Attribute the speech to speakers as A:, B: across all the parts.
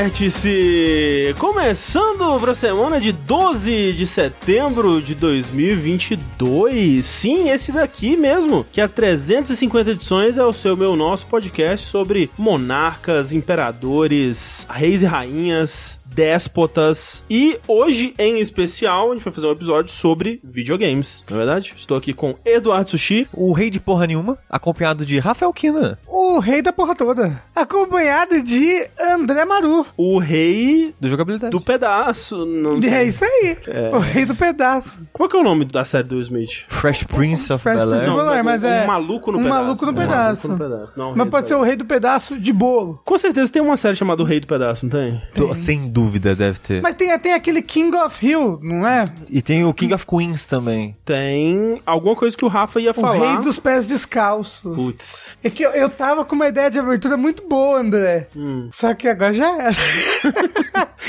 A: Vértice! Começando para a semana de 12 de setembro de 2022. Sim, esse daqui mesmo, que há 350 edições é o seu meu nosso podcast sobre monarcas, imperadores, reis e rainhas, déspotas. E hoje, em especial, a gente vai fazer um episódio sobre videogames, não é verdade? Estou aqui com Eduardo Sushi.
B: O rei de porra nenhuma, acompanhado de Rafael Kina.
C: O rei da porra toda. Acompanhado de André Maru.
A: O rei
B: Do jogabilidade.
A: do pedaço. Não...
C: É isso aí.
A: É.
C: O rei do pedaço.
A: Qual que é o nome da série do Smith?
B: Fresh Prince of
C: Fresh
B: Bel-Air.
C: Prince of- Não, mas é-
A: um maluco no
C: um
A: pedaço.
C: maluco no
A: Um maluco
C: pedaço.
A: no pedaço. Não,
C: Mas pode ser o rei do pedaço de bolo.
A: Com certeza tem uma série chamada O Rei do Pedaço, não tem?
B: Tô- Sem dúvida deve ter.
C: Mas tem até aquele King of Hill, não é?
B: E tem o King of Queens também.
A: Tem alguma coisa que o Rafa ia
C: O
A: falar.
C: rei dos pés descalços.
A: Putz.
C: É que eu, eu tava com uma ideia de abertura muito boa, André. Só que agora já era.
A: Hum.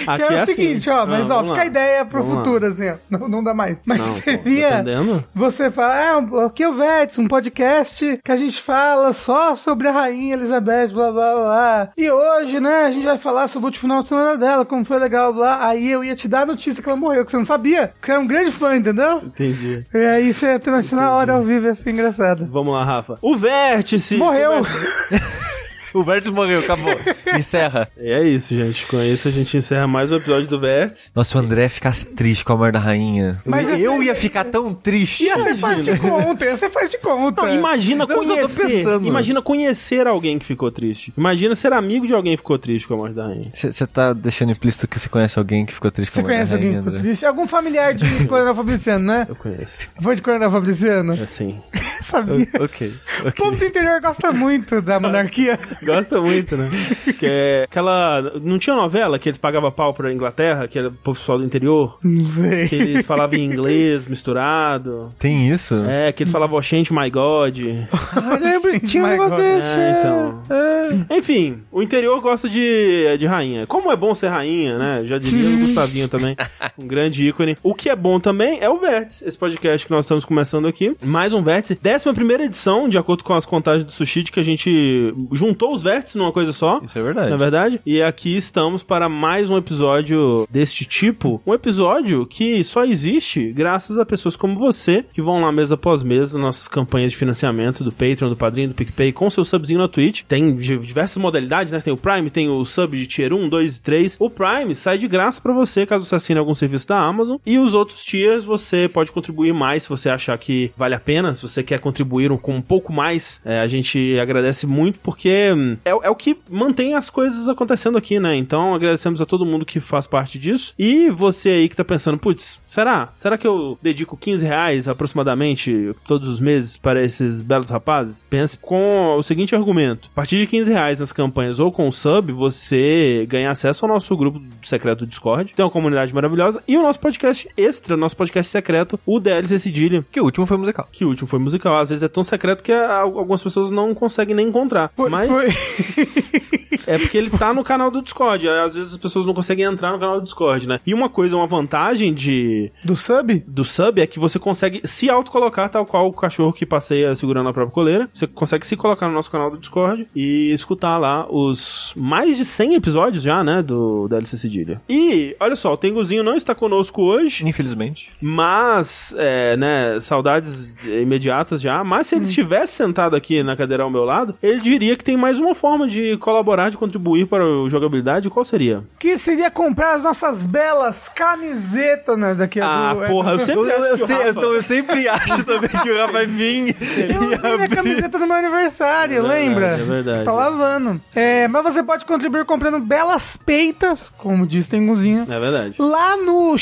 A: Aqui
C: que é,
A: é
C: o
A: assim.
C: seguinte, ó.
A: Ah,
C: Mas ó,
A: vamos
C: fica
A: lá.
C: a ideia pro
A: Vamos lá.
C: futuro, assim, ó. Não, não dá mais. Mas
A: Não, pô,
C: seria.
A: tá entendendo?
C: Você fala, ah, um- aqui é o Vértice, um podcast que a gente fala só sobre a rainha Elizabeth, blá blá blá. E hoje, né, a gente vai falar sobre o último final de semana dela, como foi legal, blá. Aí eu ia te dar a notícia que ela morreu, que você não sabia, que você era um grande fã, entendeu?
A: Entendi.
C: E aí você trouxe na hora ao vivo, ia ser engraçado.
A: Vamos lá, Rafa. O Vértice.
C: Morreu!
B: O Vértice morreu, acabou. Encerra.
A: E é isso, gente. Com isso a gente encerra mais um episódio do Vértice.
B: Nossa, o André ficasse triste com a morte da rainha.
C: Mas
B: eu,
C: eu-
B: ia ficar tão triste.
C: Ia ser faz é de conta, ia ser faz de conta.
A: Não, imagina
B: Não, mas eu tô
A: conhecer.
B: pensando.
A: Imagina conhecer alguém que ficou triste. Imagina ser amigo de alguém que ficou triste com a morte da rainha.
B: Você tá deixando implícito que você conhece alguém que ficou triste com
C: Você
B: a morte da
C: conhece alguém
B: rainha, né?
C: que ficou
B: André?
C: triste? Algum familiar de Coronel Fabriciano, né?
A: Eu conheço.
C: Foi de Coronel Fabriciano?
A: É assim.
C: Sabia.
B: Ok.
C: O povo do interior gosta muito da monarquia.
A: Gosta muito, né? Que é aquela. Não tinha novela que eles pagavam pau pra Inglaterra, que era pro pessoal do interior?
C: Não sei.
A: Que eles falavam em inglês misturado.
B: né? Tem isso?
A: É, que eles falavam Oxente, my God.
C: Eu lembro,
B: Tinha um negócio desse.
A: É, então. Enfim, o interior gosta de, de rainha. Como é bom ser rainha, né? Já diria o Gustavinho também, um grande ícone. O que é bom também é o Vértice, esse podcast que nós estamos começando aqui. Mais um Vértice, 11 edição, de acordo com as contagens do Sushi, de que a gente juntou os vértices numa coisa só.
B: Isso é verdade.
A: Na verdade? E aqui estamos para mais um episódio deste tipo. Um episódio que só existe graças a pessoas como você, que vão lá mês após mês nas nossas campanhas de financiamento do Patreon, do Padrinho, do PicPay, com seu subzinho na Twitch. Tem di- diversas modalidades, né? Tem o Prime, tem o sub de tier 1, 2 e 3. O Prime sai de graça para você caso você assine algum serviço da Amazon. E os outros tiers você pode contribuir mais se você achar que vale a pena, se você quer contribuir um- com um pouco mais. É, a gente agradece muito porque hum, é, o- é o que mantém as coisas acontecendo aqui, né? Então agradecemos a todo mundo que faz parte disso. E você aí que tá pensando, putz, será? Será que eu dedico 15 reais aproximadamente todos os meses para esses belos rapazes? Pense com o seguinte argumento: a partir de 15 reais nas campanhas ou com o sub, você ganha acesso ao nosso grupo secreto do Discord, tem uma comunidade maravilhosa e o nosso podcast extra, nosso podcast secreto, o DLC Cedilha.
B: Que o último foi musical.
A: Que o último foi musical. Às vezes é tão secreto que ah, algumas pessoas não conseguem nem encontrar.
C: Foi,
A: mas
C: foi.
A: é porque ele tá no canal do Discord. Às vezes as pessoas não conseguem entrar no canal do Discord, né? E uma coisa, uma vantagem de
C: Do sub?
A: do sub é que você consegue se autocolocar tal qual o cachorro que passeia segurando a própria coleira. Você consegue se colocar no nosso canal do Discord e escutar lá os mais de 100 episódios já, né, do DLC Cedilha. E, olha só, o Tenguzinho não está conosco hoje.
B: Infelizmente.
A: Mas, é, né, saudades imediatas já. Mas se ele estivesse sentado aqui na cadeira ao meu lado, ele diria que tem mais uma forma de colaborar, de contribuir para o jogabilidade. Qual seria?
C: Que seria comprar as nossas belas camisetas, nós daqui
A: Ah,
C: a do- é-
A: porra, eu sempre acho que o Rafa-
B: sempre acho também que o Rafa vai vir.
C: Eu usei minha camiseta no meu aniversário, lembra?
A: é verdade.
C: Tá lavando. É, mas você pode contribuir comprando belas peitas, como diz Tenguzinho,
A: É verdade.
C: lá no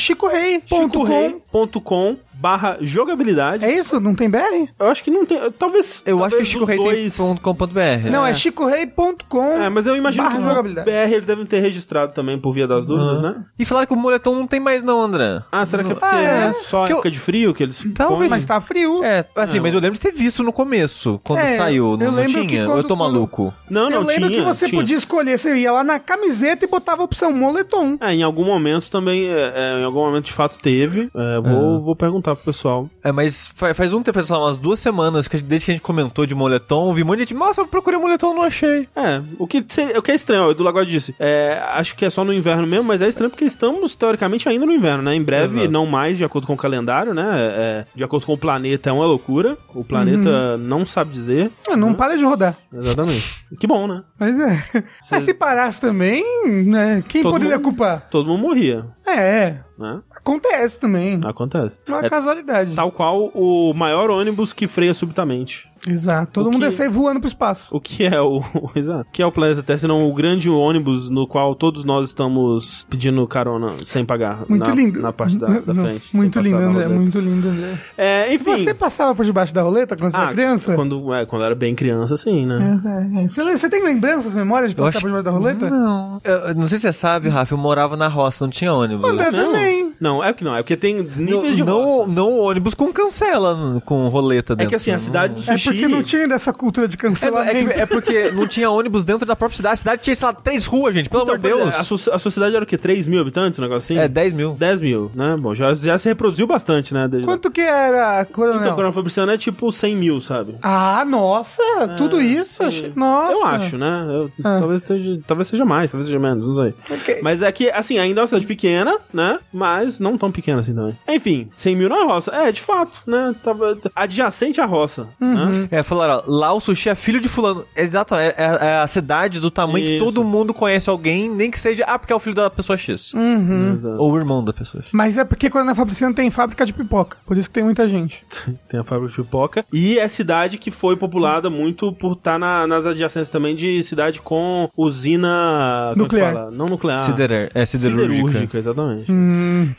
C: chicorei.com.
A: chicorei.com barra jogabilidade.
C: É isso? Não tem BR?
A: Eu acho que não tem... Talvez...
B: Eu acho que o
A: talvez
B: Chico
A: os
B: Rei tem
A: dois-
B: ponto .com.br. né?
C: Não, é chicorei.com.
A: É, mas eu imagino
C: barra
A: que o
C: jogabilidade.
A: BR eles devem ter registrado também, por via das dúvidas, né?
B: E falaram que o moletom não tem mais não, André.
A: Ah, será que é porque
C: Ah,
A: é só
B: Que eu-
A: época de frio que eles
B: Talvez.
A: põem?
C: Mas tá frio.
B: É, assim, mas eu lembro de ter visto no começo, quando
C: É,
B: saiu,
C: eu
B: não, não
C: lembro que
B: tinha? Ou
C: quando-
B: eu tô
C: quando-
B: maluco?
A: Não, não,
C: eu lembro
A: tinha,
C: que você
A: tinha.
C: podia escolher, você ia lá na camiseta e botava a opção moletom.
A: É, em algum momento também, é, é, em algum momento de fato teve. É, vou, vou contar pro pessoal.
B: É, mas fa- faz um tempo, faz, sei lá, umas duas semanas, que a gente- desde que a gente comentou de moletom, vi um monte de gente, nossa, eu procurei moletom, não achei.
A: É, o que, seria- o que é estranho, o Edu Lagotti disse, é, acho que é só no inverno mesmo, mas é estranho porque estamos, teoricamente, ainda no inverno, né? Em breve,
B: Exato.
A: não mais, de acordo com o calendário, né? É, de acordo com o planeta, é uma loucura. O planeta não sabe dizer. né?
C: Ah, Não para de rodar.
A: Exatamente. Que bom, né?
C: Mas é. Mas se parasse também, né? Quem
A: Todo
C: poderia
A: mundo-
C: culpar?
A: Todo mundo morria,
C: É,
A: né?
C: acontece também.
A: Acontece.
C: Não é,
A: É
C: casualidade.
A: tal qual o maior ônibus que freia subitamente.
C: Exato. Todo
A: O
C: mundo
A: que-
C: ia sair voando pro espaço.
A: O que é o. Exato. O que é o planeta Terra, senão o grande ônibus no qual todos nós estamos pedindo carona sem pagar.
C: Muito
A: na,
C: lindo.
A: Na parte da, da
C: Não,
A: frente. sem
C: Muito
A: passar
C: lindo,
A: na
C: André.
A: roleta.
C: Muito lindo, André.
A: É, enfim.
C: Você passava por debaixo da roleta quando você
A: Ah,
C: era criança?
A: Quando, é, quando era bem criança, sim, né?
C: É, é, é. Você, le- você tem lembranças, memórias de
B: Eu
C: passar
B: acho-
C: por debaixo da roleta?
B: Não. Eu, eu não sei se você sabe, Rafa, eu morava na roça, não tinha ônibus.
C: André
A: Não,
C: também.
A: não, é porque não, é porque tem
B: Não,
A: níveis de roça.
B: não, não ônibus com cancela, com roleta
A: É
B: dentro.
A: que assim, a cidade do
C: É
A: sushi...
C: porque não tinha dessa cultura de
B: É, não, é que-
C: cancelamento.
B: é porque não tinha ônibus dentro da própria cidade. A cidade tinha, sei lá, três ruas, gente, pelo
A: Então,
B: amor de Deus.
A: A, su- a sua cidade era o quê? 3 mil habitantes, um negocinho?
B: É, 10 mil.
A: 10 mil, né? Bom, já, já se reproduziu bastante, né? desde lá.
C: Quanto que era, coronel?
A: Então, Coronel Fabriciano é tipo 100 mil, sabe?
C: Ah, nossa, tudo isso? Achei... Nossa.
A: Ah, Eu acho, né? Eu-
C: Ah.
A: talvez, esteja, talvez seja mais, talvez seja menos, não sei.
C: Ok.
A: Mas é que, assim, ainda é uma cidade pequena, né? Mas não tão pequena assim também. Enfim, 100 mil na roça. É, de fato, né? Tava adjacente à roça,
C: Uhum,
A: né?
B: É, falaram, ó, lá o sushi é filho de fulano. Exato, é, é- é a cidade do tamanho que
A: Isso.
B: todo mundo conhece alguém, nem que seja, ah, porque é o filho da pessoa X.
C: Uhum.
A: Exato.
B: Ou o irmão da pessoa X.
C: Mas é porque Coronel Fabriciano tem fábrica de pipoca. Por isso que tem muita gente.
A: Tem a fábrica de pipoca. E é cidade que foi populada muito por estar nas adjacências também de cidade com usina... como é que
C: Nuclear.
A: fala? Não nuclear.
B: Siderer, é siderúrgica.
A: exatamente.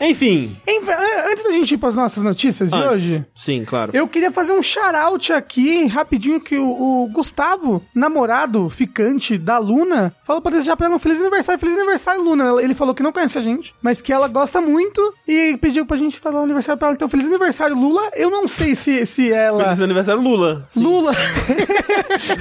A: Enfim.
C: Enfim, an- antes da gente ir para as nossas notícias Hum. de
A: antes.
C: hoje...
A: Sim, claro.
C: Eu queria fazer um shout-out aqui, rapidinho, que o, o Gustavo, namorado, ficante da Luna, falou pra desejar pra ela um feliz aniversário, feliz aniversário, Luna. Ela- Ele falou que não conhece a gente, mas que ela gosta muito e pediu pra gente falar um aniversário pra ela. Então, feliz aniversário, Lula. Eu não sei se, se ela...
A: Feliz aniversário, Lula.
C: Lula,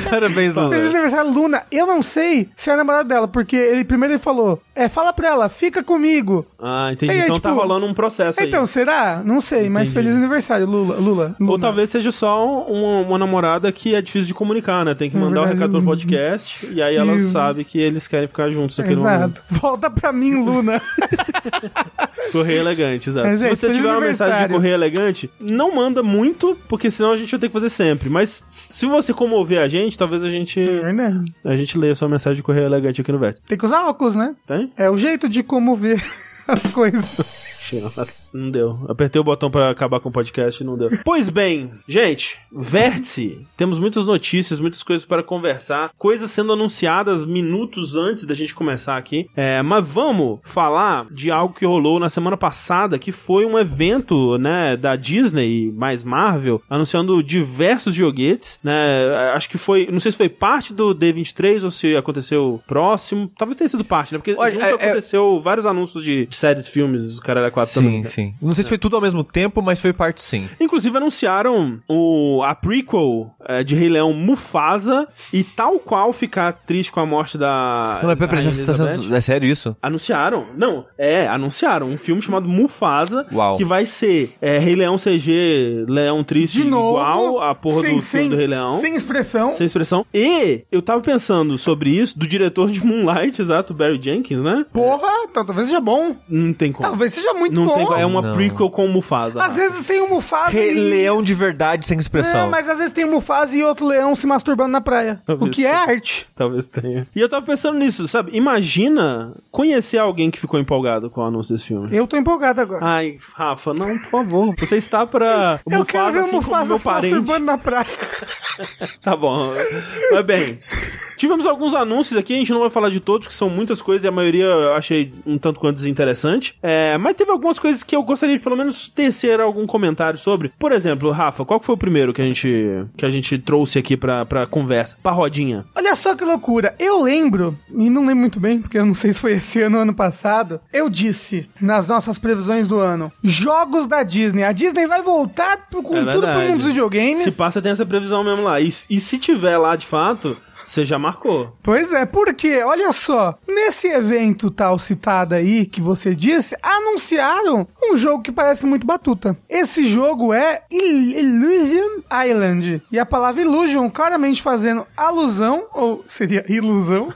B: Parabéns,
C: feliz
B: Lula.
C: aniversário, Luna. Eu não sei se é a namorada dela, porque ele primeiro ele falou, é, fala pra ela, fica comigo.
A: Ah, entendi.
C: É,
A: então tá
C: tipo-
A: rolando um processo aí.
C: Então, será? Não sei, mas
A: Entendi.
C: feliz aniversário, Lula. Lula.
A: Ou
C: Luna.
A: talvez seja só uma, uma namorada que é difícil de comunicar, né? Tem que
C: Na
A: mandar o
C: verdade, uhum.
A: recado pro podcast e aí ela
C: Isso.
A: sabe que eles querem ficar juntos naquele momento.
C: Exato. Volta pra mim, Luna.
A: Correio elegante, exato.
C: Mas,
A: Se
C: gente,
A: você
C: feliz
A: tiver uma mensagem de
C: aniversário.
A: correio elegante, não manda muito, porque senão a gente vai ter que fazer sempre. Mas se você comover a gente, talvez a gente
C: verdade.
A: a gente leia a sua mensagem de correio elegante aqui no Vértice.
C: Né?
A: tá?
C: Tem que usar óculos, né?
A: Tem?
C: É o jeito de comover as coisas.
A: Não deu. Apertei o botão pra acabar com o podcast e não deu. pois bem, gente, vértice. Temos muitas notícias, muitas coisas para conversar, coisas sendo anunciadas minutos antes da gente começar aqui. É, mas vamos falar de algo que rolou na semana passada, que foi um evento, né, da Disney mais Marvel, anunciando diversos joguetes, né? Acho que foi, não sei se foi parte do D23 ou se aconteceu próximo. Talvez tenha sido parte, né? Porque
B: Olha,
A: junto
B: é- é-
A: aconteceu vários anúncios de, de séries, filmes, caralho, a quatro também. né?
B: Sim, sim. Não sei se foi tudo ao mesmo tempo, mas foi parte sim.
A: Inclusive anunciaram o, a prequel eh, de Rei Leão Mufasa e tal qual ficar triste com a morte da.
B: Não, mas peraí,
A: da
B: peraí,
A: Rainha
B: você tá
A: Ah, Elizabeth.
B: sendo- é sério isso?
A: Anunciaram, não, é, anunciaram um filme chamado Mufasa,
B: Uau.
A: que vai ser eh, Rei Leão CG, Leão Triste,
C: De novo.
A: igual a porra do filme do Rei Leão.
C: Sem expressão.
A: Sem expressão. E eu tava pensando sobre isso, do diretor de Moonlight, exato, Barry Jenkins, né?
C: Porra, então talvez seja bom.
A: Não tem como.
C: Talvez seja muito
A: não
C: bom.
A: tem como. É uma
B: Não.
A: prequel com Mufasa.
C: Às vezes tem um Mufasa
B: Rei
C: e...
B: Leão de verdade sem
C: É,
B: expressão.
C: mas às vezes tem um Mufasa e outro leão se masturbando na praia.
A: Talvez
C: o que é
A: sim.
C: arte.
A: Talvez tenha. E eu tava pensando nisso, sabe? Imagina conhecer alguém que ficou empolgado com o anúncio desse filme.
C: Eu tô empolgado agora.
A: Ai, Rafa, não, por favor. Você está pra.
C: Eu quero ver o
A: assim como
C: Mufasa
A: meu
C: se
A: parente.
C: masturbando na praia.
A: Tá bom. Mas bem. Tivemos alguns anúncios aqui, a gente não vai falar de todos, que são muitas coisas e a maioria eu achei um tanto quanto desinteressante. É, mas teve algumas coisas que eu gostaria de pelo menos tecer algum comentário sobre. Por exemplo, Rafa, qual que foi o primeiro que a gente, que a gente trouxe aqui pra, pra conversa? Pra rodinha.
C: Olha só que loucura. Eu lembro, e não lembro muito bem, porque eu não sei se foi esse ano ou ano passado, eu disse nas nossas previsões do ano: jogos da Disney. A Disney vai voltar pro- com
A: É
C: tudo pro
A: verdade.
C: mundo dos videogames.
A: Se passa, tem essa previsão mesmo lá. E, e se tiver lá de fato, Você já marcou.
C: Pois é, porque, olha só, nesse evento tal citado aí que você disse, anunciaram um jogo que parece muito batuta. Esse jogo é Il- Illusion Island. E a palavra Illusion claramente fazendo alusão, ou seria ilusão,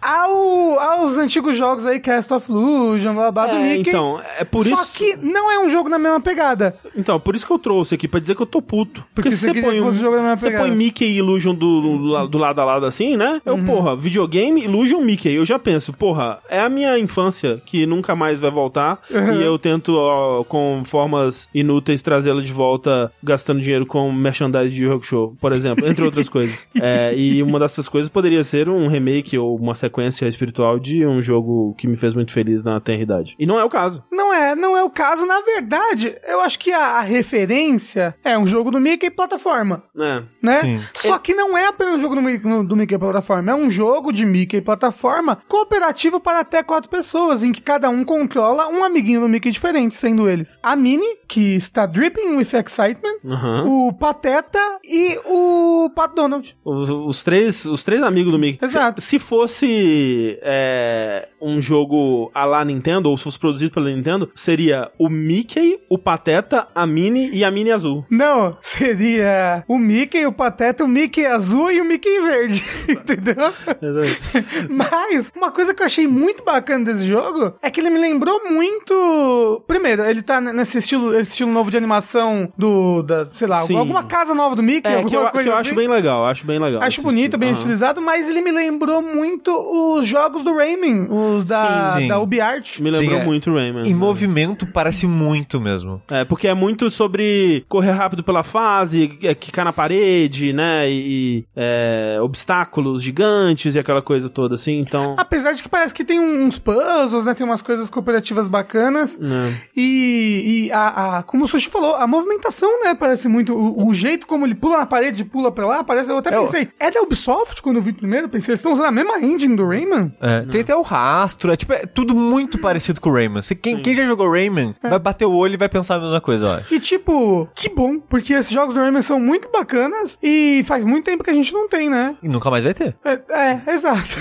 C: ao, aos antigos jogos aí, Cast of Illusion, blá blá, blá do
A: É,
C: Mickey.
A: então, é por
C: Só
A: isso-
C: que não é um jogo na mesma pegada.
A: Então, por isso que eu trouxe aqui, pra dizer que eu tô puto. Porque,
C: Porque
A: se
C: você
A: você
C: queria
A: põe,
C: que
A: um,
C: fosse jogo da mesma
A: você
C: pegada. Uhum.
A: põe Mickey e Illusion do, do, do lado a lado assim, né? Eu, porra, videogame, Illusion, Mickey. Eu já penso, porra, é a minha infância que nunca mais vai voltar.
C: Uhum.
A: E eu tento, ó, com formas inúteis, trazê-la de volta, gastando dinheiro com merchandise de Rock Show, por exemplo, entre outras coisas. É, e uma dessas coisas poderia ser um remake ou uma sequência espiritual de um jogo que me fez muito feliz na tenridade. E não é o caso.
C: Não é, não é o caso. Na verdade, eu acho que a, a referência é um jogo do Mickey plataforma,
A: É.
C: né?
B: Sim.
C: Só que não é apenas um jogo do, Mi- no- do Mickey plataforma, é um jogo de Mickey plataforma cooperativo para até quatro pessoas, em que cada um controla um amiguinho do Mickey diferente, sendo eles a Minnie, que está dripping with excitement,
A: Aham.
C: o Pateta e o Pato Donald.
A: Os, os três, os três amigos do Mickey.
C: Exato.
A: Se, se fosse é, um jogo a lá Nintendo, ou se fosse produzido pela Nintendo, seria o Mickey, o Pateta, a Minnie e a Minnie Azul.
C: Não, seria o Mickey, o Pateta, o Mickey azul e o Mickey verde, entendeu? Mas uma coisa que eu achei muito bacana desse jogo é que ele me lembrou muito. Primeiro, ele tá n- nesse estilo, esse estilo novo de animação do. Da, sei lá,
A: Sim.
C: alguma casa nova do Mickey,
A: É, que
C: alguma
A: eu, que
C: coisa
A: eu
C: assim.
A: acho bem legal, acho bem legal.
C: Acho
A: Esse
C: bonito, bem
A: estilo. Aham.
C: estilizado, mas ele me lembrou muito os jogos do Rayman, os da,
B: Sim, sim.
C: da UbiArt.
A: Me
B: Sim,
A: lembrou
B: é.
A: muito o Rayman. né?
B: Em movimento parece muito mesmo.
A: É, porque é muito sobre correr rápido pela fase, é, quicar na parede, né? E é, obstáculos gigantes e aquela coisa toda, assim. Então.
C: Apesar de que parece que tem uns puzzles, né? Tem umas coisas cooperativas bacanas.
A: né.
C: E, e a, a- como o Sushi falou, a movimentação, né? Parece muito. O, o jeito como ele pula na parede, pula pra lá, parece. Eu até
B: É, o-
C: pensei, é da Ubisoft quando eu vi primeiro? Pensei, eles estão usando a mesma engine do Rayman?
B: É, tem até o rastro, é tipo, é tudo muito parecido com o Rayman. Você- quem, quem já jogou Rayman vai bater o olho e vai pensar a mesma coisa, ó.
C: E tipo, que bom, porque esses jogos do Rayman são muito bacanas e faz muito tempo que a gente não tem, né?
B: E nunca mais vai ter.
C: É, é exato.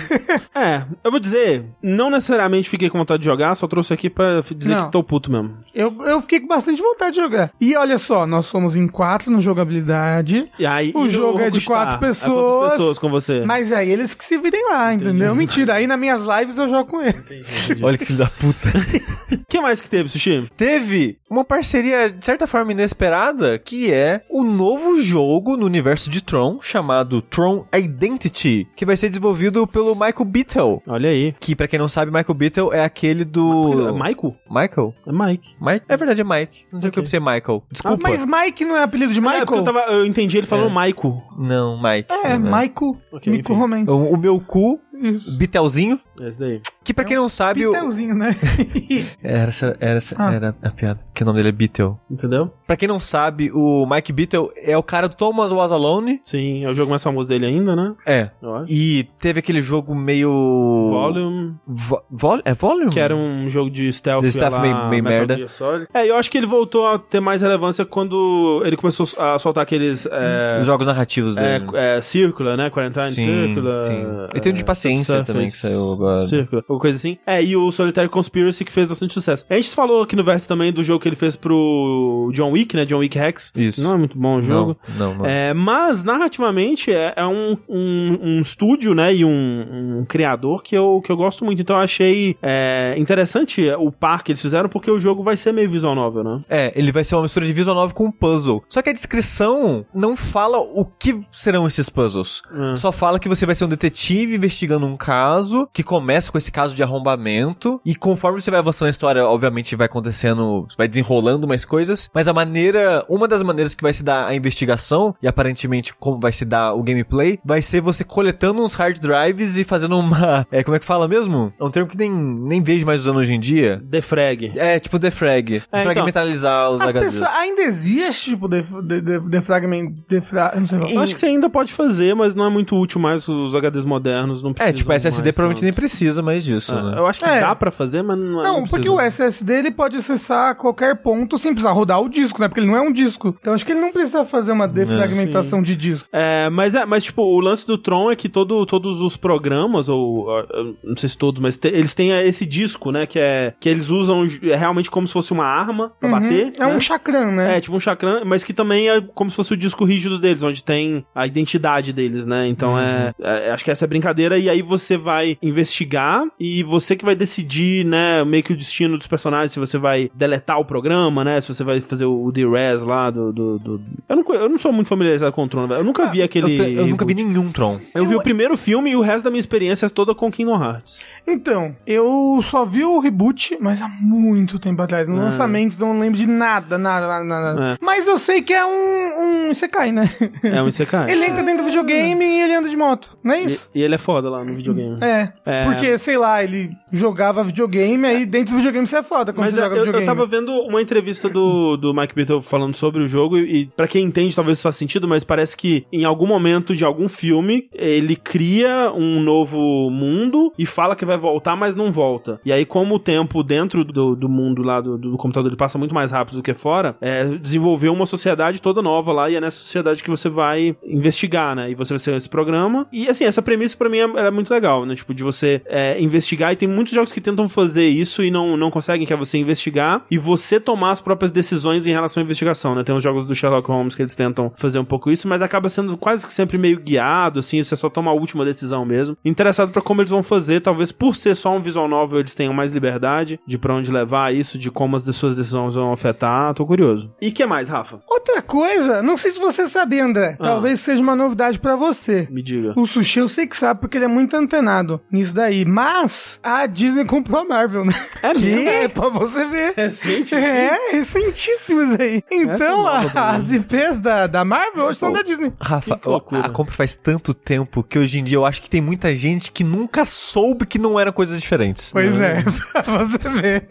A: É, eu vou dizer, não necessariamente fiquei com vontade de jogar, só trouxe aqui pra f- dizer
C: Não.
A: que tô puto mesmo.
C: eu, eu fiquei com bastante vontade de jogar. E olha só, nós somos em quatro no jogabilidade.
A: E aí,
C: O
A: e
C: jogo é de
A: Rockstar?
C: quatro
A: É quantas
C: pessoas.
A: pessoas com você?
C: Mas aí eles que se virem lá, entendeu? Mentira, aí nas minhas lives eu jogo com eles.
B: Olha que filho da puta.
A: O que mais que teve, Sushi?
B: Teve uma parceria, de certa forma, inesperada, que é o novo jogo no universo de Tron, chamado Tron Identity, que vai ser desenvolvido pelo Michael Beatle.
A: Olha aí.
B: Que, pra quem não sabe, Michael Beatle é aquele do...
A: É Michael?
B: Michael?
A: É Mike.
B: Mike? É verdade, é Mike. Não sei o que eu pensei, Michael. Desculpa.
C: Mas Mike não é apelido de
A: É,
C: Michael?
A: porque eu, tava, eu entendi ele
B: É.
A: falando Michael.
B: Não, Mike.
C: É,
B: Não,
C: Michael,
A: Né? Ok,
C: Mico
A: enfim. Então,
C: Romance.
B: O, o meu cu,
C: Isso.
B: Beatlezinho,
A: Esse daí.
B: que pra quem não sabe... o- É,
C: Pitelzinho, né?
B: Era essa, era essa,
C: Ah.
B: era a piada. Que o nome dele é Beatle.
A: Entendeu?
B: Pra quem não sabe, o Mike Beatle é o cara do Thomas Was Alone.
A: Sim, é o jogo mais famoso dele ainda, né?
B: É.
A: Eu acho.
B: E teve aquele jogo meio...
A: Volume,
B: Vo- vol- é Volume?
A: que era um jogo de stealth.
B: De stealth
A: lá,
B: meio- meio
A: Metal
B: merda.
A: Gear Solid. É, eu acho que ele voltou a ter mais relevância quando ele começou a soltar aqueles. É,
B: Os jogos narrativos dele. né?
A: é, é, Círcula, né? Quarantine
B: Sim,
A: Círcula.
B: sim.
A: é,
B: E tem um de paciência
A: Surface
B: também que saiu agora.
A: Círcula, ou coisa assim. É, e o Solitary Conspiracy que fez bastante sucesso. A gente falou aqui no verso também do jogo que ele fez pro John Wick, né? John Wick Rex.
B: Isso.
A: Não é muito bom o jogo.
B: Não, não. não.
A: É, mas, narrativamente, é, é um, um, um estúdio, né, e um, um criador que eu, que eu gosto muito. Então, eu achei é, interessante o par que eles fizeram, porque o jogo vai ser meio visual novel, né?
B: É, ele vai ser uma mistura de visual novel com puzzle. Só que a descrição não fala o que serão esses puzzles.
A: Hum.
B: Só fala que você vai ser um detetive investigando um caso, que começa com esse caso de arrombamento, e conforme você vai avançando na história, obviamente vai acontecendo, vai desenrolando mais coisas, mas a maneira, uma das maneiras que vai se dar a investigação, e aparentemente como vai se dar o gameplay, vai ser você coletando uns hard drives e fazendo uma, é, como é que fala mesmo? É um termo que nem, nem vejo mais usando hoje em dia.
A: Defrag.
B: É, tipo defrag.
A: então.
B: Desfragmentalizar os
C: As
B: HDs.
C: pessoas ainda existe, tipo, def, de, de, defragment, defra, eu não sei falar.
A: Eu acho que você ainda pode fazer, mas não é muito útil mais os HDs modernos, não
B: É, tipo,
A: precisam
B: SSD
A: mais,
B: provavelmente
A: não.
B: nem precisa mais disso,
A: Ah,
B: né?
A: Eu acho que
C: É.
A: dá pra fazer, mas não
C: Não, porque o SSD ele pode acessar qualquer ponto sem precisar rodar o disco, né? Porque ele não é um disco. Então acho que ele não precisa fazer uma defragmentação de disco.
A: É, mas é, mas tipo, o lance do Tron é que todo, todos os programas, ou ah, eu não sei se todos, mas te- eles têm eh, esse disco, né? Que é que eles usam ju- é realmente como se fosse uma arma pra
C: Uhum.
A: bater.
C: É
A: né?
C: um chacrã, né?
A: É, tipo um chakran, mas que também é como se fosse o disco rígido deles, onde tem a identidade deles, né? Então é,
B: Uhum.
A: é- Acho que essa é a brincadeira, e aí você vai investigar e você que vai decidir, né, meio que o destino dos personagens, se você vai deletar o programa, né? Se você vai fazer o DRES lá do. do, do- Eu, não, co- eu não sou muito familiarizado com o Tron, velho. Eu nunca vi
B: Ah, Eu,
A: aquele.
B: te- eu nunca vi nenhum Tron.
A: Eu vi o primeiro filme e o resto da minha experiência é toda com Kingdom Hearts.
C: Então, eu só vi o reboot, mas há muito tempo atrás. No lançamento, não lembro de nada, nada, nada, nada.
A: É.
C: Mas eu sei que é um. um Isekai, né?
A: É um Isekai.
C: Ele entra dentro do videogame e ele anda de moto, não é
A: E,
C: isso?
A: e ele é foda lá no videogame.
C: É,
A: É.
C: porque, sei lá, ele jogava videogame, aí dentro do videogame você é foda quando
A: Mas
C: você
A: eu,
C: joga
A: eu-
C: videogame.
A: eu tava vendo uma entrevista do, do Mike Biddle falando sobre o jogo, e, e para quem entende, talvez isso faça sentido, mas parece que em algum momento de algum filme ele cria um novo mundo e fala que vai voltar, mas não volta. E aí, como o tempo dentro do, do mundo lá do, do computador ele passa muito mais rápido do que fora, é, desenvolveu uma sociedade toda nova lá, e é nessa sociedade que você vai investigar, né? E você vai ser esse programa. E assim, essa premissa pra mim é, é muito legal, né? Tipo, de você é, investigar. E tem muitos jogos que tentam fazer isso e não, não conseguem, que é você investigar e você tomar as próprias decisões em relação à investigação, né? Tem os jogos do Sherlock Holmes que eles tentam fazer um pouco isso, mas acaba sendo quase que sempre meio guiado, assim, você só toma a última decisão mesmo. Interessado pra como eles vão fazer, talvez por ser só um visual novel eles tenham mais liberdade de pra onde levar isso, de como as de- suas decisões vão afetar. Tô curioso. E que mais, Rafa?
C: Outra coisa, não sei se você sabia, André.
A: Ah.
C: Talvez seja uma novidade pra você.
A: Me diga.
C: O Sushi eu sei que sabe porque ele é muito antenado nisso daí. Mas a Disney comprou a Marvel, né?
A: É mesmo?
C: É, pra você ver.
A: Recente?
C: É, recentíssimos aí. Então,
A: é nova pra
C: a-
A: mim.
C: as IPs da, da Marvel hoje são da Disney.
B: Rafa,
A: que loucura.
B: a compra faz tanto tempo que hoje em dia eu acho que tem muita gente que nunca soube que não eram coisas diferentes.
C: Pois é, pra você ver.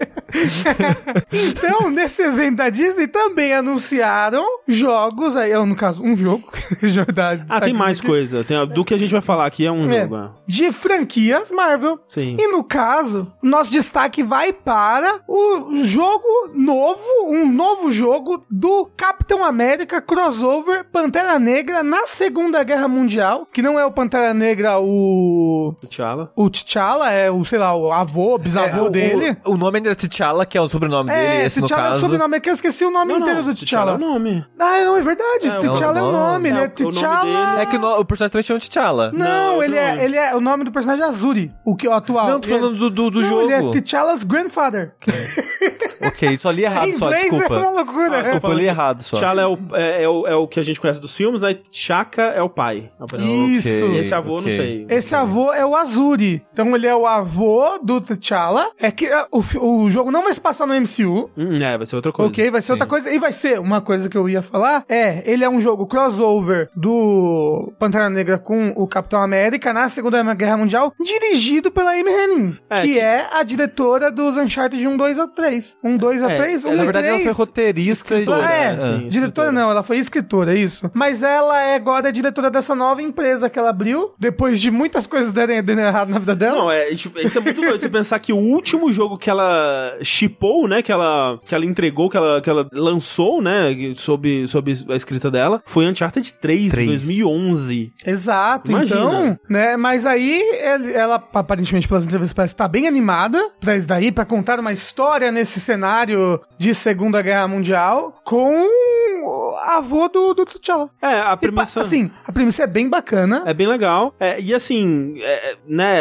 C: então, nesse evento da Disney também anunciaram jogos aí, eu, no caso, um jogo. da,
A: Ah, tem mais coisa. Tem a- do que a gente vai falar aqui é um
C: É.
A: jogo. é.
C: De franquias Marvel.
A: Sim.
C: E no caso, nosso destaque vai para o jogo novo, um novo jogo do Capitão América crossover Pantera Negra na Segunda Guerra Mundial, que não é o Pantera Negra o
A: T'Challa.
C: o T'Challa é o, sei lá, é,
A: É,
C: o avô, bisavô
B: o,
C: dele.
B: O, o nome ainda é T'Challa, que é o sobrenome dele,
C: É,
B: esse no
C: T'Challa é o
B: caso.
C: sobrenome, é que eu esqueci o nome
A: Não,
C: inteiro
A: não,
C: do T'Challa.
A: é o nome.
C: Ah, não, é verdade.
A: É,
C: T'Challa é o
B: o
C: nome,
B: nome.
C: ele é,
A: É, o- o nome
C: T'Challa.
A: dele-
B: É que o, no- o personagem também chama T'Challa.
A: Não, é
C: Não,
A: outro
C: ele é,
A: nome.
C: ele é o nome do personagem é Azuri, o que o atual.
B: Não, tô
C: Ele-
B: falando do, do, do
C: Não,
B: jogo.
C: Ele é T'Challa's grandfather.
B: Ok, só li errado,
C: em
B: só,
C: inglês
B: desculpa.
C: é uma loucura.
B: Ah, desculpa, eu li errado só.
A: T'Challa é o, é, é o, é o que a gente conhece dos filmes, né? Chaka é o pai.
C: Isso.
A: E esse avô,
B: ok.
A: não sei.
C: Esse avô é o Azuri. Então ele é o avô do T'Challa. É que ah, o, fi- o jogo não vai se passar no MCU.
A: Hum, é, vai ser outra coisa.
C: Ok, vai ser outra coisa. E vai ser, uma coisa que eu ia falar é: ele é um jogo crossover do Pantera Negra com o Capitão América na Segunda Guerra Mundial, dirigido pela Amy Henning,
A: É,
C: que,
A: que-
C: é a diretora dos Uncharted 1, 2 a 3. 1, 2 a
A: É,
C: 3, 1
B: Na
C: e
B: verdade,
C: 3.
B: ela foi roteirista e.
A: Escritora,
C: Ah, é,
A: né?
B: Ah.
A: Sim,
C: diretora
A: escritora.
C: não, ela foi escritora, é isso. Mas ela é agora a diretora dessa nova empresa que ela abriu, depois de muitas coisas derem, derem errado na vida dela.
A: Não, é, tipo, isso é muito doido. Você pensar que o último jogo que ela chipou, né? Que ela, que ela entregou, que ela, que ela lançou, né? Sob, sob a escrita dela, foi Uncharted 3,
B: Três.
A: em 2011.
C: Exato,
A: Imagina.
C: então, né? Mas aí ele- ela, aparentemente, pelas entrevistas, parece estar bem animada pra isso daí, pra contar uma história nesse cenário de Segunda Guerra Mundial com o avô do, do T'Challa.
A: É, a
C: E pa-
A: premissa...
C: Assim, a premissa é bem bacana.
A: É bem legal. É, e assim, é, né?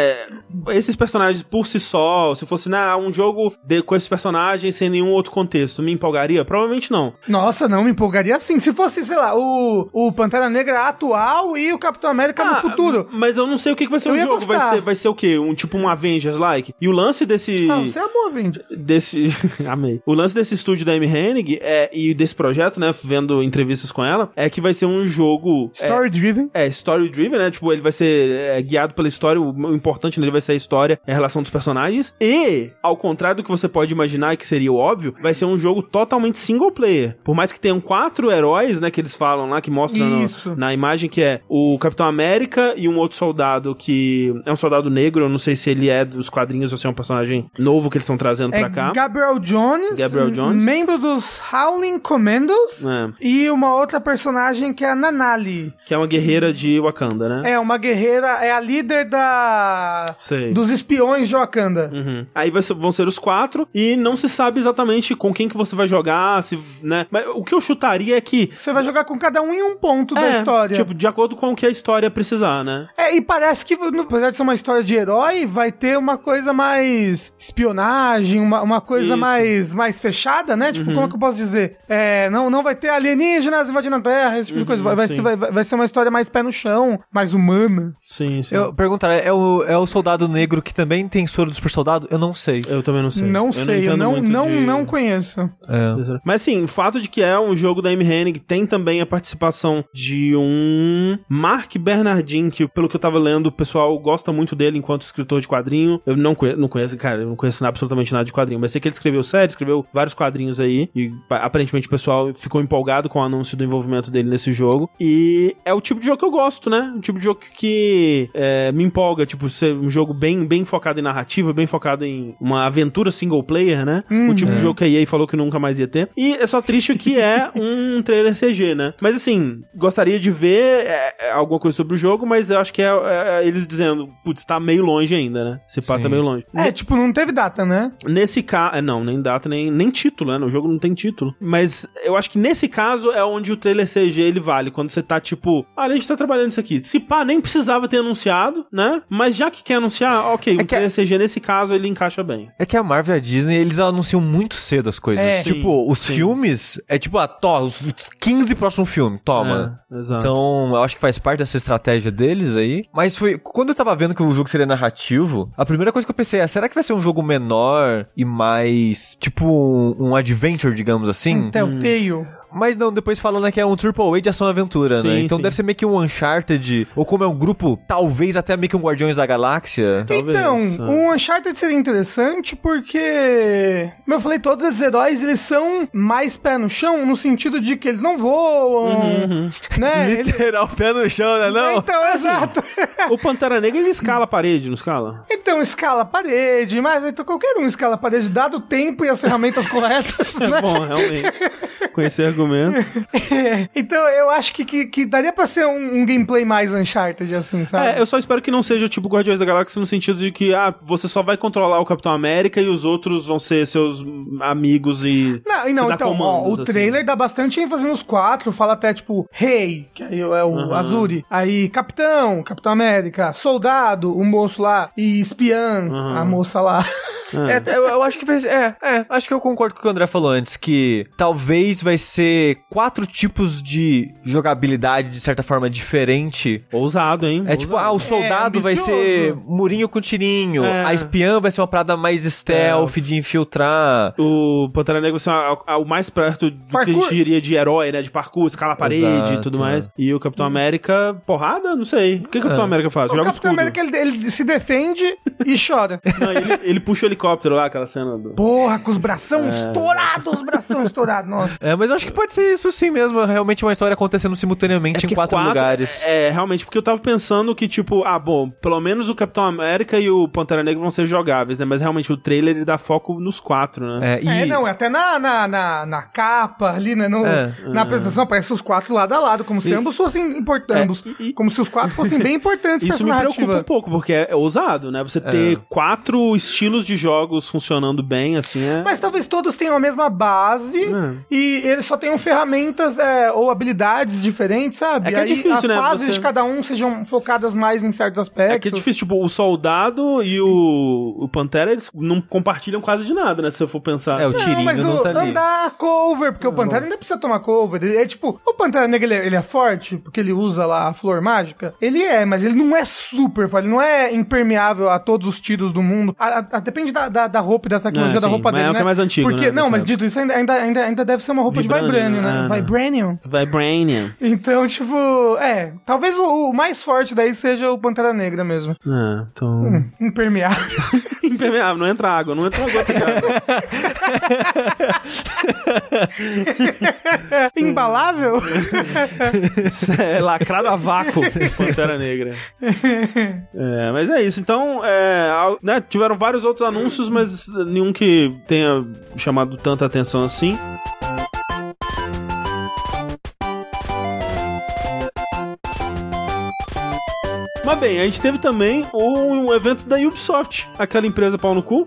A: Esses personagens por si só, se fosse né, um jogo de- com esses personagens sem nenhum outro contexto, me empolgaria? Provavelmente não.
C: Nossa, não, me empolgaria assim. Se fosse, sei lá, o, o Pantera Negra atual e o Capitão América no
A: Ah,
C: futuro.
A: Mas eu não sei o que, que vai ser
C: Eu
A: o
C: ia
A: jogo. Vai
C: gostar.
A: ser, vai ser o quê? Um tipo um Avengers-like? E o lance desse.
C: Ah, você amou, Vindy.
A: é, desse amei o lance desse estúdio da M Hennig é e desse projeto né vendo vendo entrevistas com ela, é que vai ser um jogo. é,
C: Story driven.
A: É, story driven, né? Tipo, ele vai ser é, guiado pela história, o o importante nele vai ser a história, é a relação dos personagens. E, ao contrário do que você pode imaginar, e que seria o óbvio, vai ser um jogo totalmente single player. Por mais que tenham quatro heróis, né, que eles falam lá, que mostram no-
C: Isso.
A: na imagem, que é o Capitão América e um outro soldado que é um soldado negro, eu não sei se ele é dos quadrinhos ou se é um personagem novo que eles estão trazendo
C: É
A: pra cá.
C: Gabriel Jones,
A: Gabriel
C: m-
A: Jones.
C: membro dos Howling Commandos,
A: É.
C: e uma outra personagem que é a Nanali.
A: Que é uma guerreira de Wakanda, né?
C: É uma guerreira, é a líder da
A: Sei.
C: dos espiões de Wakanda.
A: Uhum. Aí vai ser- vão ser os quatro e não se sabe exatamente com quem que você vai jogar, se, né? Mas o que eu chutaria é que
C: Você vai jogar com cada um em um ponto da
A: É,
C: história.
A: Tipo, de acordo com o que a história precisar, né?
C: É, e parece que, no- apesar de ser uma história de herói, vai ter uma coisa mais espionagem, uma, uma coisa
A: Isso. Uhum.
C: mais, mais fechada, né? Tipo, como é que eu posso dizer? É, não, não vai ter alienígenas invadindo a Terra, esse tipo de coisa. Vai, vai
A: Uhum, sim.
C: ser, vai, vai ser uma história mais pé no chão, mais humana.
A: Sim, sim.
B: Eu perguntar, é o, é o soldado negro que também tem soro do super soldado? Eu não sei.
A: Eu também não sei.
C: Não sei, eu
A: entendo
C: não,
A: muito
C: não,
A: de-
C: não conheço.
B: É.
A: Mas sim, o fato de que é um jogo da Amy Hennig tem também a participação de um Mark Bernardin, que pelo que eu tava lendo, o pessoal gosta muito dele enquanto escritor de quadrinho. Eu não conheço, não conheço cara, eu não conheço absolutamente nada de quadrinho, mas sei que ele escreveu série, escreveu vários quadrinhos aí, e pa- aparentemente o pessoal ficou empolgado com o anúncio do envolvimento dele nesse jogo. E é o tipo de jogo que eu gosto, né? O tipo de jogo que é, me empolga, tipo, ser um jogo bem, bem focado em narrativa, bem focado em uma aventura single player, né? o tipo de jogo que a EA falou que nunca mais ia ter. E é só triste que é um trailer CG, né? Mas assim, gostaria de ver é, é, alguma coisa sobre o jogo, mas eu acho que é, é, é eles dizendo, putz, tá meio longe ainda, né? Esse pá tá
B: Sim.
A: meio longe.
C: É, tipo, não teve data, né?
A: Nesse caso. Não, nem data, nem, nem título, né? O jogo não tem título. Mas eu acho que nesse caso é onde o trailer CG ele vale. Quando você tá tipo, ah, a gente tá trabalhando isso aqui. Se pá, nem precisava ter anunciado, né? Mas já que quer anunciar, ok,
B: É
A: o
B: que a-
A: trailer CG nesse caso ele encaixa bem.
B: É que a Marvel e a Disney, eles anunciam muito cedo as coisas.
C: É.
B: tipo, os
A: Sim.
B: filmes, é tipo, ah, tó, os 15 próximos filmes, toma.
A: É, exato.
B: Então, eu acho que faz parte dessa estratégia deles aí. Mas foi. Quando eu tava vendo que o jogo seria narrativo, a primeira coisa que eu pensei é: será que vai ser um jogo menor e mais. Tipo um, um adventure, digamos assim?
C: Até o
A: Hum,
C: Tail.
B: Mas não, depois falando que é um AAA de ação-aventura, né?
A: Sim,
B: Então
A: sim.
B: deve ser meio que um Uncharted, ou como é um grupo, talvez até meio que um Guardiões da Galáxia.
A: Talvez,
C: então,
A: é.
C: o Uncharted seria interessante porque. Como eu falei, todos esses heróis eles são mais pé no chão, no sentido de que eles não
A: Uhum,
C: voam, né? Eles-
B: Literal, pé no chão, né? Não?
C: Então, exato.
A: O Pantera Negra ele escala a parede, não escala?
C: Então, escala a parede, mas então qualquer um escala a parede, dado o tempo e as ferramentas corretas,
A: É
C: né?
A: bom, realmente. Com esse argumento.
C: Então, eu acho que, que, que daria pra ser um, um gameplay mais Uncharted, assim, sabe?
A: É, eu só espero que não seja tipo Guardiões da Galáxia no sentido de que, ah, você só vai controlar o Capitão América e os outros vão ser seus amigos e.
C: Não, e
A: se
C: não,
A: dar
C: então, ó,
A: comandos,
C: o
A: assim.
C: trailer dá bastante ênfase nos quatro, fala até, tipo, rei, que aí é o Azuri, aí capitão, capitão América, soldado, o moço lá, e espiã, a moça lá.
B: É, eu, eu acho que vai ser. É, é, acho que eu concordo com o que o André falou antes, que talvez vai ser quatro tipos de jogabilidade, de certa forma, diferente.
A: Ousado, hein?
B: É tipo, ah,
A: Ousado.
B: o soldado
C: É,
B: vai
C: ambicioso.
B: ser murinho com tirinho,
A: É.
B: a espiã vai ser uma parada mais stealth, de infiltrar.
A: O Pantera Negra vai ser a- a- o mais perto do que a
C: Parkour.
A: gente diria de herói, né? De parkour, escala a parede e
B: Exato,
A: tudo mais. E o Capitão América, porrada? Não sei. O que o Capitão
B: É.
A: América faz?
C: o
A: Joga o
C: capitão
A: escudo.
C: América, ele, ele se defende e chora.
A: Não, ele, ele puxa o helicóptero lá, aquela cena do.
C: Porra, com os
A: É.
C: bração estourados, os bração estourados, nossa.
B: É, mas eu acho que pode ser isso sim mesmo. é Realmente uma história acontecendo simultaneamente em
A: É que
B: quatro,
A: quatro-
B: lugares.
A: É, realmente, porque eu tava pensando que, tipo, ah, bom, pelo menos o Capitão América e o Pantera Negra vão ser jogáveis, né? Mas realmente o trailer ele dá foco nos quatro, né?
B: É, e
C: É, não, até na, na, na, na capa ali, né? no-
B: É.
C: na apresentação aparece os quatro lado a lado, como se ambos fossem importantes. como se os quatro fossem bem importantes
A: é,
C: pra
A: Isso
C: essa
A: me
C: narrativa.
A: preocupa um pouco, porque é, é ousado, né? Você ter quatro estilos de jogos funcionando bem, assim, é.
C: Mas talvez todos tenham a mesma base
A: Hum.
C: e eles só tenham ferramentas é, ou habilidades diferentes, sabe?
A: É que é
C: Aí
A: difícil,
C: as
A: né,
C: fases
A: você-
C: de cada um sejam focadas mais em certos
A: É
C: aspectos.
A: que é difícil, tipo, o soldado e o, o Pantera, eles não compartilham quase de nada, né? Se eu for pensar.
B: É, o
C: Não,
B: tirinho
C: mas
B: não
C: o
B: tá ali.
C: andar cover, porque o Pantera ainda precisa tomar cover. Ele é tipo, o Pantera Negra ele é, ele é forte, porque ele usa lá a flor mágica. Ele é, mas ele não é super forte, ele não é impermeável a todos os tiros do mundo. A- a- a- depende da, da, da roupa, da tecnologia
A: É,
C: da
A: sim,
C: roupa
A: mas é o
C: dele, né?
A: que é mais antigo,
C: Porque,
A: né,
C: Não,
A: dessa
C: mas
A: época.
C: dito isso, ainda, ainda, ainda, ainda deve ser uma roupa de
A: Vibranium,
C: Vibranium, né?
A: é, né?
C: Vibranium.
A: Vibranium.
C: Então, tipo, é. Talvez o, o mais forte daí seja o Pantera Negra mesmo.
A: É, então...
C: Hum. Impermeável.
A: Impermeável, não entra água, não entra água. tá Cara.
C: Embalável?
A: Isso é lacrado a vácuo, Pantera Negra. É, mas é isso. Então, é, al- né, tiveram vários outros anúncios, mas nenhum que tenha chamado tanta atenção assim. Mas bem, a gente teve também um, um evento da Ubisoft, aquela empresa pau no cu.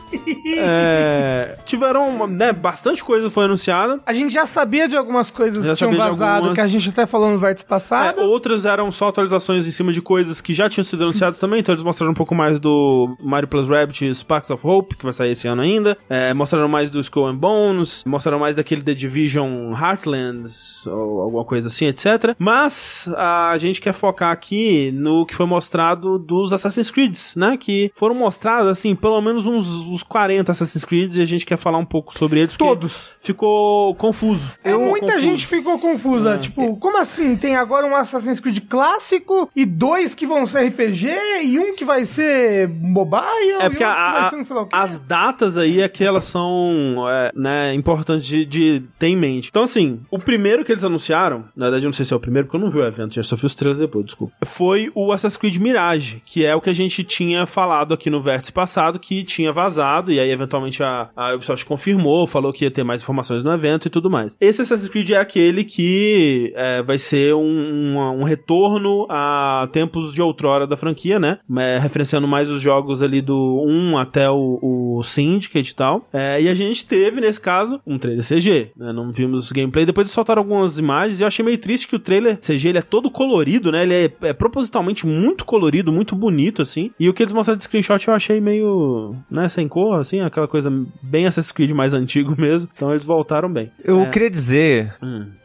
A: É, tiveram né, bastante coisa foi anunciada.
C: A gente já sabia de algumas coisas
A: Já
C: que tinham
A: sabia de
C: vazado,
A: algumas.
C: que a gente até falou no vértice passado.
A: É, outras eram só atualizações em cima de coisas que já tinham sido anunciadas também, então eles mostraram um pouco mais do Mario Plus Rabbit Sparks of Hope, que vai sair esse ano ainda. É, mostraram mais do Skull and Bones, mostraram mais daquele The Division Heartlands, ou alguma coisa assim, etc. Mas a gente quer focar aqui no que foi mostrado dos Assassin's Creeds, né? Que foram mostrados, assim, pelo menos uns, uns 40 Assassin's Creeds e a gente quer falar um pouco sobre eles. porque
C: Todos.
A: Ficou confuso.
C: É, muita
A: Confuso.
C: gente ficou confusa.
A: É.
C: Tipo, como assim? Tem agora um Assassin's Creed clássico e dois que vão ser RPG e um que vai ser mobile
A: É porque
C: e um que
A: a-
C: vai
A: a-
C: ser não sei lá o quê.
A: as datas aí é que elas são é, né, importantes de, de ter em mente. Então, assim, o primeiro que eles anunciaram, na verdade eu não sei se é o primeiro, porque eu não vi o evento, já só vi os trailers depois, desculpa. Foi o Assassin's Creed Mirage, que é o que a gente tinha falado aqui no vértice passado, que tinha vazado, e aí eventualmente a, a Ubisoft confirmou, falou que ia ter mais informações no evento e tudo mais. Esse Assassin's Creed é aquele que é, vai ser um, um- um retorno a tempos de outrora da franquia, né? É, referenciando mais os jogos ali do 1 até o, o Syndicate e tal. É, e a gente teve, nesse caso, um trailer CG. né? Não vimos gameplay. Depois eles soltaram algumas imagens e eu achei meio triste que o trailer CG ele é todo colorido, né? Ele é, é propositalmente muito colorido, muito bonito, assim. E o que eles mostraram de screenshot eu achei meio, né, sem cor, assim. Aquela coisa bem Assassin's Creed mais antigo mesmo. Então eles voltaram bem.
B: Eu queria dizer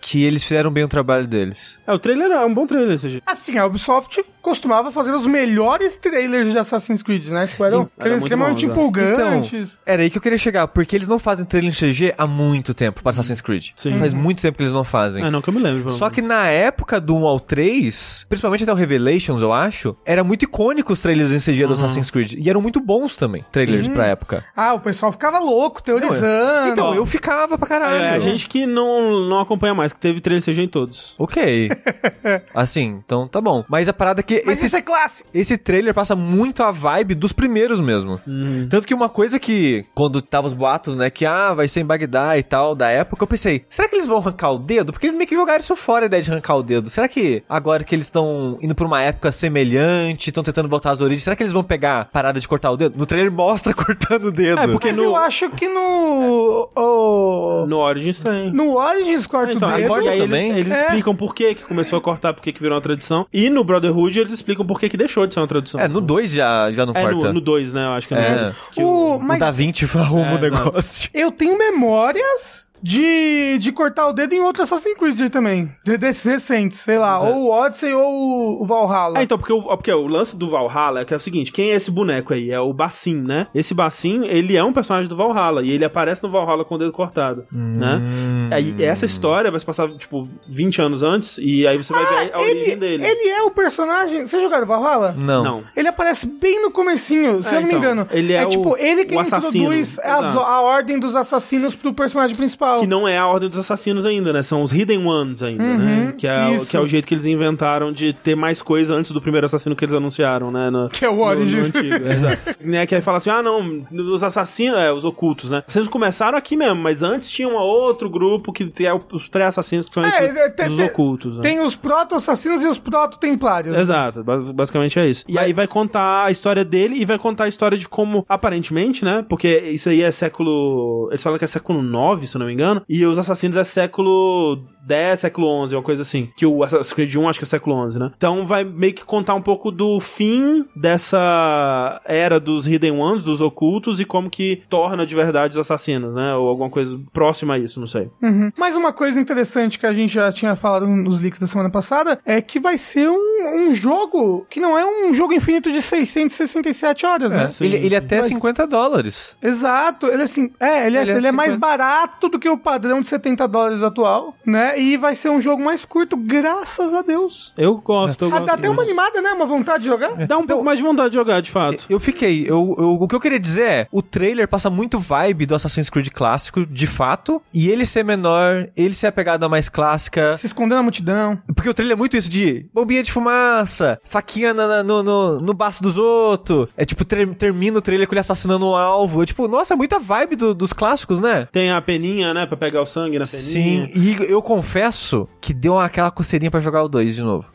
B: que eles fizeram bem o trabalho deles.
A: É, o trailer é um bom trailer CG.
C: Assim, a Ubisoft costumava fazer os melhores trailers de Assassin's Creed, né? Tipo, eram trailers
A: muito
C: extremamente
A: bons, né?
C: empolgantes.
B: Era aí que eu queria chegar, porque eles não fazem trailer em CG há muito tempo para Assassin's Creed.
A: Sim.
B: Faz muito tempo que eles não fazem.
A: É, não que eu me lembro. pelo
B: Só
A: menos.
B: que na época do 1 ao 3, principalmente até o Revelations, eu acho, era muito icônico os trailers em CG do Assassin's Creed. E eram muito bons também, trailers pra época.
C: Ah, o pessoal ficava louco, teorizando.
B: Então, eu ficava pra caralho.
A: É, a gente que não, não acompanha mais, que teve trailer CG em todos.
B: Ok. assim, então tá bom. Mas a parada é que
C: Mas
B: esse,
C: isso é clássico.
B: esse trailer passa muito a vibe dos primeiros mesmo.
A: Uhum.
B: Tanto que uma coisa que, quando tava os boatos, né, que ah, vai ser em Bagdá e tal, da época, eu pensei, será que eles vão arrancar o dedo? Porque eles meio que jogaram isso fora, a ideia de arrancar o dedo. Será que agora que eles estão indo pra uma época semelhante, estão tentando voltar às origens, será que eles vão pegar a parada de cortar o dedo? No trailer mostra cortando o dedo.
A: É, porque
C: Mas
A: no,
C: eu acho que no. o-
A: no Origins tem.
C: no Origins corta
A: Então,
C: o
A: aí-
C: dedo.
B: corta
A: e aí ele-
B: também?
A: eles
C: É.
A: explicam por que que começou a cortar, por que que virou uma tradição. E no Brotherhood eles explicam por que que deixou de ser uma tradição.
B: É, no 2 já, já não
A: É,
B: corta.
A: no, no 2, né? Eu acho que
B: É.
A: é.
C: O-
B: O
C: mas
B: da 20 arruma
A: É,
B: o negócio.
C: eu tenho memórias de, de cortar o dedo em outro Assassin's Creed aí também. De- Desses recentes, sei lá. Ou o Odyssey ou o Valhalla.
A: é. Ah, então, porque o, porque o lance do Valhalla é que é o seguinte, quem é esse boneco aí? É o Bassin, né? Esse Bassin, ele é um personagem do Valhalla, e ele aparece no Valhalla com o dedo cortado, né? Aí, essa história vai se passar, tipo, 20 anos antes, e aí você vai ver a origem
C: ele,
A: dele.
C: ele é o personagem. Vocês jogaram Valhalla?
B: Não.
A: Não.
C: Ele aparece bem no comecinho, se
A: É,
C: eu não me
A: então,
C: engano.
A: ele é o-
C: tipo, ele que
A: o assassino.
C: introduz as-
A: Exato.
C: a ordem dos assassinos pro personagem principal.
A: Que não é a Ordem dos Assassinos ainda, né? São os Hidden Ones ainda, né? Que é,
C: Uhum. isso.
A: que é o jeito que eles inventaram de ter mais coisa antes do primeiro assassino que eles anunciaram, né? No-
C: Que é o
A: no-
C: Origins.
A: No, antigo, é, exato. né? Que aí fala assim, ah, não, os assassinos, é, os ocultos, né? Vocês começaram aqui mesmo, mas antes tinha um outro grupo que é o- os pré-assassinos, que são esses,
C: é, tem-
A: os
C: tem-
A: ocultos, né?
C: Tem os proto-assassinos e os proto-templários.
A: Exato, bas- basicamente é isso. E aí vai contar a história dele e vai contar a história de como, aparentemente, né? Porque isso aí é século. Eles falam que é século IX, se eu não me engano. E os assassinos é século 10, século 11, uma coisa assim. Que o Assassin's Creed 1 acho que é século 11, né? Então vai meio que contar um pouco do fim dessa era dos Hidden Ones, dos ocultos, e como que torna de verdade os assassinos, né? Ou alguma coisa próxima a isso, não sei.
C: Uhum. Mas uma coisa interessante que a gente já tinha falado nos leaks da semana passada é que vai ser um, um jogo que não é um jogo infinito de 667 horas, né?
A: sim,
B: ele, ele
A: sim.
B: até é
C: Mas-
B: 50 dólares.
C: Exato, ele assim, é, ele, é-
B: Ele é
C: ele é mais
B: 50.
C: barato do que o padrão de 70 dólares atual, né? E vai ser um jogo mais curto, graças a Deus.
A: Eu gosto, eu
C: Ah,
A: gosto.
C: dá até uma animada, né? Uma vontade de jogar.
A: Dá um pouco mais de vontade de jogar, de fato.
B: Eu fiquei. Eu, eu- o que eu queria dizer é: o trailer passa muito vibe do Assassin's Creed clássico, de fato. E ele ser menor, ele ser a pegada mais clássica.
C: Se esconder na multidão.
B: Porque o trailer é muito isso de bombinha de fumaça, faquinha na- na- no, no, no baço dos outros. É tipo, ter- termina o trailer com ele assassinando um alvo. Eu, tipo, nossa, é muita vibe do- dos clássicos, né?
A: Tem a peninha, né? Pra pegar o sangue na peninha.
B: Sim, e eu confesso que deu aquela coceirinha pra jogar o 2 de novo.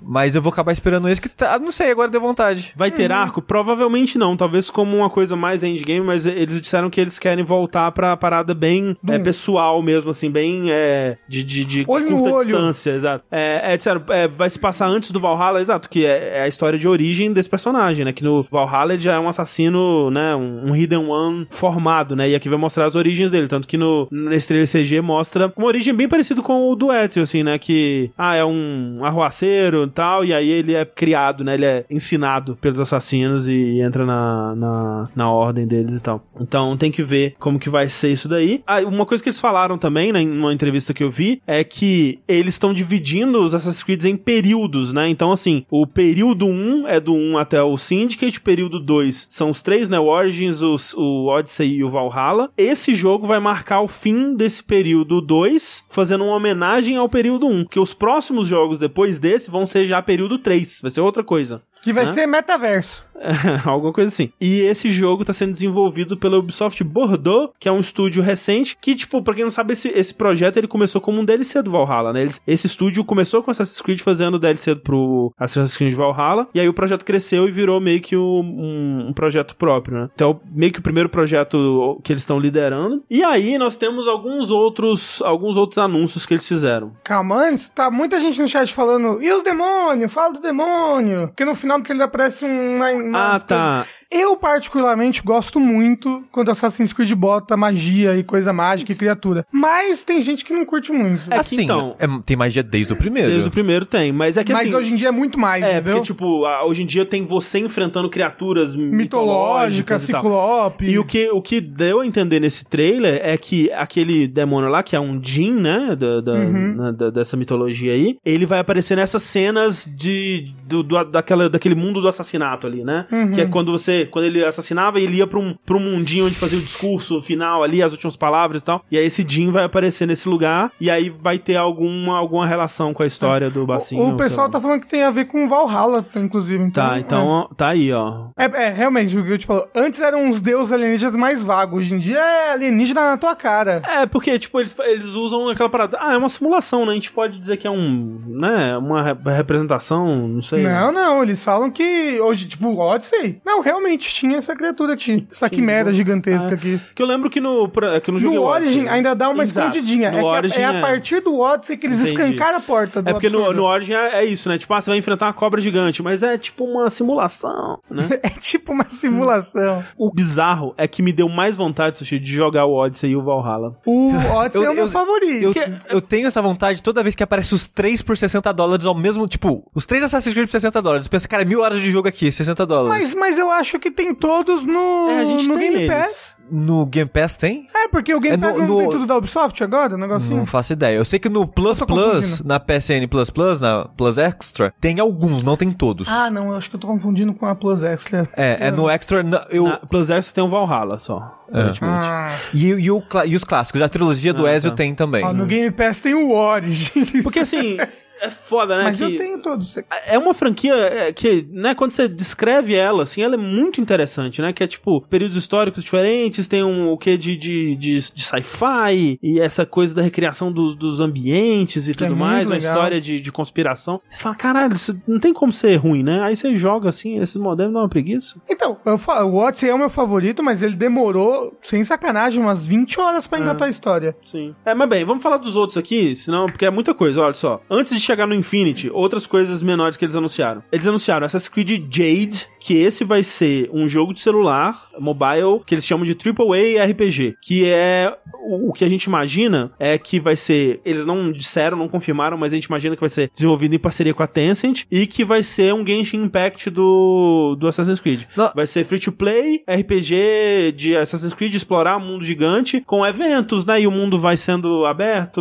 B: Mas eu vou acabar esperando esse que tá, não sei, agora deu vontade.
A: Vai ter arco? Provavelmente não. Talvez como uma coisa mais endgame, mas eles disseram que eles querem voltar pra parada bem é, pessoal mesmo, assim, bem é, de, de, de
C: Olho no
A: curta
C: olho.
A: distância, exato. É, é, disseram, é, vai se passar antes do Valhalla, exato, que é, é a história de origem desse personagem, né? Que no Valhalla ele já é um assassino, né? Um, um Hidden One formado, né? E aqui vai mostrar as origens dele. Tanto que no, nesse trailer CG mostra uma origem bem parecida com o do Ezio, assim, né? Que, ah, é um arruaceiro e tal, e aí ele é criado, né? Ele é ensinado pelos assassinos e entra na, na, na ordem deles e tal. Então tem que ver como que vai ser isso daí. Ah, uma coisa que eles falaram também, né, em uma entrevista que eu vi, é que eles estão dividindo os Assassin's Creed em períodos, né? Então, assim, o período 1 é do 1 até o Syndicate, o período 2 são os três, né? O Origins, os- o Odyssey e o Valhalla. Esse jogo vai marcar o fim desse período 2, fazendo uma homenagem ao período 1. Que os próximos jogos depois desse vão ser já período 3, vai ser outra coisa.
C: Que vai
A: Hã?
C: ser metaverso.
A: Alguma coisa assim. E esse jogo tá sendo desenvolvido pela Ubisoft Bordeaux, que é um estúdio recente, que, tipo, pra quem não sabe, esse, esse projeto ele começou como um DLC do Valhalla, né? Eles- esse estúdio começou com Assassin's Creed fazendo DLC pro Assassin's Creed Valhalla, e aí o projeto cresceu e virou meio que um, um- um projeto próprio, né? Então, meio que o primeiro projeto que eles estão liderando. E aí nós temos alguns outros, alguns outros anúncios que eles fizeram.
C: Calma, antes, tá muita gente no chat falando, e os demônios? Fala do demônio. Porque no final do trailer aparece um... uma-
A: Ah,
C: umas coisas-
A: tá.
C: Eu, particularmente, gosto muito quando Assassin's Creed bota magia e coisa mágica e criatura. Mas tem gente que não curte muito.
A: É que
B: assim,
A: então-
B: é- tem magia desde o primeiro.
A: Desde o primeiro tem, mas é que
C: mas
A: assim...
C: hoje em dia é muito mais,
A: É,
C: entendeu?
A: porque, tipo, a- hoje em dia tem você enfrentando criaturas
C: Mitológica,
A: mitológicas e tal.
C: ciclope.
A: E o que, o que deu a entender nesse trailer é que aquele demônio lá, que é um Jin, né? da- da-
C: Uhum.
A: né, da- dessa mitologia aí, ele vai aparecer nessas cenas de, do, do- daquela, daquele mundo do assassinato ali, né?
C: Uhum.
A: Que é quando você. Quando ele assassinava, ele ia pra um, pra um mundinho onde fazia o discurso final ali, as últimas palavras e tal. E aí esse Jin vai aparecer nesse lugar e aí vai ter alguma, alguma relação com a história do bacinho.
C: O-
A: assim, sei
C: o pessoal
A: lá.
C: tá falando que tem a ver com Valhalla, inclusive.
A: Tá, então ó, tá aí, ó.
C: É, é, realmente, o que eu te falo. Antes eram uns deuses alienígenas mais vagos. Hoje em dia é alienígena na tua cara.
A: É, porque, tipo, eles, eles usam aquela parada. Ah, é uma simulação, né? A gente pode dizer que é um. né? Uma re- representação, não sei. né?
C: Não, não, eles falam que hoje, tipo, Odyssey. Não, realmente tinha essa criatura aqui. Essa quimera gigantesca aqui.
A: É. Que eu lembro que no. pra- Que eu Ah, não joguei
C: No
A: o
C: Origin
A: Odyssey. né?
C: ainda dá uma
A: Exato.
C: escondidinha.
A: No
C: É, que a-
A: Origin
C: é a partir do Odyssey que eles
A: Entendi.
C: escancaram a porta do
A: É porque no,
C: absurdo.
A: no Origin é, é isso, né? Tipo, ah, você vai enfrentar uma cobra gigante, mas é tipo uma simulação, né?
C: É tipo uma simulação.
A: o bizarro é que me deu mais vontade, Sushi, de jogar o Odyssey e o Valhalla.
C: O Odyssey
B: Eu-
C: é o meu
B: eu-
C: favorito.
B: Eu,
C: Que-
B: eu tenho essa vontade toda vez que aparece os três por 60 dólares ao mesmo tipo. Os três Assassin's Creed por 60 dólares. Pensa, cara, mil horas de jogo aqui, 60 dólares.
C: Mas, mas eu acho que tem todos no,
A: É, a gente
C: no
A: tem
C: Game
A: eles.
C: Pass.
B: No Game Pass tem?
C: É, porque o Game
B: É, no-
C: Pass não
B: no-
C: tem tudo da Ubisoft agora, o negocinho?
B: Não faço ideia. Eu sei que no Plus
C: tô
B: Plus,
C: confundindo.
B: na PSN Plus Plus, na Plus Extra, tem alguns, não tem todos.
C: Ah, não, eu acho que eu tô confundindo com a Plus Extra.
B: É, é no Extra. na- eu, É.
A: Na Plus Extra tem o Valhalla só. aparentemente.
C: Ah,
B: E, e o cla- e os clássicos. A trilogia do
A: Ah,
B: Ezio
A: tá.
B: tem também.
C: ó, no Game Pass tem o Origin.
A: Porque assim. É foda, né?
C: Mas
A: que-
C: eu tenho todos.
A: É uma franquia é, que, né, quando você descreve ela, assim, ela é muito interessante, né? Que é tipo, períodos históricos diferentes, tem um o que de, de, de, de sci-fi, e essa coisa da recriação dos, dos ambientes e
C: Que é
A: tudo mais,
C: muito
A: uma
C: legal.
A: história de, de conspiração. Você fala, caralho, isso não tem como ser ruim, né? Aí você joga assim, esses modelos dão uma preguiça.
C: Então, eu falo, o Odyssey é o meu favorito, mas ele demorou, sem sacanagem, umas 20 horas pra engatar a história.
A: Sim. É, mas bem, vamos falar dos outros aqui, senão, porque é muita coisa, olha só. Antes de chegar no Infinity, outras coisas menores que eles anunciaram. Eles anunciaram Assassin's Creed Jade, que esse vai ser um jogo de celular, mobile, que eles chamam de AAA RPG, que é o, o que a gente imagina é que vai ser, eles não disseram, não confirmaram, mas a gente imagina que vai ser desenvolvido em parceria com a Tencent e que vai ser um Genshin Impact do, do Assassin's Creed.
B: Não.
A: Vai ser free to play, RPG de Assassin's Creed, explorar um mundo gigante com eventos, né? E o mundo vai sendo aberto,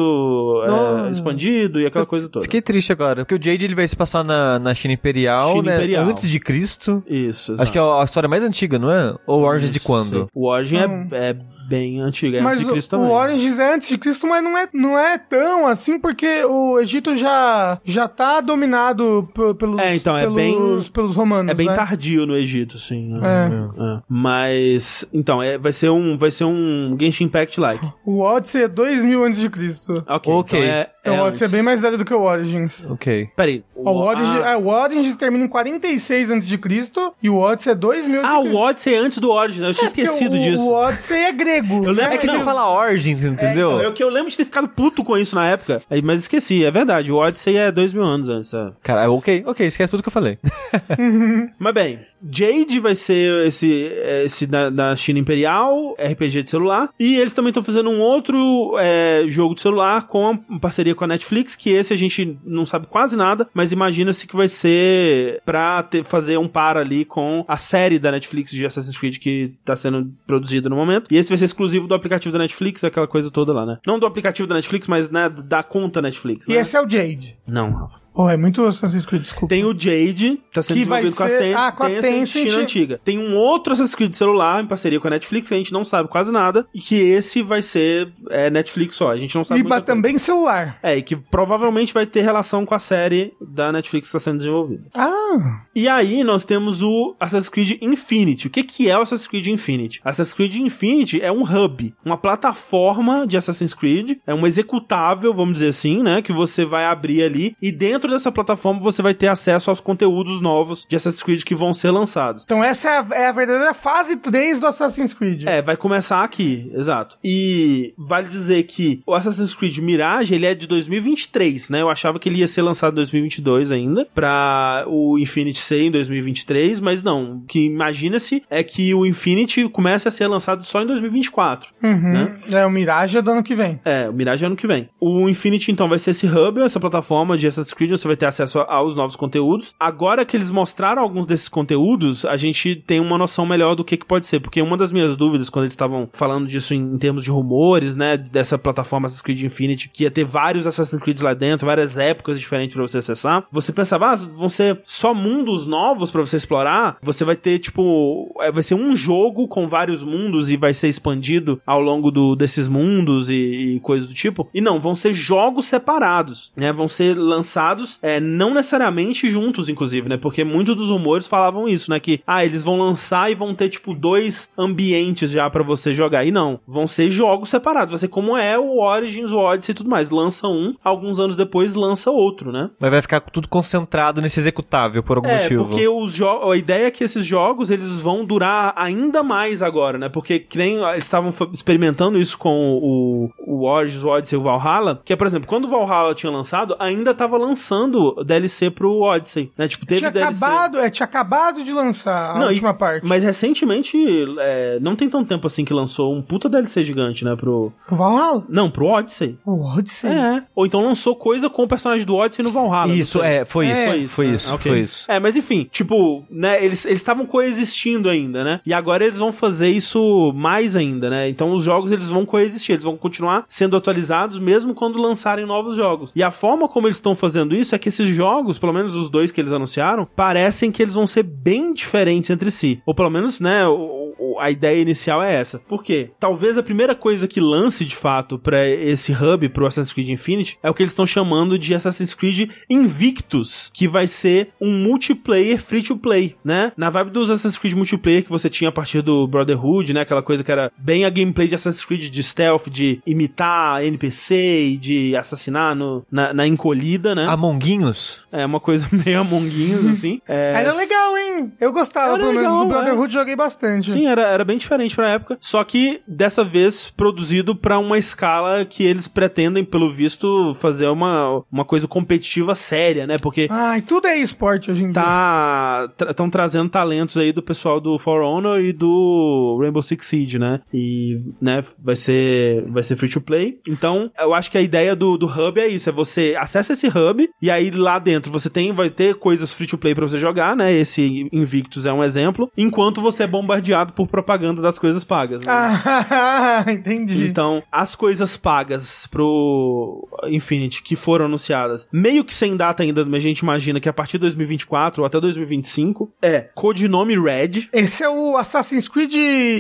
A: é,
B: Não.
A: expandido e aquela coisa toda.
B: Fiquei triste agora, porque o Jade ele vai se passar na, na China Imperial,
A: China
B: né?
A: Imperial.
B: Antes de Cristo.
A: Isso,
B: Acho que é a história mais antiga, não é? Ou Origins de quando?
A: O Origin
C: Hum.
A: é, é bem antigo, é
C: mas
A: antes de Cristo
C: o,
A: também.
C: o Origins é antes de Cristo, mas não é, não é tão assim, porque o Egito já, já tá dominado pe- pelos,
A: É, então, é
C: pelos,
A: bem-
C: pelos romanos,
A: É bem
C: né?
A: tardio no Egito, sim.
C: É.
A: É. Mas, então, é, vai ser um, vai ser um Genshin Impact-like.
C: O Odyssey é 2000 antes de Cristo.
A: Ok.
B: Ok.
A: Então é,
C: Então o Odyssey é
A: antes.
C: bem mais velho do que o Origins.
B: Ok.
A: Peraí.
C: Ó, O Origins,
A: ah,
C: ah, o Origins termina em 46 antes de Cristo e o Odyssey é 2000 antes
A: ah,
C: de
A: o
C: Cristo.
A: Odyssey é antes do Origin, né? Eu tinha
C: Porque
A: esquecido
C: o,
A: disso.
C: O Odyssey é grego.
A: Eu lembro
B: É que você fala Origins, entendeu?
A: É, então, eu, que eu lembro de ter ficado puto com isso na época, aí- mas esqueci, é verdade. O Odyssey é dois mil anos antes. é.
B: Cara, ok, ok, esquece tudo que eu falei.
A: Mas bem, Jade vai ser esse, esse da, da China Imperial, RPG de celular. E eles também estão fazendo um outro é, jogo de celular com a- em parceria com a Netflix, que esse a gente não sabe quase nada, mas imagina-se que vai ser pra ter- fazer um par ali com a série da Netflix de Assassin's Creed que tá sendo produzida no momento. E esse vai ser exclusivo do aplicativo da Netflix, aquela coisa toda lá, né? Não do aplicativo da Netflix, mas né, da conta Netflix.
C: E
A: né?
C: esse é o Jade.
A: Não, Rafa.
C: Oh, é muito Assassin's Creed, desculpa.
A: Tem um o Jade, tá sendo
C: Que vai
A: desenvolvido com a,
C: ser-
A: Sen-
C: ah, com a Tencent.
A: China Antiga. Tem um outro Assassin's Creed celular em parceria com a Netflix, que a gente não sabe quase nada, e que esse vai ser é, Netflix só, a gente não sabe
C: E ba-
A: muita coisa.
C: também celular.
A: É, e que provavelmente vai ter relação com a série da Netflix que está sendo desenvolvida.
C: Ah,
A: E aí nós temos o Assassin's Creed Infinity. O que, que é o Assassin's Creed Infinity? Assassin's Creed Infinity é um hub, uma plataforma de Assassin's Creed, é um executável, vamos dizer assim, né, que você vai abrir ali e dentro dessa plataforma você vai ter acesso aos conteúdos novos de Assassin's Creed que vão ser lançados.
C: então essa é a, é a verdadeira fase 3 do Assassin's Creed.
A: É, vai começar aqui, exato. E vale dizer que o Assassin's Creed Mirage, ele é de 2023, né? Eu achava que ele ia ser lançado em 2022 ainda, pra o Infinity ser em 2023, mas não. O que imagina-se é que o Infinity comece a ser lançado só em 2024.
C: Uhum.
A: né?
C: É, o Mirage é do ano que vem.
A: É, o Mirage é ano que vem. O Infinity, então, vai ser esse hub, essa plataforma de Assassin's Creed, você vai ter acesso a- aos novos conteúdos. Agora que eles mostraram alguns desses conteúdos, a gente tem uma noção melhor do que, que pode ser. Porque uma das minhas dúvidas, quando eles estavam falando disso em, em termos de rumores, né, dessa plataforma Assassin's Creed Infinity, que ia ter vários Assassin's Creeds lá dentro, várias épocas diferentes pra você acessar, você pensava, ah, vão ser só mundos novos pra você explorar? Você vai ter, tipo, é, vai ser um jogo com vários mundos e vai ser expandido ao longo do, desses mundos e, e coisas do tipo. E não, vão ser jogos separados, né? Vão ser lançados, é, não necessariamente juntos, inclusive, né? Porque muitos dos rumores falavam isso, né? Que, ah, eles vão lançar e vão ter, tipo, dois ambientes já pra você jogar. E não, vão ser jogos separados. Vai ser como é o Origins, o Odyssey e tudo mais. Lança um, alguns anos depois lança outro, né?
B: Mas vai ficar tudo concentrado nesse executável por algum
A: É,
B: motivo.
A: porque os jo- a ideia é que esses jogos eles vão durar ainda mais agora, né? Porque que nem eles estavam fa- experimentando isso com o, o Origins, o Odyssey e o Valhalla, que é, por exemplo, quando o Valhalla tinha lançado, ainda tava lançando DLC pro Odyssey, né? Tipo, teve
C: tinha
A: DLC.
C: acabado, é, tinha acabado de lançar a
A: Não, e-
C: última parte.
A: Mas recentemente, é, não tem tanto tempo assim que lançou um puta DLC gigante, né? Pro.
C: O Valhalla?
A: Não, pro Odyssey.
C: O Odyssey?
A: É. Ou então lançou coisa com o personagem do Odyssey no Valhalla.
B: Isso,
A: não sei.
B: é, foi
C: É,
B: isso.
A: foi isso,
B: Foi isso,
A: né?
B: foi isso.
A: Ok. É, mas enfim, tipo, né, eles eles estavam coexistindo ainda, né? E agora eles vão fazer isso mais ainda, né? Então os jogos eles vão coexistir, eles vão continuar sendo atualizados mesmo quando lançarem novos jogos. E a forma como eles estão fazendo isso é que esses jogos, pelo menos os dois que eles anunciaram, parecem que eles vão ser bem diferentes entre si. Ou pelo menos, né, o, o- o- a ideia inicial é essa. Por quê? Talvez a primeira coisa que lance de fato pra esse hub pro Assassin's Creed Infinity é o que eles estão chamando de Assassin's Creed Invictus, que vai ser um multiplayer free to play, né? Na vibe dos Assassin's Creed multiplayer que você tinha a partir do Brotherhood, né? Aquela coisa que era bem a gameplay de Assassin's Creed de stealth, de imitar NPC e de assassinar no- na, na encolhida, né?
B: Amonguinhos?
A: É uma coisa meio amonguinhos, assim. É,
C: Era legal, hein? Eu gostava,
A: Era
C: pelo menos,
A: legal, é.
C: do Brotherhood, joguei bastante.
A: Sim, era, era bem diferente pra época. Só que dessa vez produzido pra uma escala que eles pretendem, pelo visto, fazer uma, uma coisa competitiva séria, né? Porque
C: Ai, tudo é esporte hoje em dia.
A: tá estão trazendo talentos aí do pessoal do For Honor e do Rainbow Six Siege, né? E né, vai ser vai ser free to play. Então, eu acho que a ideia do, do hub é isso, é você acessa esse hub e aí lá dentro você tem vai ter coisas free to play pra você jogar, né? Esse Invictus é um exemplo, enquanto você é bombardeado por propaganda das coisas pagas. né?
C: Ah, entendi.
A: Então, as coisas pagas pro Infinity que foram anunciadas, meio que sem data ainda, mas a gente imagina que a partir de 2024 ou até 2025, é codinome Red.
C: Esse é o Assassin's Creed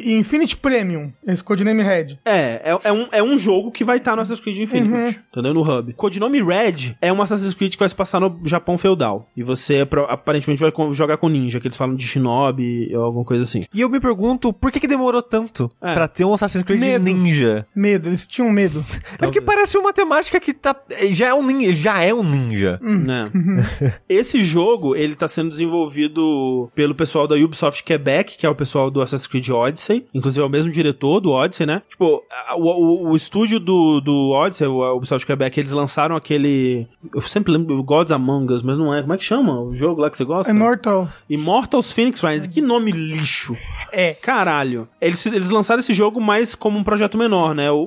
C: Infinite Premium, esse codiname Red.
A: É, é, é um, é um jogo que vai estar no Assassin's Creed Infinity, entendeu? No hub. Codinome Red é um Assassin's Creed que vai se passar no Japão feudal. E você pro- aparentemente vai co- jogar com ninja, que eles falam de shinobi ou alguma coisa assim.
B: E eu me pergunto, por que que demorou tanto
A: É.
B: pra ter um Assassin's Creed
C: Medo.
B: ninja?
C: Medo, eles tinham medo.
B: É porque parece uma temática que tá já é um ninja, ele já é um ninja.
C: Hum.
A: né? Esse jogo, ele tá sendo desenvolvido pelo pessoal da Ubisoft Quebec, que é o pessoal do Assassin's Creed Odyssey, inclusive é o mesmo diretor do Odyssey, né? Tipo, a- o, o- o estúdio do, do Odyssey, o Ubisoft Quebec, eles lançaram aquele... Eu sempre lembro Gods Among Us, mas não é. Como é que chama o jogo lá que você
C: É
A: gosta?
C: Immortal.
A: Immortals Phoenix Rising. Que nome lixo.
C: É.
A: Caralho. Eles, eles lançaram esse jogo mais como um projeto menor, né? O,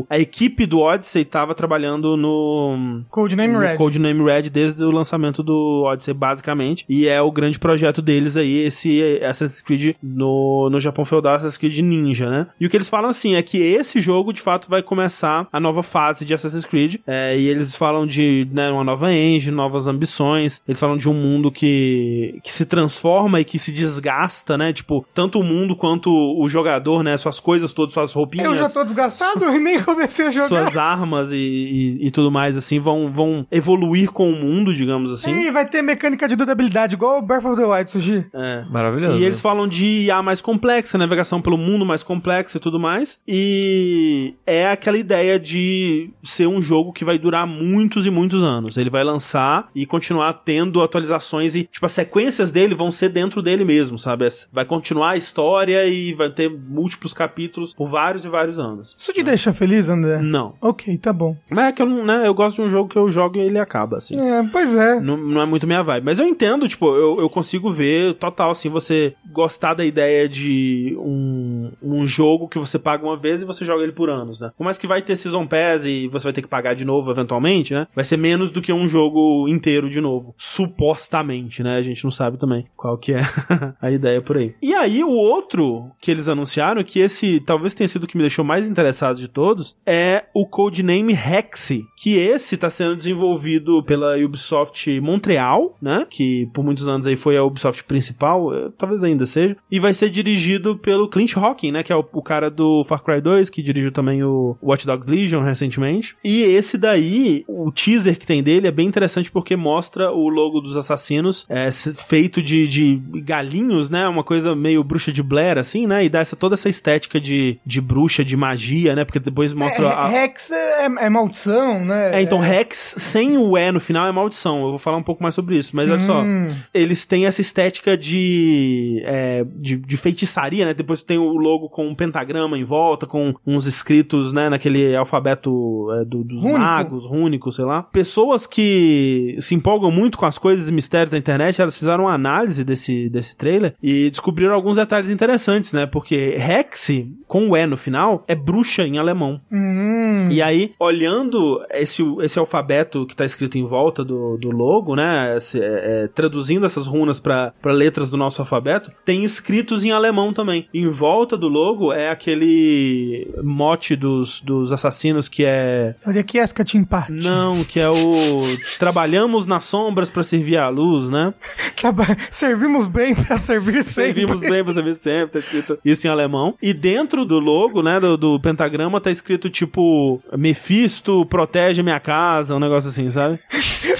A: o- a equipe do Odyssey tava trabalhando no...
C: Codename
A: O
C: Red.
A: Codename Red desde o lançamento do Odyssey, basicamente. E é o grande projeto deles aí, esse Assassin's Creed no, no Japão feudal, Assassin's Creed Ninja, né? E o que eles falam, assim, é que esse jogo, de fato, vai começar a nova fase de Assassin's Creed. É, e eles falam de né, uma nova engine, novas ambições. Eles falam de um mundo que, que se transforma e que se desgasta, né? Tipo, tanto o mundo quanto o jogador, né? Suas coisas todas, suas roupinhas
C: Eu já tô desgastado e nem comecei a jogar.
A: suas armas e, e, e tudo mais, assim, vão, vão evoluir com o mundo, digamos assim.
C: Ih, vai ter mecânica de durabilidade, igual o Breath of the Wild, Suji.
A: É.
B: Maravilhoso.
A: E eles falam de IA mais complexa, navegação pelo mundo mais complexa e tudo mais. E é aquela ideia de ser um jogo que vai durar muitos e muitos anos. Ele vai lançar e continuar tendo atualizações e, tipo, as sequências dele vão ser dentro dele mesmo, sabe? Vai continuar a história e vai ter múltiplos capítulos por vários e vários anos.
C: Isso te deixa feliz, André?
A: Não.
C: Ok, tá bom.
A: Mas é que eu não, né? Eu gosto de um jogo que eu jogo e ele acaba, assim.
C: É, pois é.
A: Não, não é muito minha vibe. Mas eu entendo, tipo, eu, eu consigo ver total, assim, você gostar da ideia de um, um jogo que você paga uma vez e você joga ele por anos, né? Por mais que vai ter Season Pass e você vai ter que pagar de novo eventualmente, né? Vai ser menos do que um jogo inteiro de novo. Supostamente, né? A gente não sabe também qual que é a ideia por aí. E aí, o outro que eles anunciaram, que esse talvez tenha sido o que me deixou mais interessado de todos, é o codename Hexi, que esse tá sendo desenvolvido pela Ubisoft Montreal, né? Que por muitos anos aí foi a Ubisoft principal, eh, talvez ainda seja, e vai ser dirigido pelo Clint Hocking, né? Que é o, o cara do Far Cry 2, que dirigiu também o Watch Dogs Legion recentemente. E esse daí, o teaser que tem dele é bem interessante porque mostra o logo dos assassinos é, se- feito de, de galinhos, né? Uma coisa meio bruxa de Blair, assim, né? E dá essa, toda essa estética de, de bruxa, de magia, né? Porque depois mostra a,
C: É, Rex é, é maldição, né?
A: é, então Rex sem o E no final é maldição. Eu vou falar um pouco mais sobre isso, mas olha só.
C: Hum.
A: Eles têm essa estética de, é, de, de feitiçaria, né? Depois tem o logo com um pentagrama em volta, com uns escritos, né? Naquele alfabeto é, do- dos
C: Rúnico.
A: magos, rúnico, sei lá. Pessoas que se empolgam muito com as coisas e mistérios da internet, elas fizeram uma análise desse, desse trailer e descobriram alguns detalhes interessantes, né? Porque Rex, com o E no final, é bruxa em alemão.
C: Hum.
A: E aí, olhando esse, esse alfabeto que tá escrito em volta do, do logo, né? esse, é, é, traduzindo essas runas pra pra letras do nosso alfabeto, tem escritos em alemão também. Em volta ponta do logo é aquele mote dos, dos assassinos que é.
C: Olha aqui, essa te empate.
A: Não, que é o. Trabalhamos nas sombras pra servir à luz, né?
C: Traba- Servimos bem pra servir sempre.
A: Servimos bem pra servir sempre, tá escrito isso em alemão. E dentro do logo, né, do, do pentagrama, tá escrito tipo: Mefisto protege minha casa, um negócio assim, sabe?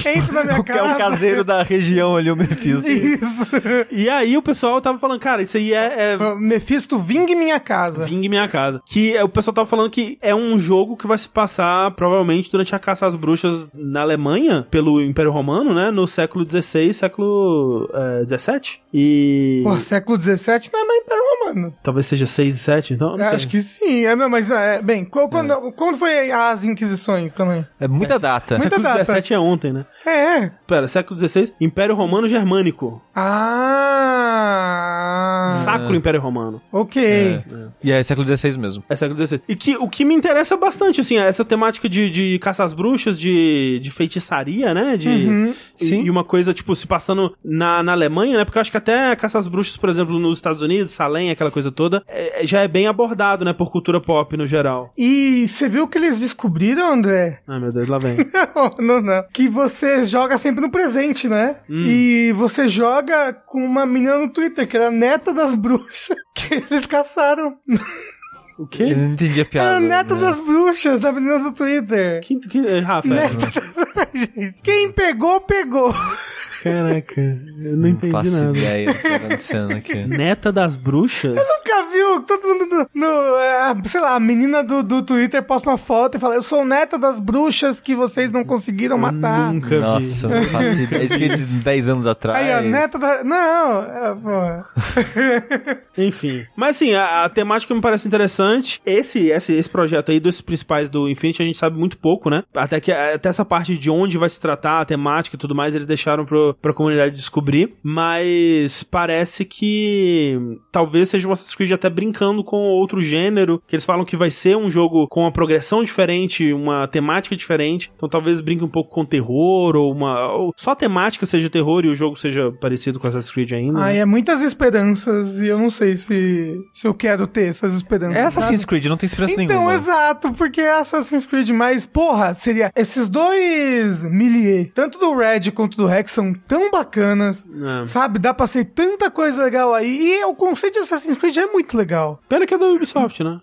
C: Entra na minha
B: Que é o
C: casa.
B: caseiro da região ali, o Mephisto.
C: Isso.
A: E aí o pessoal tava falando, cara, isso aí é. é...
C: Mephisto, vingue minha casa.
A: Vingue Minha Casa. Que é, o pessoal tava falando que é um jogo que vai se passar provavelmente durante a caça às bruxas na Alemanha, pelo Império Romano, né? No século XVI, século XVII. e.
C: Pô, século XVII não é mais Império Romano.
A: Talvez seja 6 e 7, então? eu Não sei.
C: Acho que sim. É, não, mas, é, bem, qual- quando, quando foi as Inquisições também?
B: É muita data.
C: Muita-
A: Século
C: data.
A: XVII é ontem, né?
C: É.
A: Pera, século XVI, Império Romano Germânico.
C: Ah.
A: Sacro Império Romano.
C: Ok.
B: E é século XVI mesmo.
A: É século XVI. E que, o que me interessa bastante, assim, é essa temática de, de caça às bruxas, de, de feitiçaria, né? De,
C: Uhum.
A: e-
B: Sim.
A: E uma coisa, tipo, se passando na, na Alemanha, né? Porque eu acho que até caça às bruxas, por exemplo, nos Estados Unidos, Salem, aquela coisa toda, é- é- já é bem abordado, né? Por cultura pop no geral.
C: E você viu o que eles descobriram, André?
A: Ai, meu Deus, lá vem.
C: não, não. Que você joga sempre no presente, né? E você joga com uma menina no Twitter, que era a neta das bruxas que eles caçaram.
A: O quê?
B: Eu não entendi a
C: Era
A: É,
B: piada.
C: a neta
B: né?
C: das bruxas, a menina do Twitter.
A: Que, que, Rafa,
C: Neta das... Gente, Quem pegou, pegou.
A: caraca, eu não entendi
B: faço
A: nada.
B: ideia do que tá acontecendo aqui.
A: Neta das bruxas?
C: Nunca viu? Todo mundo no. no, é, a- sei lá, a menina do, do Twitter posta uma foto e fala: Eu sou neta das bruxas que vocês não conseguiram matar.
A: Nunca vi.
B: Nossa, não faço ideia. Isso que eu disse 10 anos atrás.
C: Aí, né? a neta da. Não, é, porra.
A: Enfim. Mas assim, a, a temática me parece interessante. Esse, esse, esse projeto aí dos principais do Infinity, a gente sabe muito pouco, né? Até que até essa parte de onde vai se tratar, a temática e tudo mais, eles deixaram pro, pra comunidade descobrir. Mas parece que talvez seja um Assassin's Creed até brincando com outro gênero, que eles falam que vai ser um jogo com uma progressão diferente, uma temática diferente. Então talvez brinque um pouco com terror, ou uma. Ou só a temática seja terror e o jogo seja parecido com Assassin's Creed ainda. né?
C: Ai, é muitas esperanças e eu não sei se, se eu quero ter essas esperanças.
B: É Assassin's
C: sabe?
B: Creed, assim, né? não tem esperança
C: Então,
B: nenhuma.
C: exato, porque é Assassin's Creed, mas, porra, seria. Esses dois millier, tanto do Red quanto do Rex, são tão bacanas.
A: É.
C: Sabe, dá pra ser tanta coisa legal aí. E o conceito de Assassin's Creed é muito legal.
A: Pena que é da Ubisoft, né?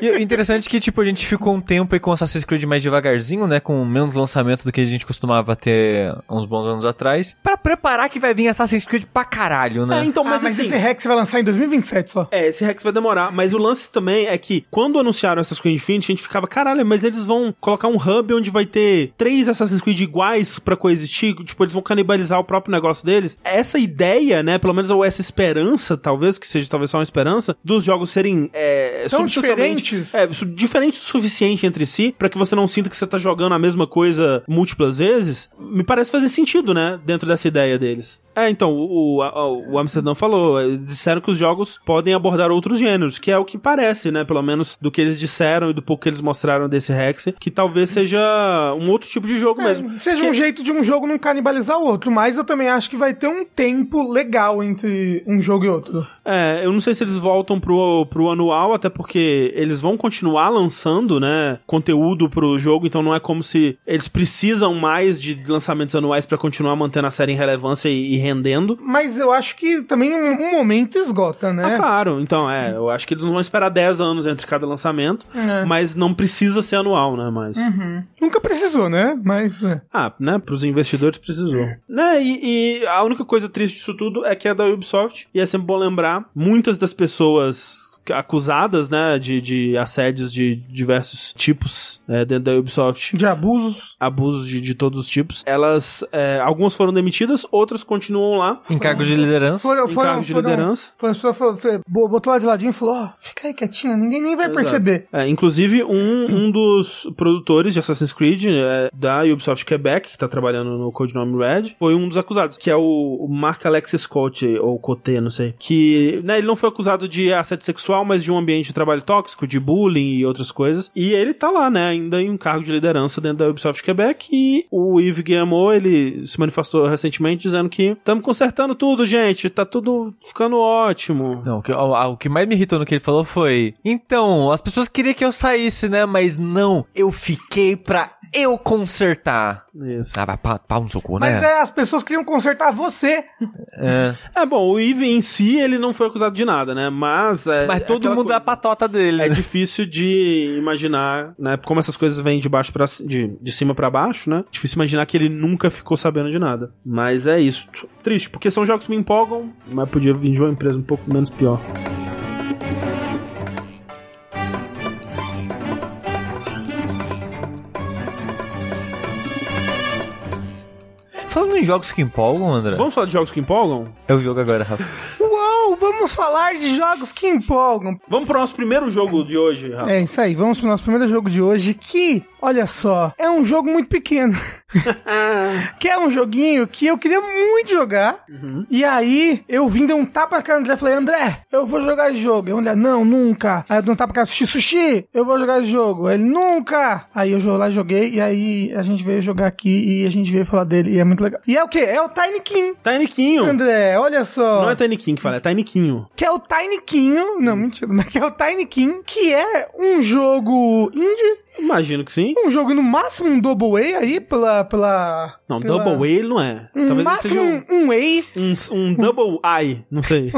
B: E o interessante é que, tipo, a gente ficou um tempo aí com Assassin's Creed mais devagarzinho, né? Com menos lançamento do que a gente costumava ter há uns bons anos atrás. Pra preparar que vai vir Assassin's Creed pra caralho, né?
A: então,
C: ah, mas esse Rex vai lançar em 2027 só.
A: É, esse Rex vai demorar, mas o lance também é que quando anunciaram Assassin's Creed Infinity, a gente ficava, caralho, mas eles vão colocar um hub onde vai ter três Assassin's Creed iguais pra coexistir, tipo, eles vão canibalizar o próprio negócio deles. Essa ideia, né, pelo menos ou essa esperança, talvez, que seja talvez só uma esperança, dos jogos serem é,
C: Tão
A: substancialmente-
C: diferentes.
A: É, su- diferentes o suficiente entre si, pra que você não sinta que você tá jogando a mesma coisa múltiplas vezes, me parece fazer sentido, né, dentro dessa ideia deles. É, então, o, o, a- o Amsterdã falou, eles disseram que os jogos podem abordar outros gêneros, que é o que parece, né? Pelo menos do que eles disseram e do pouco que eles mostraram desse Rex, que talvez seja um outro tipo de jogo mesmo.
C: Seja um jeito de um jogo não canibalizar o outro, mas eu também acho que vai ter um tempo legal entre um jogo e outro.
A: É, eu não sei se eles voltam pro, pro anual, até porque eles vão continuar lançando, né, conteúdo pro jogo, então não é como se eles precisam mais de lançamentos anuais pra continuar mantendo a série em relevância e, e rendendo.
C: Mas eu acho que também um, um momento esgota, né?
A: Ah, claro, então é, eu acho que eles não vão esperar 10 anos entre cada lançamento,
C: É.
A: mas não precisa ser anual, né, mas...
C: Nunca precisou, né? Mas. é.
A: Ah, né? Pros investidores precisou. Né? E, e a única coisa triste disso tudo é que é da Ubisoft. E é sempre bom lembrar: muitas das pessoas acusadas, né, de, de assédios de diversos tipos é, dentro da Ubisoft,
C: De abusos.
A: abusos de, de todos os tipos, elas, é, algumas foram demitidas, outras continuam lá.
B: Em cargo de liderança.
C: Foram,
A: Em
C: É, foram,
A: cargo de
C: foram-
A: liderança.
C: foram- as pessoas foram- foi- bo- botou lá de ladinho e falou: ó, fica aí quietinho, ninguém nem vai perceber.
A: É, inclusive, um, um dos produtores de Assassin's Creed é, da Ubisoft Quebec, que tá trabalhando no Codinome Red, foi um dos acusados, que é o, o Mark Alexis Cote, ou Cote, não sei. Que, né, ele não foi acusado de assédio sexual, sexual, mas de um ambiente de trabalho tóxico, de bullying e outras coisas. E ele tá lá, né, ainda em um cargo de liderança dentro da Ubisoft Quebec. E o Yves Guillemot, ele se manifestou recentemente dizendo que estamos consertando tudo, gente, tá tudo ficando ótimo.
B: Não, o que, o- a- o que mais me irritou no que ele falou foi: Então, as pessoas queriam que eu saísse, né? Mas não, eu fiquei pra eu consertar.
A: Isso.
B: Ah, vai pau pau no seu cu,
C: Mas
B: né?
C: é, as pessoas queriam consertar você.
B: É.
A: É bom, o Yves em si, ele não foi acusado de nada, né? Mas. É,
B: Mas
A: é
B: todo
A: aquela
B: mundo é a
A: coisa.
B: patota dele.
A: É
B: né?
A: difícil de imaginar, né? Como essas coisas vêm de baixo para de, de cima pra baixo, né? Difícil imaginar que ele nunca ficou sabendo de nada. Mas é isso. Triste, porque são jogos que me empolgam, mas podia vir de uma empresa um pouco menos pior.
B: Falando em jogos que empolgam, André.
A: Vamos falar de jogos que empolgam?
B: É o jogo agora, Rafa.
C: Uou, vamos falar de jogos que empolgam.
A: Vamos pro nosso primeiro jogo de hoje, Rafa.
C: É isso aí, vamos pro nosso primeiro jogo de hoje, que, olha só, é um jogo muito pequeno.
A: Ah,
C: que é um joguinho que eu queria muito jogar.
A: Uhum.
C: E aí eu vim dar um tapa na cara do André e falei, André, eu vou jogar esse jogo. E o André, não, nunca. Aí eu dou um tapa na cara sushi, sushi, eu vou jogar esse jogo. Ele nunca! Aí eu jo- lá joguei, e aí a gente veio jogar aqui e a gente veio falar dele, e é muito legal. E é o quê? É o Tiny King.
A: Tinyquinho.
C: André, olha só.
A: Não é Tinyquinho que fala, é Tinyquinho.
C: Que é o Tiny King, não, mentira, mas que é o Tiny King, que é um jogo indie,
A: Imagino que sim.
C: um jogo no máximo um double A aí, pela... pela
A: Não,
C: pela-
A: Double A ele não é.
C: Um
A: Talvez ele
C: máximo
A: seja um,
C: um, um A,
A: um, um Double I, não sei.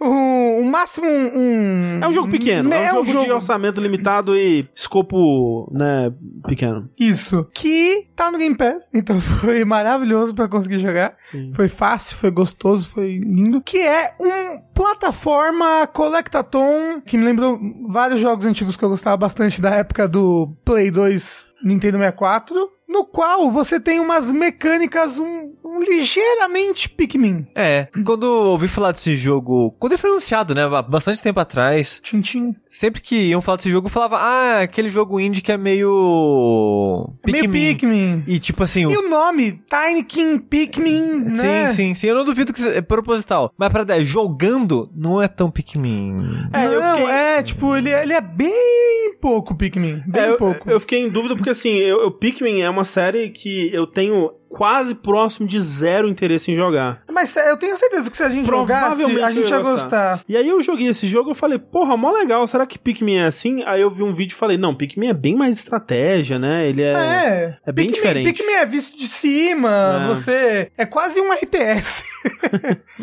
C: um, um máximo um... um-
A: É um jogo pequeno, é um, jogo, de orçamento limitado e escopo, né, pequeno.
C: Isso. Que tá no Game Pass, então foi maravilhoso pra conseguir jogar.
A: Sim.
C: Foi fácil, foi gostoso, foi lindo. Que é um plataforma Collectathon, que me lembrou vários jogos antigos que eu gostava bastante da época do Play 2 Nintendo 64. No qual você tem umas mecânicas um, um ligeiramente Pikmin.
B: É, quando eu ouvi falar desse jogo, quando ele foi anunciado, né, há bastante tempo atrás,
C: Tintim.
B: sempre que iam falar desse jogo, eu falava, ah, aquele jogo indie que é meio...
A: É
C: Meio Pikmin.
B: E tipo assim, o-
C: E o nome? Tiny King Pikmin,
B: Sim,
C: né?
B: sim, sim. Eu não duvido que seja- é proposital. Mas pra dar jogando, não é tão Pikmin.
A: É,
C: não,
A: eu fiquei-
C: é, tipo, ele, ele é bem pouco Pikmin. Bem
A: É, eu,
C: pouco.
A: eu fiquei em dúvida porque, assim, eu, eu- Pikmin é uma série que eu tenho quase próximo de zero interesse em jogar.
C: Mas é, eu tenho certeza que se a gente
A: Provavelmente
C: jogasse, a gente
A: eu ia
C: ia gostar.
A: E aí eu joguei esse jogo e eu falei, porra, mó legal, será que Pikmin é assim? Aí eu vi um vídeo e falei, não, Pikmin é bem mais estratégia, né? Ele é...
C: É.
A: é bem
C: Pikmin,
A: diferente.
C: Pikmin é visto de cima,
A: É.
C: você... É quase um RTS.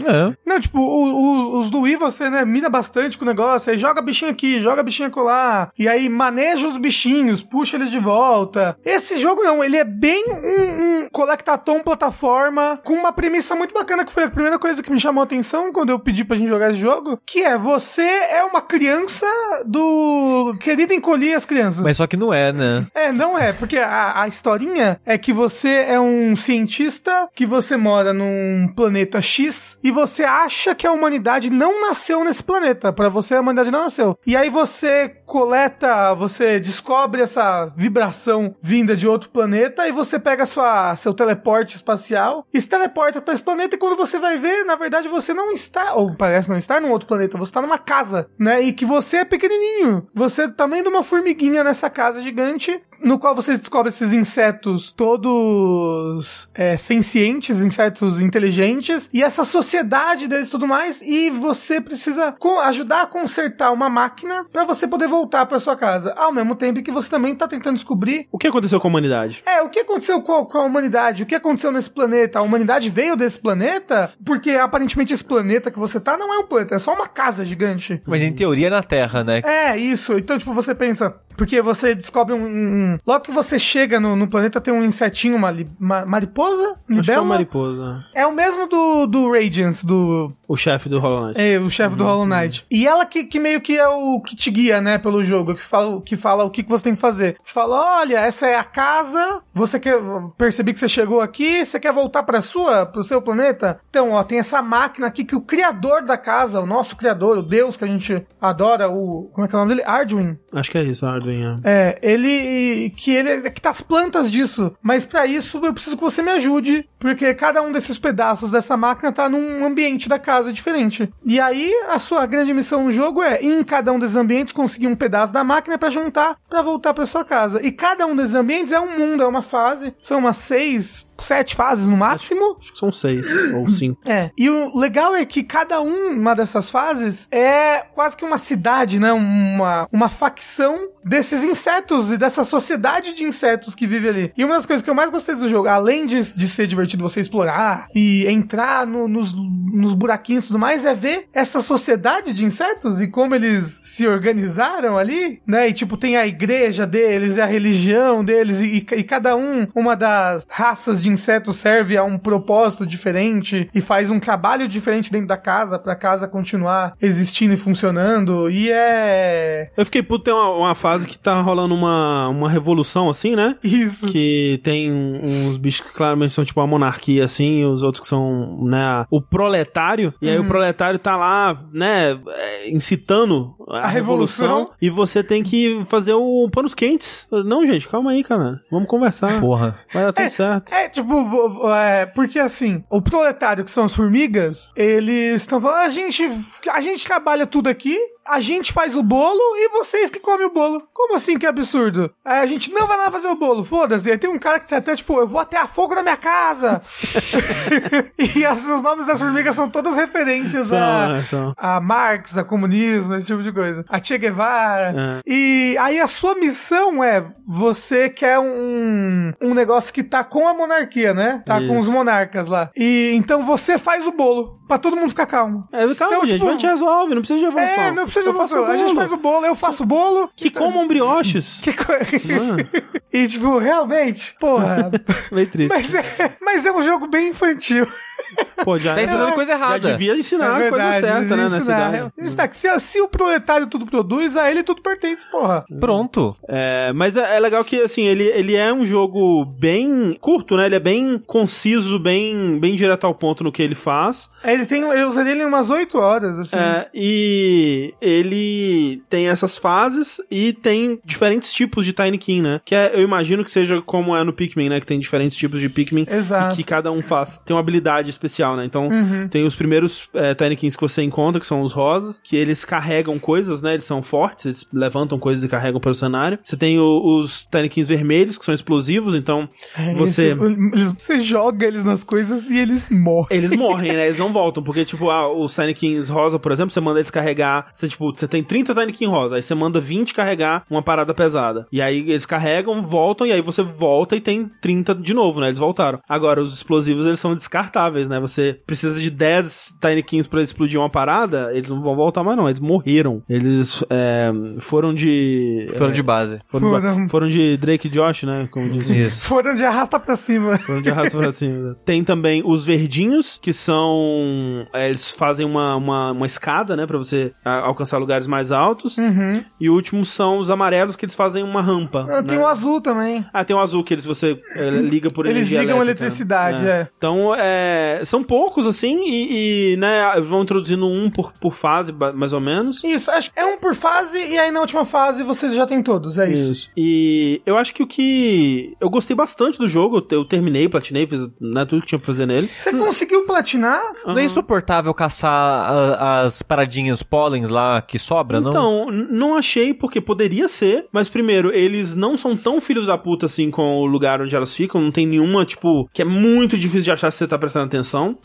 B: É.
C: Não, tipo, o- o- os do Wii você, né, mira bastante com o negócio, aí joga bichinho aqui, joga bichinho colar, e aí maneja os bichinhos, puxa eles de volta. Esse jogo não, ele é bem um, um colectatom plataforma, com uma premissa muito bacana, que foi a primeira coisa que me chamou a atenção quando eu pedi pra gente jogar esse jogo, que é, você é uma criança do... Querida encolher as crianças.
B: Mas só que não é, né?
C: É, não é, porque a, a historinha é que você é um cientista, que você mora num planeta X e você acha que a humanidade não nasceu nesse planeta. Pra você, a humanidade não nasceu. E aí você coleta, você descobre essa vibração vinda de outro planeta e você pega sua, seu teleporte espacial e se teleporta pra esse planeta. E quando você vai ver, na verdade você não está, ou parece não estar num outro planeta, você tá numa casa, né? E que você é pequenininho. Você é do tamanho de uma formiguinha nessa casa gigante, no qual você descobre esses insetos todos é, sencientes, insetos inteligentes, e essa sociedade deles e tudo mais. E você precisa co- ajudar a consertar uma máquina pra você poder voltar pra sua casa. Ao mesmo tempo que você também tá tentando descobrir
A: O que aconteceu com a humanidade?
C: é, o que aconteceu com a, com a humanidade? O que aconteceu nesse planeta? A humanidade veio desse planeta? Porque aparentemente esse planeta que você tá não é um planeta, é só uma casa gigante.
B: Mas em teoria é na Terra, né?
C: É, isso. Então, tipo, você pensa. Porque você descobre um. um- um- Logo que você chega no, no planeta, tem um insetinho, uma li- ma- mariposa?
A: Acho que é
C: Libela?
A: o Mariposa.
C: é o mesmo do, do Radiance, do
A: O chefe do Hollow Knight.
C: é, o chefe do Hollow Knight. E ela que, que meio que é o que te guia, né, pelo jogo, que fala, que fala o que, que você tem que fazer. Que Fala, olha, essa é a casa, você quer. Percebi que você chegou aqui, você quer voltar pra sua, pro seu planeta? Então, ó, tem essa máquina aqui que o criador da casa, o nosso criador, o deus que a gente adora, o. Como é que é o nome dele? Arduin.
A: Acho que é isso, Baldwin, é.
C: É, ele. que ele. que tá as plantas disso. Mas pra isso eu preciso que você me ajude. Porque cada um desses pedaços dessa máquina tá num ambiente da casa diferente. E aí, a sua grande missão no jogo é, em cada um desses ambientes, conseguir um pedaço da máquina pra juntar pra voltar pra sua casa. E cada um desses ambientes é um mundo, é uma fase. São umas seis, sete fases no máximo.
A: Acho que são seis ou cinco.
C: É. E o legal é que cada um- uma dessas fases é quase que uma cidade, né? Uma, uma facção desses insetos e dessa sociedade de insetos que vive ali. E uma das coisas que eu mais gostei do jogo, além de, de ser divertido você explorar e entrar no- nos, nos buraquinhos e tudo mais, é ver essa sociedade de insetos e como eles se organizaram ali, né? E tipo, tem a igreja deles, a religião deles, e, e cada um, uma das raças de insetos serve a um propósito diferente e faz um trabalho diferente dentro da casa pra casa continuar existindo e funcionando. E é.
A: Eu fiquei puto, tem uma, uma fase que tá rolando uma, uma revolução, assim, né?
C: Isso.
A: Que tem um- uns bichos que claramente são tipo uma monarquia, assim, e os outros que são, né, o proletário. E
C: Uhum.
A: aí o proletário tá lá, né, é, incitando a,
C: A revolução.
A: E você tem que fazer o panos quentes. Não, gente, calma aí, cara. Vamos conversar.
B: Porra.
A: Vai dar tudo certo.
C: É, tipo, vo- vo- é, porque assim, o proletário, que são as formigas, eles estão falando, a gente, a gente trabalha tudo aqui, a gente faz o bolo e vocês que comem o bolo. Como assim que absurdo? É, a gente não vai lá fazer o bolo, foda-se. Aí tem um cara que tá até tipo, eu vou até a fogo na minha casa. e as- os nomes das formigas são todas referências
A: São,
C: a,
A: é, são.
C: a Marx, a comunismo, esse tipo de coisa. A Che Guevara.
A: É.
C: E aí a sua missão é: você quer um, um negócio que tá com a monarquia, né? Tá com os
A: Isso.
C: monarcas lá. E então você faz o bolo pra todo mundo ficar calmo.
A: É, calma,
C: Então,
A: gente,
C: tipo,
A: a gente resolve, não precisa de evolução.
C: É, não precisa
A: Eu
C: de
A: faço
C: você. A gente
A: bolo.
C: faz o bolo, eu faço o bolo. Então,
A: Que comam brioches.
C: Que co...
A: Ah,
C: e tipo, realmente, porra.
A: meio triste.
C: mas, é, mas é um jogo bem infantil. É
A: Pô, já,
B: Tá ensinando
A: já-
B: coisa errada.
A: Já devia ensinar a é coisa certa, né, nessa idade.
C: Isso se, se o proletário tudo produz, a ele tudo pertence, porra.
B: Pronto.
A: É, mas é, é legal que, assim, ele, ele é um jogo bem curto, né? Ele é bem conciso, bem, bem direto ao ponto no que ele faz.
C: É, Ele tem, eu usei ele em umas 8 horas, assim.
A: É, e ele tem essas fases e tem diferentes tipos de Tiny King, né? Que é- eu imagino que seja como é no Pikmin, né? Que tem diferentes tipos de Pikmin.
C: Exato.
A: E que cada um faz. Tem uma habilidade especial, né? Então, tem os primeiros é, Tiny Kings que você encontra, que são os rosas, que eles carregam coisas, né? Eles são fortes, eles levantam coisas e carregam para o cenário. Você tem o- os Tiny Kings vermelhos, que são explosivos, então
C: É,
A: você.
C: Esse- eles- você joga eles nas coisas e eles morrem.
A: Eles morrem, né? Eles não voltam. Porque, tipo, ah, os Tiny Kings rosa, por exemplo, você manda eles carregar. Você, tipo, você tem 30 Tiny King rosa. Aí você manda 20 carregar uma parada pesada. E aí eles carregam, voltam. E aí você volta e tem 30 de novo, né? Eles voltaram. Agora, os explosivos, eles são descartáveis, né? Você precisa de 10 Tiny Kings pra explodir uma parada. Eles não vão voltar mais, não. Eles morreram. Eles é, foram de. é,
B: Foram de base.
A: Foram,
C: Foram.
A: foram. de Drake e Josh, né? Como diz.
B: Isso.
C: Foram de arrasta pra cima.
A: Foram de arrasta pra cima. né? Tem também os verdinhos, que são. é, eles fazem uma, uma, uma escada, né? Pra você a- alcançar lugares mais altos.
C: Uhum.
A: E o último são os amarelos, que eles fazem uma rampa.
C: Ah, Tem
A: né?
C: o azul também.
A: Ah, tem o azul que eles você é, liga por
C: Eles
A: energia
C: ligam
A: elétrica. né?
C: eletricidade, é.
A: Então, é, são poucos, assim, e, e, né, vão introduzindo um por, por fase, ba- mais ou menos.
C: Isso, acho que é um por fase e aí na última fase você já tem todos, é isso.
A: E eu acho que o que. Eu gostei bastante do jogo. Eu, eu terminei, platinei, fiz né, tudo que tinha pra fazer nele.
C: Você conseguiu platinar?
B: Não é insuportável caçar a- as paradinhas pólens lá que sobra, não?
A: Então, n- não achei, porque poderia ser, mas primeiro, eles não são tão filhos da puta assim com o lugar onde elas ficam, não tem nenhuma, tipo, que é muito difícil de achar se você tá prestando atenção.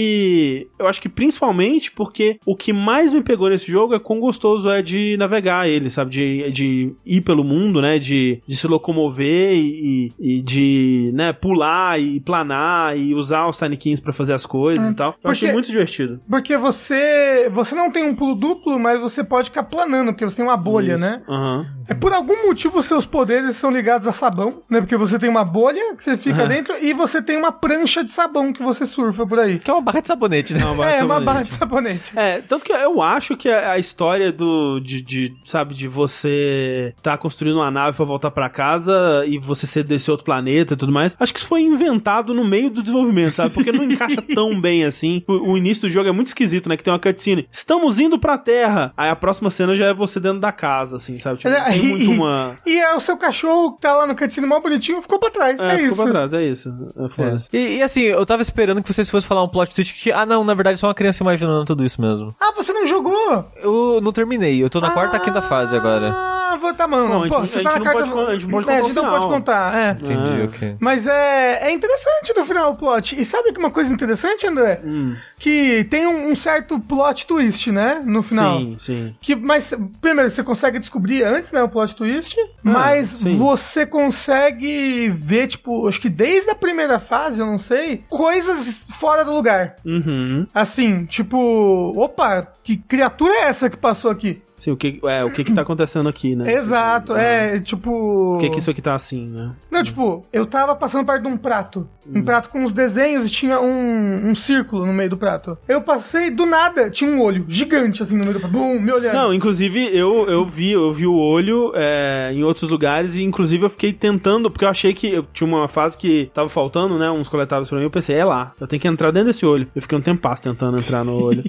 A: E eu acho que principalmente porque o que mais me pegou nesse jogo é quão gostoso é de navegar ele, sabe? De, de ir pelo mundo, né? De, de se locomover e, e- e de, né, pular e planar e usar os Tiny Kings pra fazer as coisas e tal. Eu achei
C: Hum. porque-
A: muito divertido.
C: Porque você você não tem um pulo duplo, mas você pode ficar planando, porque você tem uma bolha,
A: Isso.
C: né?
A: Aham.
C: É, por algum motivo, seus poderes são ligados a sabão, né? Porque você tem uma bolha que você fica dentro e você tem uma prancha de sabão que você surfa por aí.
B: Que é uma barra de sabonete, né?
A: Não, barra de
C: É, uma
A: sabonete.
C: barra de sabonete.
A: É, tanto que eu acho que a a história do de, de, sabe, de você tá construindo uma nave pra voltar pra casa e você ser desse outro planeta e tudo mais, acho que isso foi inventado no meio do desenvolvimento, sabe? Porque não encaixa tão bem assim. O, o início do jogo é muito esquisito, né? Que tem uma cutscene. Estamos indo pra Terra. Aí a próxima cena já é você dentro da casa, assim, sabe?
C: É,
A: Tipo, não tem muito uma
C: E é o seu cachorro que tá lá no cutscene mal bonitinho, ficou pra trás. É,
A: ficou
C: isso.
A: pra trás, é isso. É, foda-se.
B: E, e assim, eu tava esperando que vocês fossem falar um plot twist que, ah não, na verdade é só uma criança imaginando tudo isso mesmo.
C: Ah, você não jogou?
B: Eu não terminei, eu tô na quarta, quinta fase agora.
C: Ah, vou tá, mano.
A: Não, a gente-
C: Pô,
A: a
C: você
A: gente
C: tá na
A: não
C: carta.
A: pode con- a gente não pode
C: é,
A: contar
C: a
A: o
C: gente não
A: final.
C: pode contar, é.
B: Entendi,
A: Ah.
B: ok.
C: Mas é, é interessante no final o plot. E sabe que uma coisa interessante, André?
A: Hum.
C: Que tem um, um certo plot twist, né? No final.
A: Sim, sim.
C: Que, mas, primeiro, você consegue descobrir antes, né, o plot twist, mas
A: Ah, sim.
C: você consegue ver, tipo, acho que desde a primeira fase, eu não sei, coisas fora do lugar.
A: Uhum.
C: Assim, tipo, opa, que criatura é essa que passou aqui?
A: Sim, o que, é, o que que tá acontecendo aqui, né?
C: Exato, é, tipo...
A: Por Ah. que que isso aqui tá assim, né?
C: Não, tipo, eu tava passando perto de um prato.
A: Hum.
C: Um prato com uns desenhos e tinha um, um círculo no meio do prato. Eu passei, do nada, tinha um olho gigante, assim, no meio do prato. Bum, me olhando.
A: Não, inclusive eu, eu vi eu vi o olho é, em outros lugares e inclusive eu fiquei tentando, porque eu achei que eu tinha uma fase que tava faltando, né, uns coletáveis pra mim, eu pensei, é lá, eu tenho que entrar dentro desse olho. Eu fiquei um tempasso tentando entrar no olho.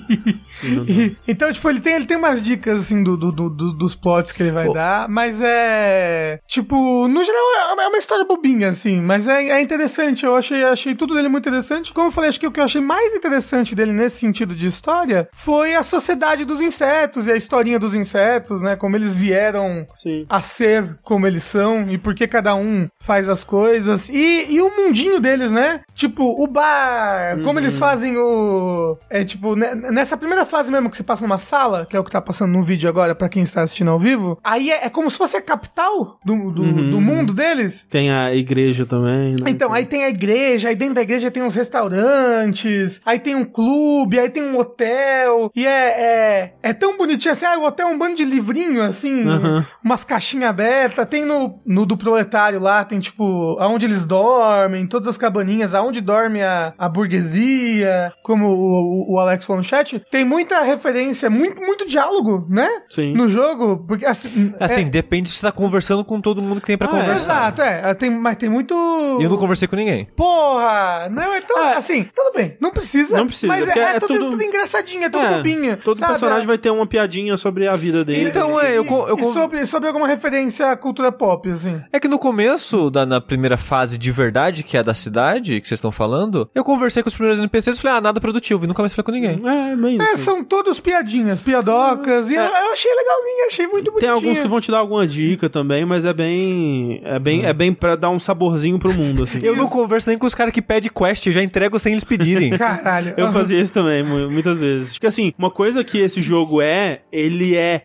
A: E não deu.
C: Então, tipo, ele tem, ele tem umas dicas, assim, do, do- do- do- dos plots que ele vai
B: Pô.
C: dar, mas é... Tipo, no geral, é uma- é uma história bobinha, assim, mas é, é interessante, eu achei, achei tudo dele muito interessante. Como eu falei, acho que o que eu achei mais interessante dele nesse sentido de história foi a sociedade dos insetos e a historinha dos insetos, né, como eles vieram
A: Sim.
C: a ser como eles são e por que cada um faz as coisas e, e o mundinho deles, né? Tipo, o bar, como eles fazem o. É tipo, ne- nessa primeira fase mesmo que você passa numa sala, que é o que tá passando no vídeo agora pra quem está assistindo ao vivo, aí é, é como se fosse a capital do, do, do mundo deles.
A: Tem a igreja também, né?
C: Então, aí tem a igreja, aí dentro da igreja tem uns restaurantes, aí tem um clube, aí tem um hotel, e é, é, é tão bonitinho assim, ah, o hotel é um bando de livrinho, assim,
A: Aham.
C: umas caixinhas abertas, tem no, no do proletário lá, tem tipo, aonde eles dormem, todas as cabaninhas, aonde dorme a, a burguesia, como o, o- o Alex falou no chat, tem muita referência, muito, muito diálogo, né?
A: Sim.
C: No jogo, porque assim...
B: Assim,
C: é-
B: depende se você tá conversando com todo mundo que tem pra
A: Ah, é.
B: conversar.
C: Exato, é, tem, mas tem muito...
B: E eu não conversei com ninguém.
C: Porra! Não, então, assim, tudo bem, não precisa.
A: Ah, Não precisa,
C: Mas
A: porque
C: é, é
A: é
C: tudo,
A: tudo-
C: tudo engraçadinho, é tudo
A: É,
C: bobinho.
A: Todo
C: sabe?
A: personagem vai ter uma piadinha sobre a vida dele.
B: Então, é, eu con- eu
C: E
B: con-
C: sobre, sobre alguma referência à cultura pop, assim.
B: É que no começo, da, na primeira fase de verdade, que é a da cidade, que vocês estão falando, eu conversei com os primeiros NPCs e falei, ah, nada produtivo, e nunca mais falei com ninguém.
A: É, bem isso. É.
C: É, são todos piadinhas, piadocas, e eu, eu achei legalzinho, achei muito um bonitinho.
A: Tem alguns que vão te dar alguma dica também, mas é bem. É bem, é bem pra dar um saborzinho pro mundo, assim.
B: Eu não converso nem com os caras que pedem quest, eu já entrego sem eles pedirem.
C: Caralho.
A: Eu fazia isso também, mu- muitas vezes. Porque assim, uma coisa que esse jogo é, ele é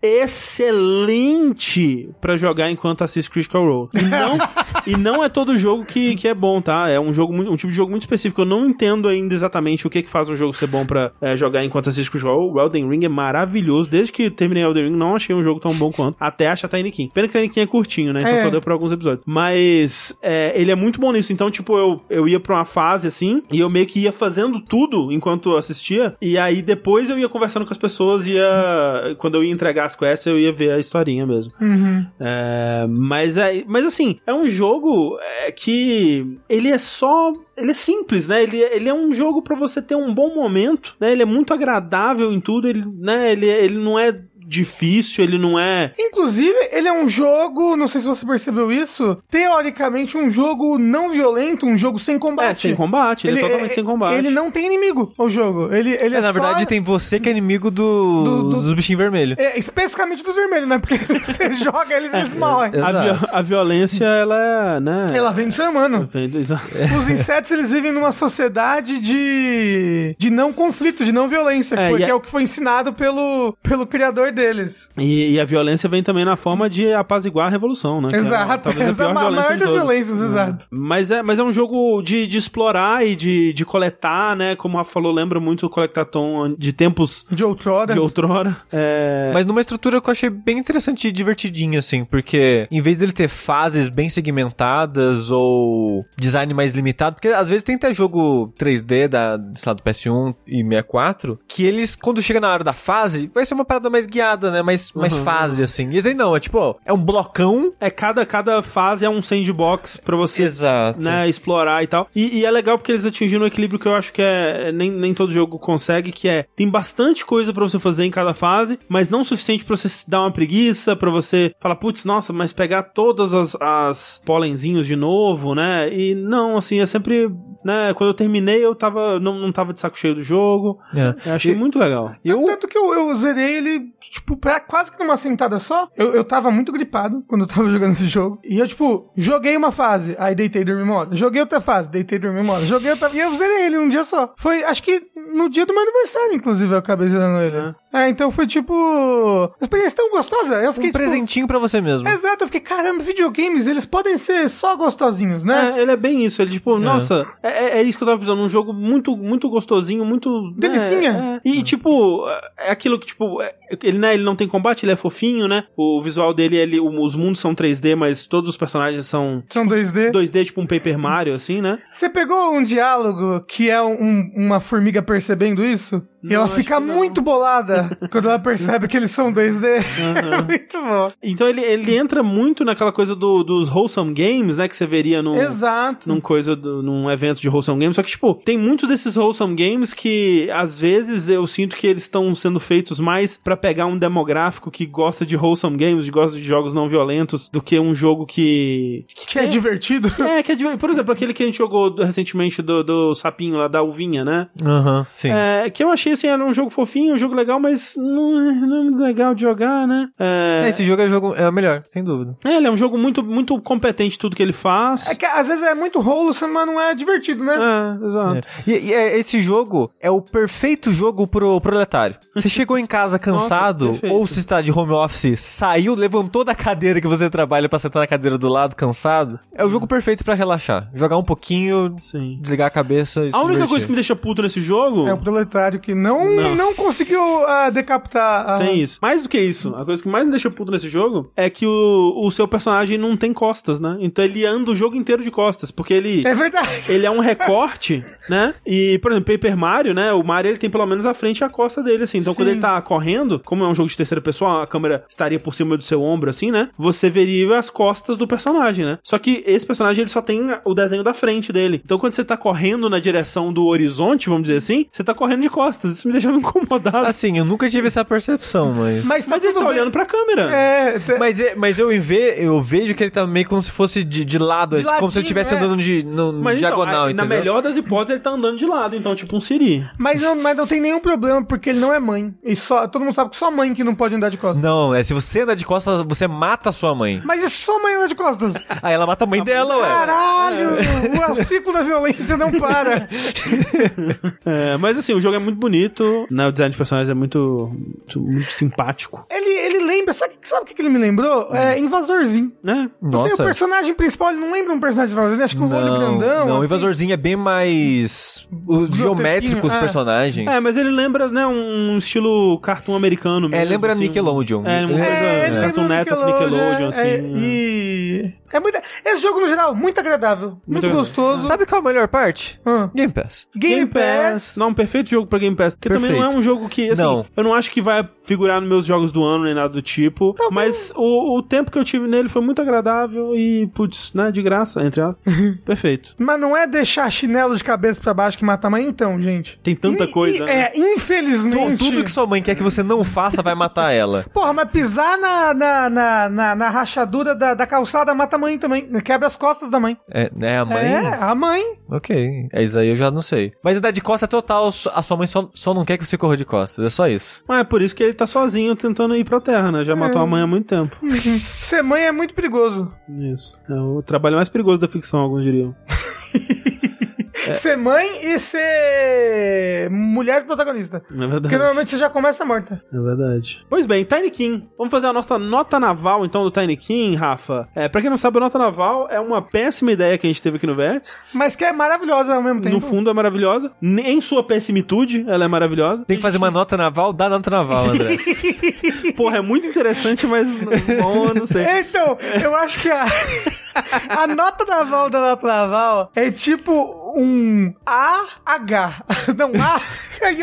A: excelente pra jogar enquanto assiste Critical Role. E não, e não é todo jogo que, que é bom, tá? É um jogo muito- um tipo de jogo muito específico. Eu não entendo ainda exatamente o que que faz um jogo ser bom pra eh, jogar enquanto assiste Critical Role. O Elden Ring é maravilhoso. Desde que terminei Elden Ring, não achei um jogo tão bom quanto. Até acha Tiny King. Pena que Tiny King é curtinho, né? Então
C: É.
A: só deu pra alguns episódios. Mas é, ele é muito bom nisso. Então, tipo, eu, eu ia pra uma fase assim, e eu meio que ia fazendo tudo enquanto eu assistia. E aí depois eu ia conversando com as pessoas, ia. Quando eu ia entregar as quests, eu ia ver a historinha mesmo.
C: Uhum.
A: É, mas, é, mas assim, é um jogo é, que ele é só. Ele é simples, né? Ele, ele é um jogo pra você ter um bom momento, né? Ele é muito agradável em tudo, ele, né? Ele, ele não é difícil, ele não é
C: Inclusive, ele é um jogo, não sei se você percebeu isso, teoricamente um jogo não violento, um jogo sem combate.
A: É, sem combate, ele, é totalmente sem combate.
C: Ele não tem inimigo, o jogo. Ele, ele é,
B: É, na
C: só-
B: verdade, tem você que é inimigo do,
C: Do- do-
B: dos bichinhos vermelhos.
C: É, especificamente dos vermelhos, né? Porque você joga
A: É,
C: eles, eles morrem.
A: A, vi-
B: Exato.
A: a violência, ela é, né?
C: Ela vem do ser humano.
A: Vem do- exato.
C: Os insetos, eles vivem numa sociedade de, de não conflito, de não violência, que
A: É,
C: foi-
A: e
C: que
A: a-
C: é o que foi ensinado pelo, pelo criador eles.
A: E, e a violência vem também na forma de apaziguar a revolução, né? Que é uma-
C: Exato,
A: talvez
C: essa é a
A: pior
C: ma-
A: violência
C: maior
A: de
C: das
A: todas.
C: violências, exato.
A: Mas é, mas é um jogo de, de explorar e de, de coletar, né? Como a Rafa falou, lembra muito o Collectathon de tempos
C: De outrora.
A: de outrora. É,
B: Mas numa estrutura que eu achei bem interessante e divertidinho, assim, porque em vez dele ter fases bem segmentadas ou design mais limitado, porque às vezes tem até jogo 3D da, sei lá, do PS1 e 64, que eles, quando chega na hora da fase, vai ser uma parada mais guiada, né? Mais, mais fase, assim. E esse aí não, é tipo, ó, é um blocão.
A: é cada, cada fase é um sandbox pra você
B: Exato.
A: né, explorar e tal. E, e é legal porque eles atingiram um equilíbrio que eu acho que é nem, nem todo jogo consegue, que é tem bastante coisa pra você fazer em cada fase, mas não o suficiente pra você se dar uma preguiça, pra você falar, putz, nossa, mas pegar todas as, as polenzinhos de novo, né? E não, assim, é sempre, né, quando eu terminei eu tava não, não tava de saco cheio do jogo.
B: É.
A: Eu achei
B: E-
A: muito legal.
B: Eu,
C: É, Tanto que eu, eu zerei ele, tipo, pra, quase que numa sentada só. Eu, eu tava muito gripado quando eu tava jogando esse jogo. E eu, tipo, joguei uma fase, aí deitei e dormi uma hora. Joguei outra fase, deitei e dormi uma hora. Joguei outra... E eu zerei ele num dia só. Foi, acho que no dia do meu aniversário, inclusive, eu acabei zerando ele. É, então foi, tipo... Uma experiência tão gostosa. Eu fiquei,
B: um
C: tipo, é
B: presentinho né? pra você mesmo.
C: Exato, eu fiquei, caramba, videogames, eles podem ser só gostosinhos, né?
A: É, ele é bem isso, ele tipo, nossa, é, é- é isso que eu tava precisando, um jogo muito, muito gostosinho, muito... né,
C: Delicinha. Hum.
A: é. E tipo, é aquilo que tipo, é- ele, né, ele não tem combate, ele é fofinho, né, o visual dele, ele, o- os mundos são 3D, mas todos os personagens são
C: São 2D.
A: 2D, tipo um Paper Mario, assim, né?
C: Você pegou um diálogo que é um- um- uma formiga percebendo isso? e
A: Não,
C: ela
A: acho
C: fica
A: que não.
C: muito bolada quando ela percebe que eles são 2D. É muito bom.
A: Então ele, ele entra muito naquela coisa do- dos wholesome games, né, que você veria no...
C: Exato.
A: num coisa do- num evento de wholesome games, só que tipo, tem muitos desses wholesome games que às vezes eu sinto que eles estão sendo feitos mais pra pegar um demográfico que gosta de wholesome games, que gosta de jogos não violentos, do que um jogo que
C: Que é divertido.
A: é, que é de... por exemplo, aquele que a gente jogou do- recentemente do, do sapinho lá da uvinha, né?
B: Aham, sim.
A: É, que eu achei assim, era um jogo fofinho, um jogo legal, mas não é, não é muito legal de jogar, né? É,
B: É, Esse jogo é jogo é o melhor, sem dúvida.
A: é, ele é um jogo muito, muito competente em tudo que ele faz.
C: É que às vezes é muito rolo, mas não é divertido, né?
A: É, exato.
B: E, e é- esse jogo é o perfeito jogo pro proletário. Você chegou em casa cansado,
A: perfeito.
B: ou se está de home office, saiu, levantou da cadeira que você trabalha pra sentar na cadeira do lado cansado. É o jogo perfeito pra relaxar. Jogar um pouquinho,
A: Sim.
B: desligar a cabeça. E
A: A única coisa que me deixa puto nesse jogo
C: É o proletário que não, não.
A: Não.
C: conseguiu ah, decapitar a.
A: Tem isso. Mais do que isso, a coisa que mais me deixa puto nesse jogo é que o, o seu personagem não tem costas, né? Então ele anda o jogo inteiro de costas, porque ele.
C: É verdade.
A: Ele é um recorte, né? E, por exemplo, Paper Mario, né? O Mario ele tem pelo menos a frente e a costa dele, assim. Então, quando ele tá correndo, como é um jogo de terceira pessoa, a câmera estaria por cima do seu ombro, assim, né? Você veria as costas do personagem, né? Só que esse personagem ele só tem o desenho da frente dele. Então, quando você tá correndo na direção do horizonte, vamos dizer assim, você tá correndo de costas. Isso me deixava incomodado.
B: Assim, eu nunca tive essa percepção, mas.
C: Mas, tá
A: Mas ele
C: tudo
A: tá
C: bem.
A: olhando pra câmera.
C: É, te-
B: Mas, é- mas eu, em ver, eu vejo que ele tá meio como se fosse de, de lado,
C: De
B: é tipo como se
C: ladinho,
B: ele estivesse
C: é.
B: andando de, no,
A: Mas então,
B: diagonal,
A: aí, na
B: entendeu?
A: melhor das hipóteses, ele tá andando de lado, então, tipo um Siri.
C: mas não, mas não tem nenhum problema, porque ele não é mãe. E só, todo mundo sabe que só mãe que não pode andar de costas.
B: Não, é se você andar de costas, você mata a sua mãe.
C: Mas e só mãe anda de costas?
B: Aí ela mata a mãe dela, ué.
C: é Caralho! O, o ciclo da violência não para.
A: É, mas assim, o jogo é muito bonito, né? O design de personagens é muito, muito, muito simpático,
C: Ele, ele lembra, sabe, sabe o que que ele me lembrou? É Invasorzinho.
A: né?
C: Não sei, o
B: Nossa.
C: um personagem principal, ele não lembra um personagem de Invasorzinho, acho que o olho grandão.
B: não, o
C: assim.
B: invasorzinho é bem mais o- geométrico os
C: é.
B: personagens.
A: É, mas ele lembra, né, um estilo cartoon americano mesmo.
B: É, lembra
A: assim.
B: Nickelodeon.
A: É, uma
B: É,
A: coisa
C: É, ele
A: Cartoon
C: lembra
A: Network, Nickelodeon, assim.
C: é,
A: né?
C: e... É muito, esse jogo, no geral, muito agradável. Muito,
A: Muito agradável.
C: gostoso.
B: Sabe qual é a melhor parte?
C: Ah.
B: Game Pass.
C: Game Pass.
A: Não, um perfeito jogo pra Game Pass. Porque também
B: Perfeito.
A: não é um jogo que, assim,
B: Não.
A: eu não acho que vai figurar nos meus jogos do ano nem nada do tipo. mas o, o tempo que eu tive nele foi muito agradável e, putz, né, de graça, entre aspas. perfeito.
C: Mas não é deixar chinelo de cabeça pra baixo que mata a mãe, então, gente.
A: Tem tanta
C: E-
A: coisa,
C: e-
A: né?
C: É, infelizmente.
B: Tudo que sua mãe quer que você não faça vai matar ela.
C: Porra, mas pisar na, na, na, na- na rachadura da, da calçada mata a mãe também. Quebra as costas da mãe.
B: É, né, a mãe?
C: É, a mãe.
B: Ok, é isso aí eu já não sei. Mas andar de costa é total, a sua mãe só, só não quer que você corra de costas, é só isso.
A: Mas é por isso que ele tá sozinho tentando ir pra terra, né? Já matou
B: É.
A: a mãe há muito tempo.
C: Ser mãe é muito perigoso.
A: Isso. É o trabalho mais perigoso da ficção, alguns diriam.
C: ser mãe e ser mulher de protagonista.
A: É verdade.
C: Porque normalmente você já começa morta.
A: É verdade. Pois bem, Tiny King. Vamos fazer a nossa nota naval, então, do Tiny King, Rafa. É, pra quem não sabe, a nota naval é uma péssima ideia que a gente teve aqui no Vértice.
C: Mas que é maravilhosa ao mesmo tempo.
A: No fundo, é maravilhosa. Em sua pessimitude, ela é maravilhosa.
B: Tem que fazer uma nota naval, dá nota naval, André.
A: Porra, é muito interessante, mas bom, eu não sei.
C: Então, eu acho que a, a nota naval da nota naval é tipo um AH. Não, A. aí,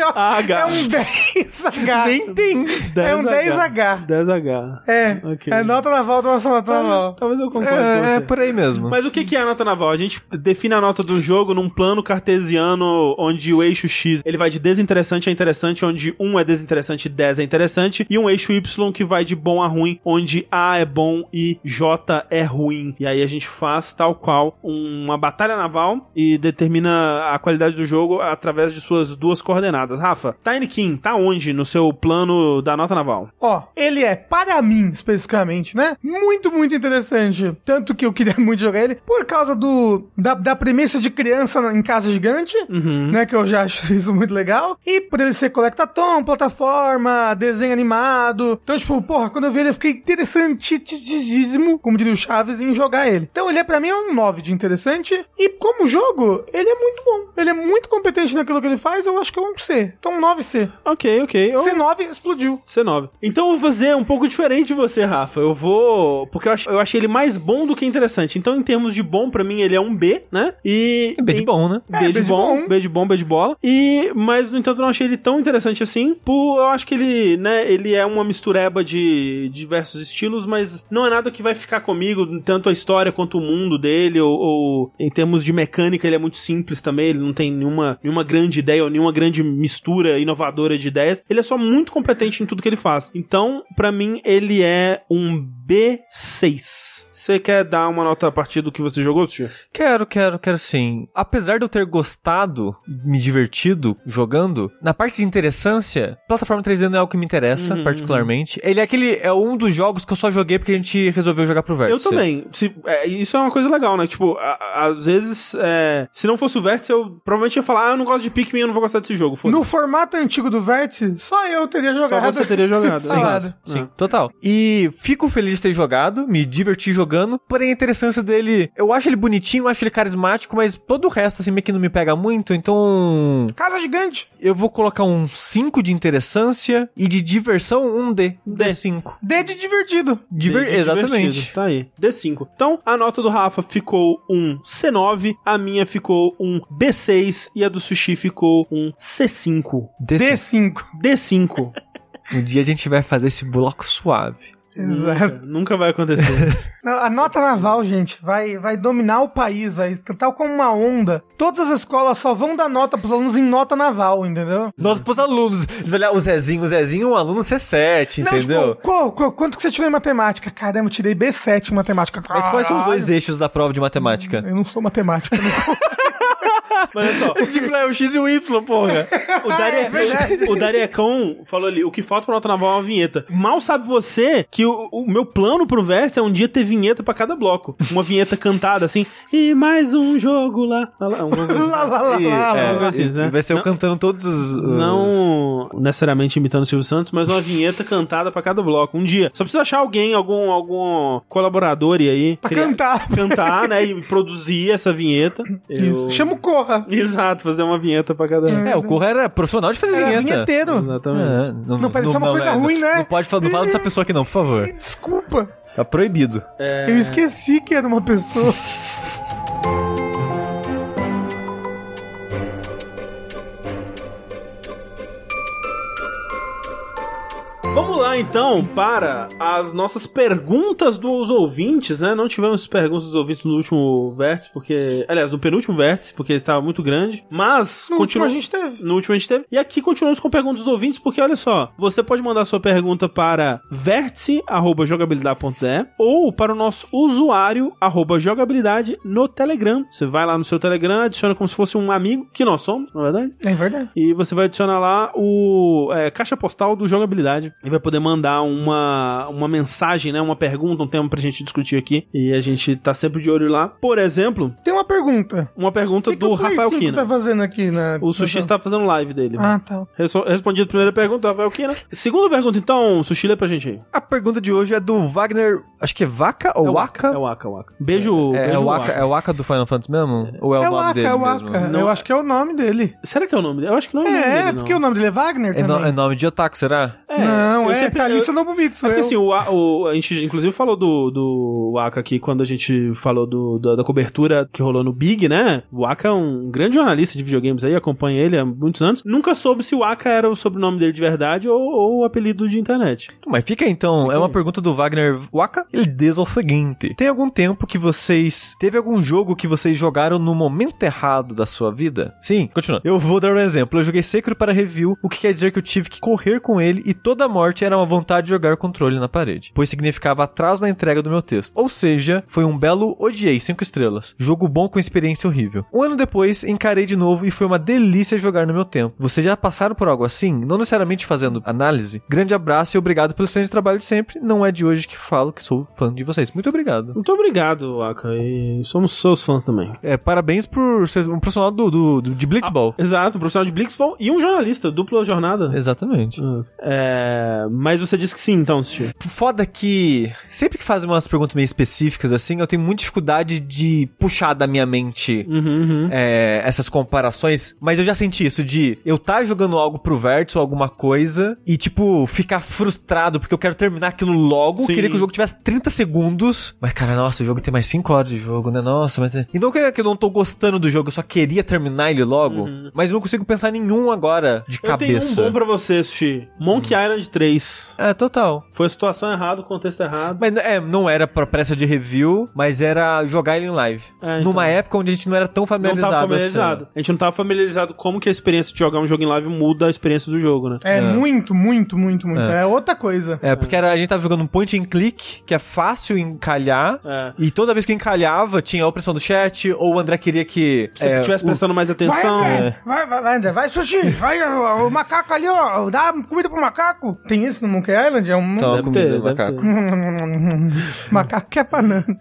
C: ó,
A: AH.
C: É um 10H.
B: Nem tem.
C: É um 10H.
A: 10H.
C: É.
A: Ok.
C: É nota naval da nossa nota naval.
A: Talvez eu concorde com você.
B: É, é por aí mesmo.
A: Mas o que que é a nota naval? A gente define a nota do jogo num plano cartesiano onde o eixo X ele vai de desinteressante a interessante, onde 1 é desinteressante e 10 é interessante, e um eixo Y que vai de bom a ruim, onde A é bom e J é ruim. E aí a gente faz tal qual uma batalha naval e determina a qualidade do jogo através de suas duas coordenadas. Rafa, Tiny King tá onde no seu plano da nota naval?
C: Ó, ele é, para mim, especificamente, né? Muito, muito interessante. Tanto que eu queria muito jogar ele por causa do da, da premissa de criança na- em casa gigante, né? Que eu já acho isso muito legal. E por ele ser collectatom, plataforma, desenho animado. Então, tipo, porra, quando eu vi ele, eu fiquei interessantíssimo, como diria o Chaves, em jogar ele. Então, ele é, pra mim, é um 9 de interessante. E como jogo, ele é muito bom. Ele é muito competente naquilo que ele faz. Eu acho que é um C. Então, um 9C.
A: Ok, ok. Eu-
C: C9 explodiu.
A: C9. Então eu vou fazer um pouco diferente de você, Rafa. Eu vou. Porque eu, ach- eu achei ele mais bom do que interessante. Então, em termos de bom, pra mim, ele é um B, né? E.
B: É bem
A: em-
B: de bom, né?
A: B
C: É,
A: de bom, B de bom, B de bola. E, mas, no entanto, eu não achei ele tão interessante assim. Por, eu acho que ele, né, ele é uma mistureba de diversos estilos, mas não é nada que vai ficar comigo, tanto a história quanto o mundo dele, ou, ou em termos de mecânica, ele é muito simples também, ele não tem nenhuma, nenhuma grande ideia ou nenhuma grande mistura inovadora de ideias. Ele é só muito competente em tudo que ele faz. Então, pra mim, ele é um B6. Você quer dar uma nota a partir do que você jogou, tio?
B: Quero, quero, quero sim. Apesar de eu ter gostado, me divertido jogando, na parte de interessância, plataforma 3D não é algo que me interessa,
A: Uhum,
B: particularmente. Ele é aquele. É um dos jogos que eu só joguei porque a gente resolveu jogar pro
A: Eu
B: vértice.
A: também. Se- é, isso é uma coisa legal, né? Tipo, a- a- às vezes, é, se não fosse o Vértice, eu provavelmente ia falar, ah, eu não gosto de Pikmin, eu não vou gostar desse jogo. Foda-se.
C: No formato antigo do Vértice, só eu teria
A: Só
C: jogado.
A: você teria jogado.
C: Sim.
A: Exato. Ah.
B: Sim, total. E fico feliz de ter jogado, me diverti jogando, porém a interessância dele, eu acho ele bonitinho, eu acho ele carismático, mas todo o resto assim meio que não me pega muito, então
C: Casa gigante,
B: eu vou colocar um 5 de interessância e de diversão um D, D5.
C: D de divertido.
B: Diver-
A: Entendi, divertido.
B: exatamente.
A: Tá aí. D5. Então, a nota do Rafa ficou um C9, a minha ficou um B6 e a do Sushi ficou um C5.
B: Desse,
C: D5.
A: D5.
B: Um dia a gente vai fazer esse bloco suave.
C: Exato.
A: Nunca, nunca vai acontecer.
C: Não, A nota naval, gente, vai, vai dominar o país, vai tal como uma onda. Todas as escolas só vão dar nota pros alunos em nota naval, entendeu?
B: Nossa, pros alunos. Se vai olhar o Zezinho, o Zezinho é um aluno C7,
C: Não,
B: entendeu?
C: tipo, qual- qual- quanto que você tirou em matemática? Caramba, eu tirei B7 em matemática.
B: Mas quais são os dois
C: Caralho.
B: eixos da prova de matemática?
C: Eu não sou matemática. não.
A: Mas olha só,
B: é o X e o Y, porra.
A: O, Darie...
C: é verdade.
A: o Dariecão falou ali: o que falta pra nota naval é uma vinheta. Mal sabe você que o, o meu plano pro verso é um dia ter vinheta pra cada bloco. Uma vinheta cantada assim, e mais um jogo lá. Lá, lá, uma coisa.
C: lá, lá, lá,
B: E,
C: lá,
B: é,
C: lá, lá.
A: assim,
B: e-
A: né?
B: Vai ser
A: Não-
B: eu cantando todos os. os-
A: Não necessariamente imitando o Silvio Santos, mas uma vinheta cantada pra cada bloco. Um dia. Só precisa achar alguém, algum, algum colaborador e aí.
C: Pra cantar.
A: Cantar, né? E produzir essa vinheta. Eu-
C: Isso. Chama o Corra.
A: Exato, fazer uma vinheta pra cada. um.
B: É, o Corra era profissional de fazer
C: Era
B: vinheta.
C: vinheteiro.
A: Exatamente.
B: É, não,
C: Não, parece uma coisa ruim, né?
B: Não pode falar, não fala dessa pessoa aqui não, por favor.
C: Desculpa.
B: Tá proibido.
C: Eu esqueci que era uma pessoa.
A: Vamos lá então para as nossas perguntas dos ouvintes, né? Não tivemos perguntas dos ouvintes no último vértice, porque. Aliás, no penúltimo vértice, porque ele estava muito grande. Mas.
C: No último
A: continua-
C: a gente teve.
A: No último a gente teve. E aqui continuamos com perguntas dos ouvintes, porque olha só, você pode mandar sua pergunta para vértice.jogabilidade.de ou para o nosso usuário arroba jogabilidade no Telegram. Você vai lá no seu Telegram, adiciona como se fosse um amigo, que nós somos, na verdade.
C: É verdade.
A: E você vai adicionar lá o é, caixa postal do jogabilidade. E vai poder mandar uma, uma mensagem, né? Uma pergunta, um tema pra gente discutir aqui. E a gente tá sempre de olho lá. Por exemplo,
C: Tem uma pergunta.
A: uma
C: O
A: pergunta
C: que, que
A: do
C: o Play
A: Rafael
C: 5
A: Kina.
C: tá fazendo aqui na...
A: O Sushi está fazendo live dele.
C: Ah, tá.
A: Reso- Respondido a primeira pergunta, Rafael Kina. Segunda pergunta, então, Sushi, lê pra gente aí.
B: A pergunta de hoje é do Wagner. Acho que é Vaca ou
A: É o
B: Waka?
A: É o Waka, Waka. Beijo,
B: É,
A: beijo
B: é o
A: Waka.
B: Waka, é o Waka do Final Fantasy mesmo? Ou é o
C: É o
B: nome
C: Aka,
B: dele
C: é o
B: mesmo?
C: Aka.
A: Não,
C: Eu
A: é-
C: acho que é o nome dele.
A: Será que é o nome dele? Eu acho que não é o
C: É,
A: nome dele,
C: é
A: não.
C: porque o nome dele é Wagner
B: É,
C: também.
B: no- é nome de otaku, será?
A: É,
C: não,
A: eu
C: é
A: sempre-
C: Thalissa
A: eu-
C: Nobumitsu.
A: É porque
C: eu-
A: assim, o, A- o- a gente inclusive falou do, do Aka aqui quando a gente falou do, da- da cobertura que rolou no Big, né? O Aka é um grande jornalista de videogames aí, acompanha ele há muitos anos. Nunca soube se o Aka era o sobrenome dele de verdade ou, ou o apelido de internet.
B: Mas fica aí, então, é uma pergunta do Wagner Waka. Ele diz o seguinte: Tem algum tempo que vocês. Teve algum jogo que vocês jogaram no momento errado da sua vida? Sim, continua. Eu vou dar um exemplo. Eu joguei Sekiro para review, o que quer dizer que eu tive que correr com ele e toda a morte era uma vontade de jogar o controle na parede, pois significava atraso na entrega do meu texto. Ou seja, foi um belo odiei 5 estrelas. Jogo bom com experiência horrível. Um ano depois, encarei de novo e foi uma delícia jogar no meu tempo. Vocês já passaram por algo assim? Não necessariamente fazendo análise? Grande abraço e obrigado pelo excelente trabalho de sempre. Não é de hoje que falo que sou fã de vocês. Muito obrigado.
A: Muito obrigado, Aka, e somos seus fãs também.
B: É, parabéns por ser um profissional do, do- do- de Blitzball.
A: Exato, um profissional de Blixball e um jornalista, dupla jornada.
B: Ah, Exatamente.
A: É, mas você disse que sim, então, Sushi.
B: Foda é que sempre que fazem umas perguntas meio específicas assim, eu tenho muita dificuldade de puxar da minha mente
A: Uhum, uhum.
B: é, essas comparações, mas eu já senti isso de eu tá jogando algo pro Vertice ou alguma coisa e, tipo, ficar frustrado porque eu quero terminar aquilo logo,
A: Sim.
B: queria que o jogo tivesse 30 segundos, mas, cara, nossa, o jogo tem mais 5 horas de jogo, né? Nossa, mas... E não que é que eu não tô gostando do jogo, eu só queria terminar ele logo, mas eu não consigo pensar em nenhum agora de
A: Uhum. Eu tenho um
B: cabeça.
A: bom pra você, Sushi. Monkey Island 3.
B: É, total.
A: Foi a situação errada, o contexto errado.
B: Mas é, não era pra pressa de review, mas era jogar ele em live.
A: É, então.
B: Numa época onde a gente não era tão
A: não
B: familiarizado,
A: tava
B: assim.
A: familiarizado. A gente não tava familiarizado como que a experiência de jogar um jogo em live muda a experiência do jogo, né?
C: É, muito, muito, muito, muito. É, outra coisa.
B: É, porque era, a gente tava jogando um point and click, que é fácil encalhar.
A: É.
B: E toda vez que encalhava, tinha a opressão do chat, ou o André queria que.
A: Se você
B: é,
A: estivesse prestando mais
C: Vai,
A: atenção.
C: André! Vai, vai, vai, André! Vai, sushi! Vai, ó, o macaco ali, ó! Dá comida pro macaco! Tem isso no Monkey Island? É um.
B: Então,
A: Deve
B: comida,
A: ter, deve
B: macaco.
A: ter.
C: macaco que é banana.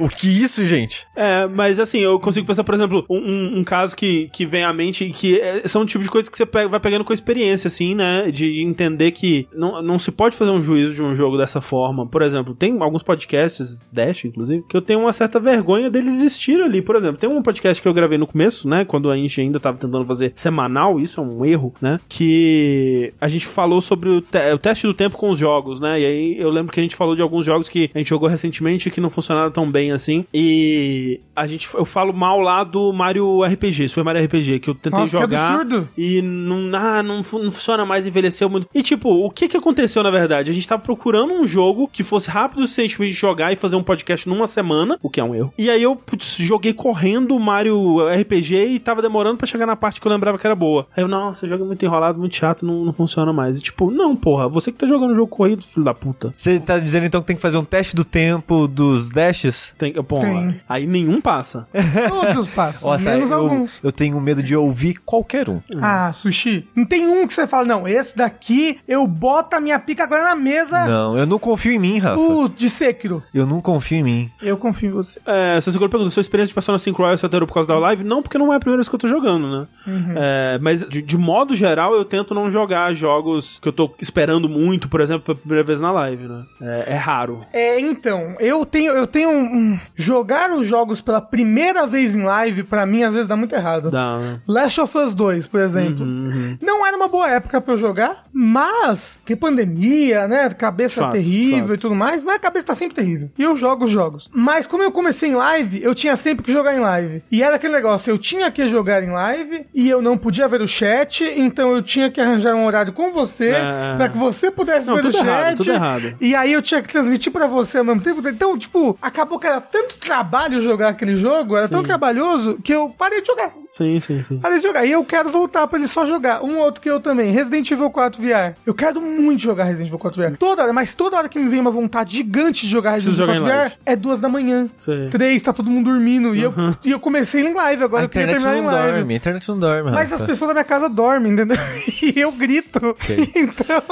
B: O que isso, gente?
A: É, mas assim, eu consigo pensar, por exemplo, um, um- um caso que, que vem à mente e que é- são o tipo de coisa que você pega- vai pegando com a experiência, assim, né? De entender que não, não se pode fazer um juízo de um jogo dessa forma. Por exemplo, tem alguns podcasts, Dash, inclusive, que eu tenho uma certa vergonha deles existir ali. Por exemplo, tem um podcast que eu gravei no começo, né? Quando a gente ainda tava tentando fazer semanal, isso é um erro, né? Que a gente falou sobre o, te- o teste do tempo com os jogos, né? E aí eu lembro que a gente falou de alguns jogos que a gente jogou recentemente que não funcionaram tão bem assim. E a gente eu falo mal lá do Mario RPG, Super Mario RPG, que eu tentei
C: Nossa, que
A: jogar
C: absurdo.
A: e não, ah, não, fu- não funciona mais, envelheceu muito. E tipo, o que que aconteceu na verdade? A gente tava procurando um jogo que fosse rápido o suficiente pra gente jogar e fazer um podcast numa semana, o que é um erro. E aí eu putz, joguei correndo o Mario RPG e tava demorando pra chegar na parte que eu lembrava que era boa. Aí eu, nossa, jogo é muito enrolado, muito chato, não, não funciona mais. E tipo, não, porra, você que tá jogando jogo corrido, filho da puta.
B: Você tá dizendo então que tem que fazer um teste do tempo dos dashes?
A: Tem, pô,
C: Tem.
A: aí nenhum passa.
C: Todos passam,
B: Nossa,
C: menos
B: eu,
C: alguns.
B: eu tenho medo de ouvir qualquer um.
C: Ah, sushi. Não tem um que você fala, não, esse daqui eu boto a minha pica agora na mesa.
B: Não, eu não confio em mim, Rafa.
C: O de Sekiro.
B: Eu não confio em mim.
C: Eu confio em você.
A: É, você segura pergunta, sua experiência de passar no Sync Royal se alterou por causa da live? Não, porque não é a primeira vez que eu tô jogando, né?
C: Uhum.
A: É, mas, de, de modo geral, eu tento não jogar jogos que eu tô esperando muito, por exemplo, pela primeira vez na live, né? É, é raro.
C: É, então, eu tenho, eu tenho um, um- jogar os jogos pela primeira vez em live pra mim às vezes dá muito errado.
A: Dá, né?
C: Last of Us 2, por exemplo.
A: Uhum,
C: Não era uma boa época pra eu jogar, mas que pandemia, né? Cabeça
A: Fato,
C: terrível
A: fato.
C: e tudo mais, mas a cabeça tá sempre terrível. E eu jogo os jogos. Mas como eu comecei em live, eu tinha sempre que jogar em live. E era aquele negócio, eu tinha que jogar em live e eu não podia ver o chat, então eu tinha que arranjar um horário com você
A: É.
C: pra que você pudesse
A: Não,
C: ver o
A: tudo
C: chat.
A: errado, tudo errado.
C: E aí eu tinha que transmitir pra você ao mesmo tempo. Então, tipo, acabou que era tanto trabalho jogar aquele jogo, era tão trabalhoso que eu parei de jogar.
A: Sim, sim, sim.
C: Parei de jogar. E eu quero voltar pra ele só jogar. Um outro que eu também. Resident Evil 4 VR. Eu quero muito jogar Resident Evil 4 VR. Toda hora, mas toda hora que me vem uma vontade gigante de jogar Resident
A: Preciso
C: Evil
A: jogar
C: 4
A: em
C: VR
A: live.
C: é duas da manhã.
A: Sei.
C: Três, tá todo mundo dormindo. E, eu, e eu comecei em live,
B: a
C: agora eu queria
B: internet
C: terminar
B: não
C: em live.
B: dorme, a internet não dorme,
C: Mas
B: Rafa.
C: as pessoas da minha casa dormem, entendeu? E eu grito. Então,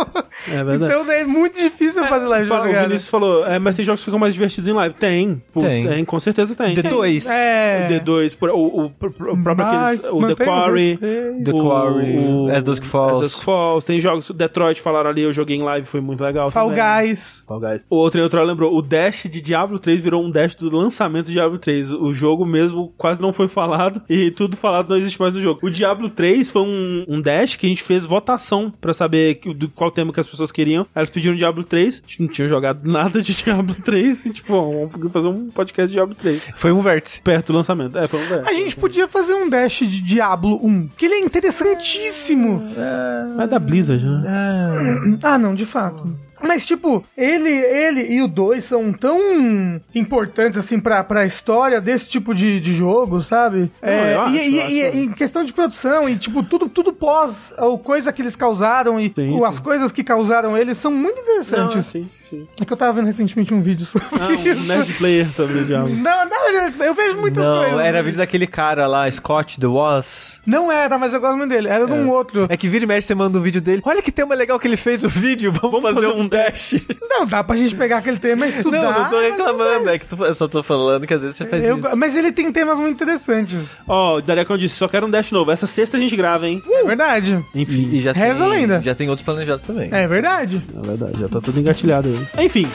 A: É verdade.
C: Então é muito difícil eu fazer live
A: Fala, o
C: jogando.
A: Vinícius falou, é, mas tem jogos que ficam mais divertidos em live. Tem. Pô,
B: Tem.
A: com certeza tem.
B: The 2.
C: É.
A: O D2, por- o, o, pr- pr- o próprio
C: Mas
A: aqueles, o The
C: mantenha o
A: Quarry.
C: respeito.
B: The Quarry, As Dusk Falls.
A: As Dusk Falls. Tem jogos, Detroit falaram ali, eu joguei em live, foi muito legal.
C: Fall
A: também. né?
C: Guys.
A: Fall Guys. O outro outro lembrou, o Dash de Diablo 3 virou um Dash do lançamento de Diablo 3. O jogo mesmo quase não foi falado e tudo falado não existe mais no jogo. O Diablo 3 foi um, um Dash que a gente fez votação pra saber que- do, qual tema que as pessoas queriam. Elas pediram Diablo 3, a gente não tinha jogado nada de Diablo 3 e tipo, ó, vamos fazer um podcast de Diablo 3.
B: Foi um vértice.
A: Perto do lançamento. É, foi um Dash.
C: A gente podia fazer um dash de Diablo 1, que ele é interessantíssimo.
A: Mas é da Blizzard, né?
C: Ah, não, de fato. Mas, tipo, ele, ele e o 2 são tão importantes, assim, pra, pra história desse tipo de, de jogo, sabe? É,
A: eu acho,
C: e, e-
A: eu
C: e-
A: acho.
C: e em questão de produção, e, tipo, tudo, tudo pós ou coisa que eles causaram e
A: Sim,
C: ou
A: sim.
C: as coisas que causaram eles são muito
A: Não,
C: interessantes.
A: é, sim, sim.
C: É que eu tava vendo recentemente um vídeo sobre
A: Ah,
C: isso.
A: um Nerd Player sobre o Diablo.
C: Não, não, gente, eu vejo muitas
B: Não,
C: coisas.
B: era vídeo daquele cara lá, Scott The Was.
C: Não era, mas eu gosto muito dele. Era de um outro.
B: É que vira e mexe, você manda um vídeo dele. Olha que tema legal que ele fez o vídeo, vamos,
A: Vamos
B: fazer,
A: fazer
B: um dash.
C: Não, dá pra gente pegar aquele tema e estudar.
B: não, não tô
C: um mas
B: reclamando, é que tu- eu só tô falando que às vezes você faz
C: eu-
B: isso.
C: mas ele tem temas muito interessantes.
A: Ó, o Darecão disse, só quero um Dash novo. Essa sexta a gente grava, hein?
C: É verdade.
A: Enfim.
B: E já
C: Reza a
B: tem,
C: lenda.
B: Já tem outros planejados também.
C: É verdade.
A: Na verdade, já tá tudo engatilhado aí. Enfim.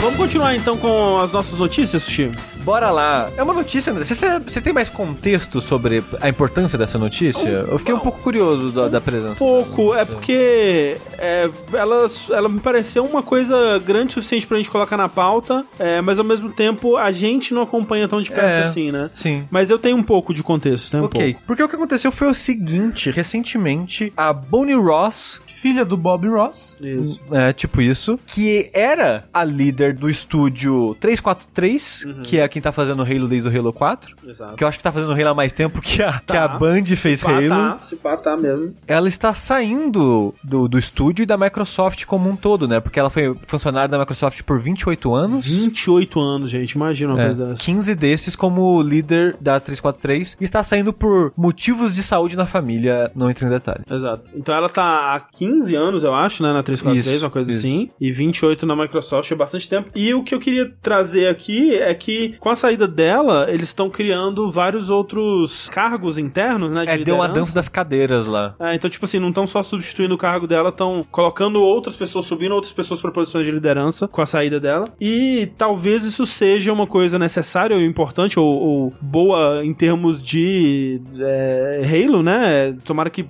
A: Vamos continuar então com as nossas notícias, Sushi?
B: Bora lá. É uma notícia, André. Você, sabe- você tem mais contexto sobre a importância dessa notícia? eu fiquei um pouco curioso da, da presença.
A: Pouco, é porque é, ela, ela me pareceu uma coisa grande o suficiente pra gente colocar na pauta, é, mas ao mesmo tempo a gente não acompanha tão de perto
B: É.
A: assim, né?
B: Sim.
A: Mas eu tenho um pouco de contexto, tem um
B: Ok,
A: pouco.
B: porque o que aconteceu foi o seguinte, recentemente, a Bonnie Ross,
C: Filha do Bob Ross.
A: Isso.
B: é, tipo isso, que era a líder do estúdio 343, que é quem tá fazendo Halo desde o Halo 4,
A: Uhum. Exato.
B: que eu acho que tá fazendo Halo há mais tempo que a, que a Band fez
A: Se pá,
B: Halo.
A: tá, se pá, tá mesmo.
B: ela está saindo do, do estúdio e da Microsoft como um todo, né? Porque ela foi funcionária da Microsoft por 28 anos.
A: 28 anos, gente, imagina uma
B: É,
A: coisa dessa.
B: 15 desses como líder da 343 e está saindo por motivos de saúde na família, não entra em detalhe.
A: Exato. Então ela tá há 15 anos, eu acho, né? Na 343,
B: Isso,
A: uma coisa
B: isso.
A: assim. E 28 na Microsoft, é bastante tempo. E o que eu queria trazer aqui é que, com a saída dela, eles estão criando vários outros cargos internos, né? de
B: É, deu uma
A: liderança.
B: dança das cadeiras lá.
A: É, então, tipo assim, não estão só substituindo o cargo dela, estão colocando outras pessoas, subindo outras pessoas para posições de liderança com a saída dela. E talvez isso seja uma coisa necessária ou importante, ou, ou boa em termos de é, Halo, né? Tomara que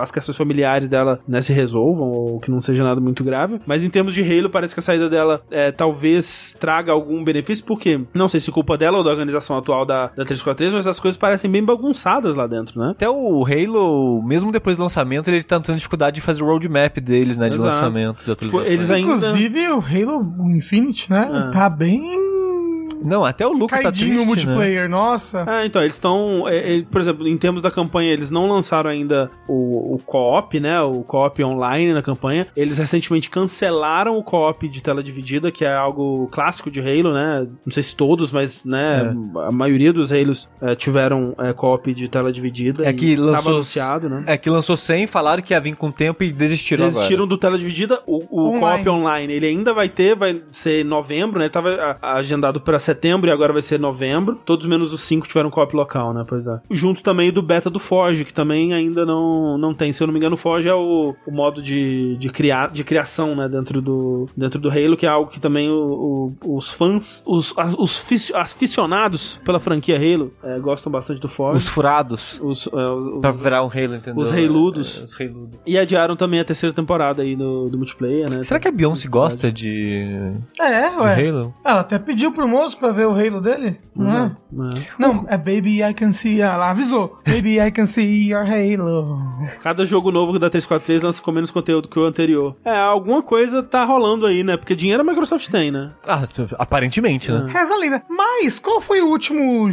A: as questões familiares dela né, se resolvam, ou que não seja nada muito grave. Mas em termos de Halo, parece que a saída dela é, talvez traga algum benefício, porque não sei se culpa dela ou da organização atual da, da 343, mas as coisas parecem bem bagunçadas lá dentro, né?
B: Até o Halo, mesmo depois do lançamento, ele tá tendo dificuldade de fazer o roadmap deles, né? De
A: Exato.
B: lançamento, de
A: Tipo,
B: atualização.
A: eles ainda...
C: Inclusive, o Halo Infinite, né?
A: Ah.
C: Tá bem
B: Não, até o Lucas tá
C: caidinho
B: triste,
C: o
B: né?
C: multiplayer, nossa.
A: Ah, então, eles estão. por exemplo, em termos da campanha, eles não lançaram ainda o, o co-op, né? O co-op online na campanha. Eles recentemente cancelaram o co-op de tela dividida, que é algo clássico de Halo, né? Não sei se todos, mas, né?
B: É.
A: A maioria dos Halos eh, tiveram eh, co-op de tela dividida.
B: É
A: e
B: que
A: tava
B: lançou-
A: anunciado, né?
B: É que lançou 100, falaram que ia vir com o tempo e desistiram,
A: Eles
B: agora.
A: tiram do tela dividida o, o
C: Online.
A: co-op online. Ele ainda vai ter, vai ser em novembro, né? Ele tava a- agendado pra setembro e agora vai ser novembro. Todos menos os cinco tiveram co-op local, né? Pois é. Junto também do beta do Forge, que também ainda não, não tem. Se eu não me engano, o Forge é o, o modo de, de, criar, de criação, né? Dentro do, dentro do Halo, que é algo que também o- o- os fãs, os, as- os fici- aficionados pela franquia Halo eh, gostam bastante do
B: Os
A: Forge.
B: furados.
A: Os- eh, os- os-
B: Pra virar um Halo, entendeu?
A: Os reiludos.
B: É, os reiludos.
A: E adiaram também a terceira temporada aí do, do multiplayer, né?
B: Será que a Beyoncé gosta de, de
C: É, ué.
B: Halo?
C: Ela até pediu pro moço pra ver o Halo dele? Não
B: Uhum.
C: é? Não, é Baby I Can See. Ah, lá avisou. Baby I Can See Your
B: Uhum.
C: Halo.
A: Cada jogo novo da 343 lança com menos conteúdo que o anterior. É, alguma coisa tá rolando aí, né? Porque dinheiro a Microsoft tem, né?
B: Ah, tu- aparentemente, né?
C: Reza a lenda. Mas qual foi o último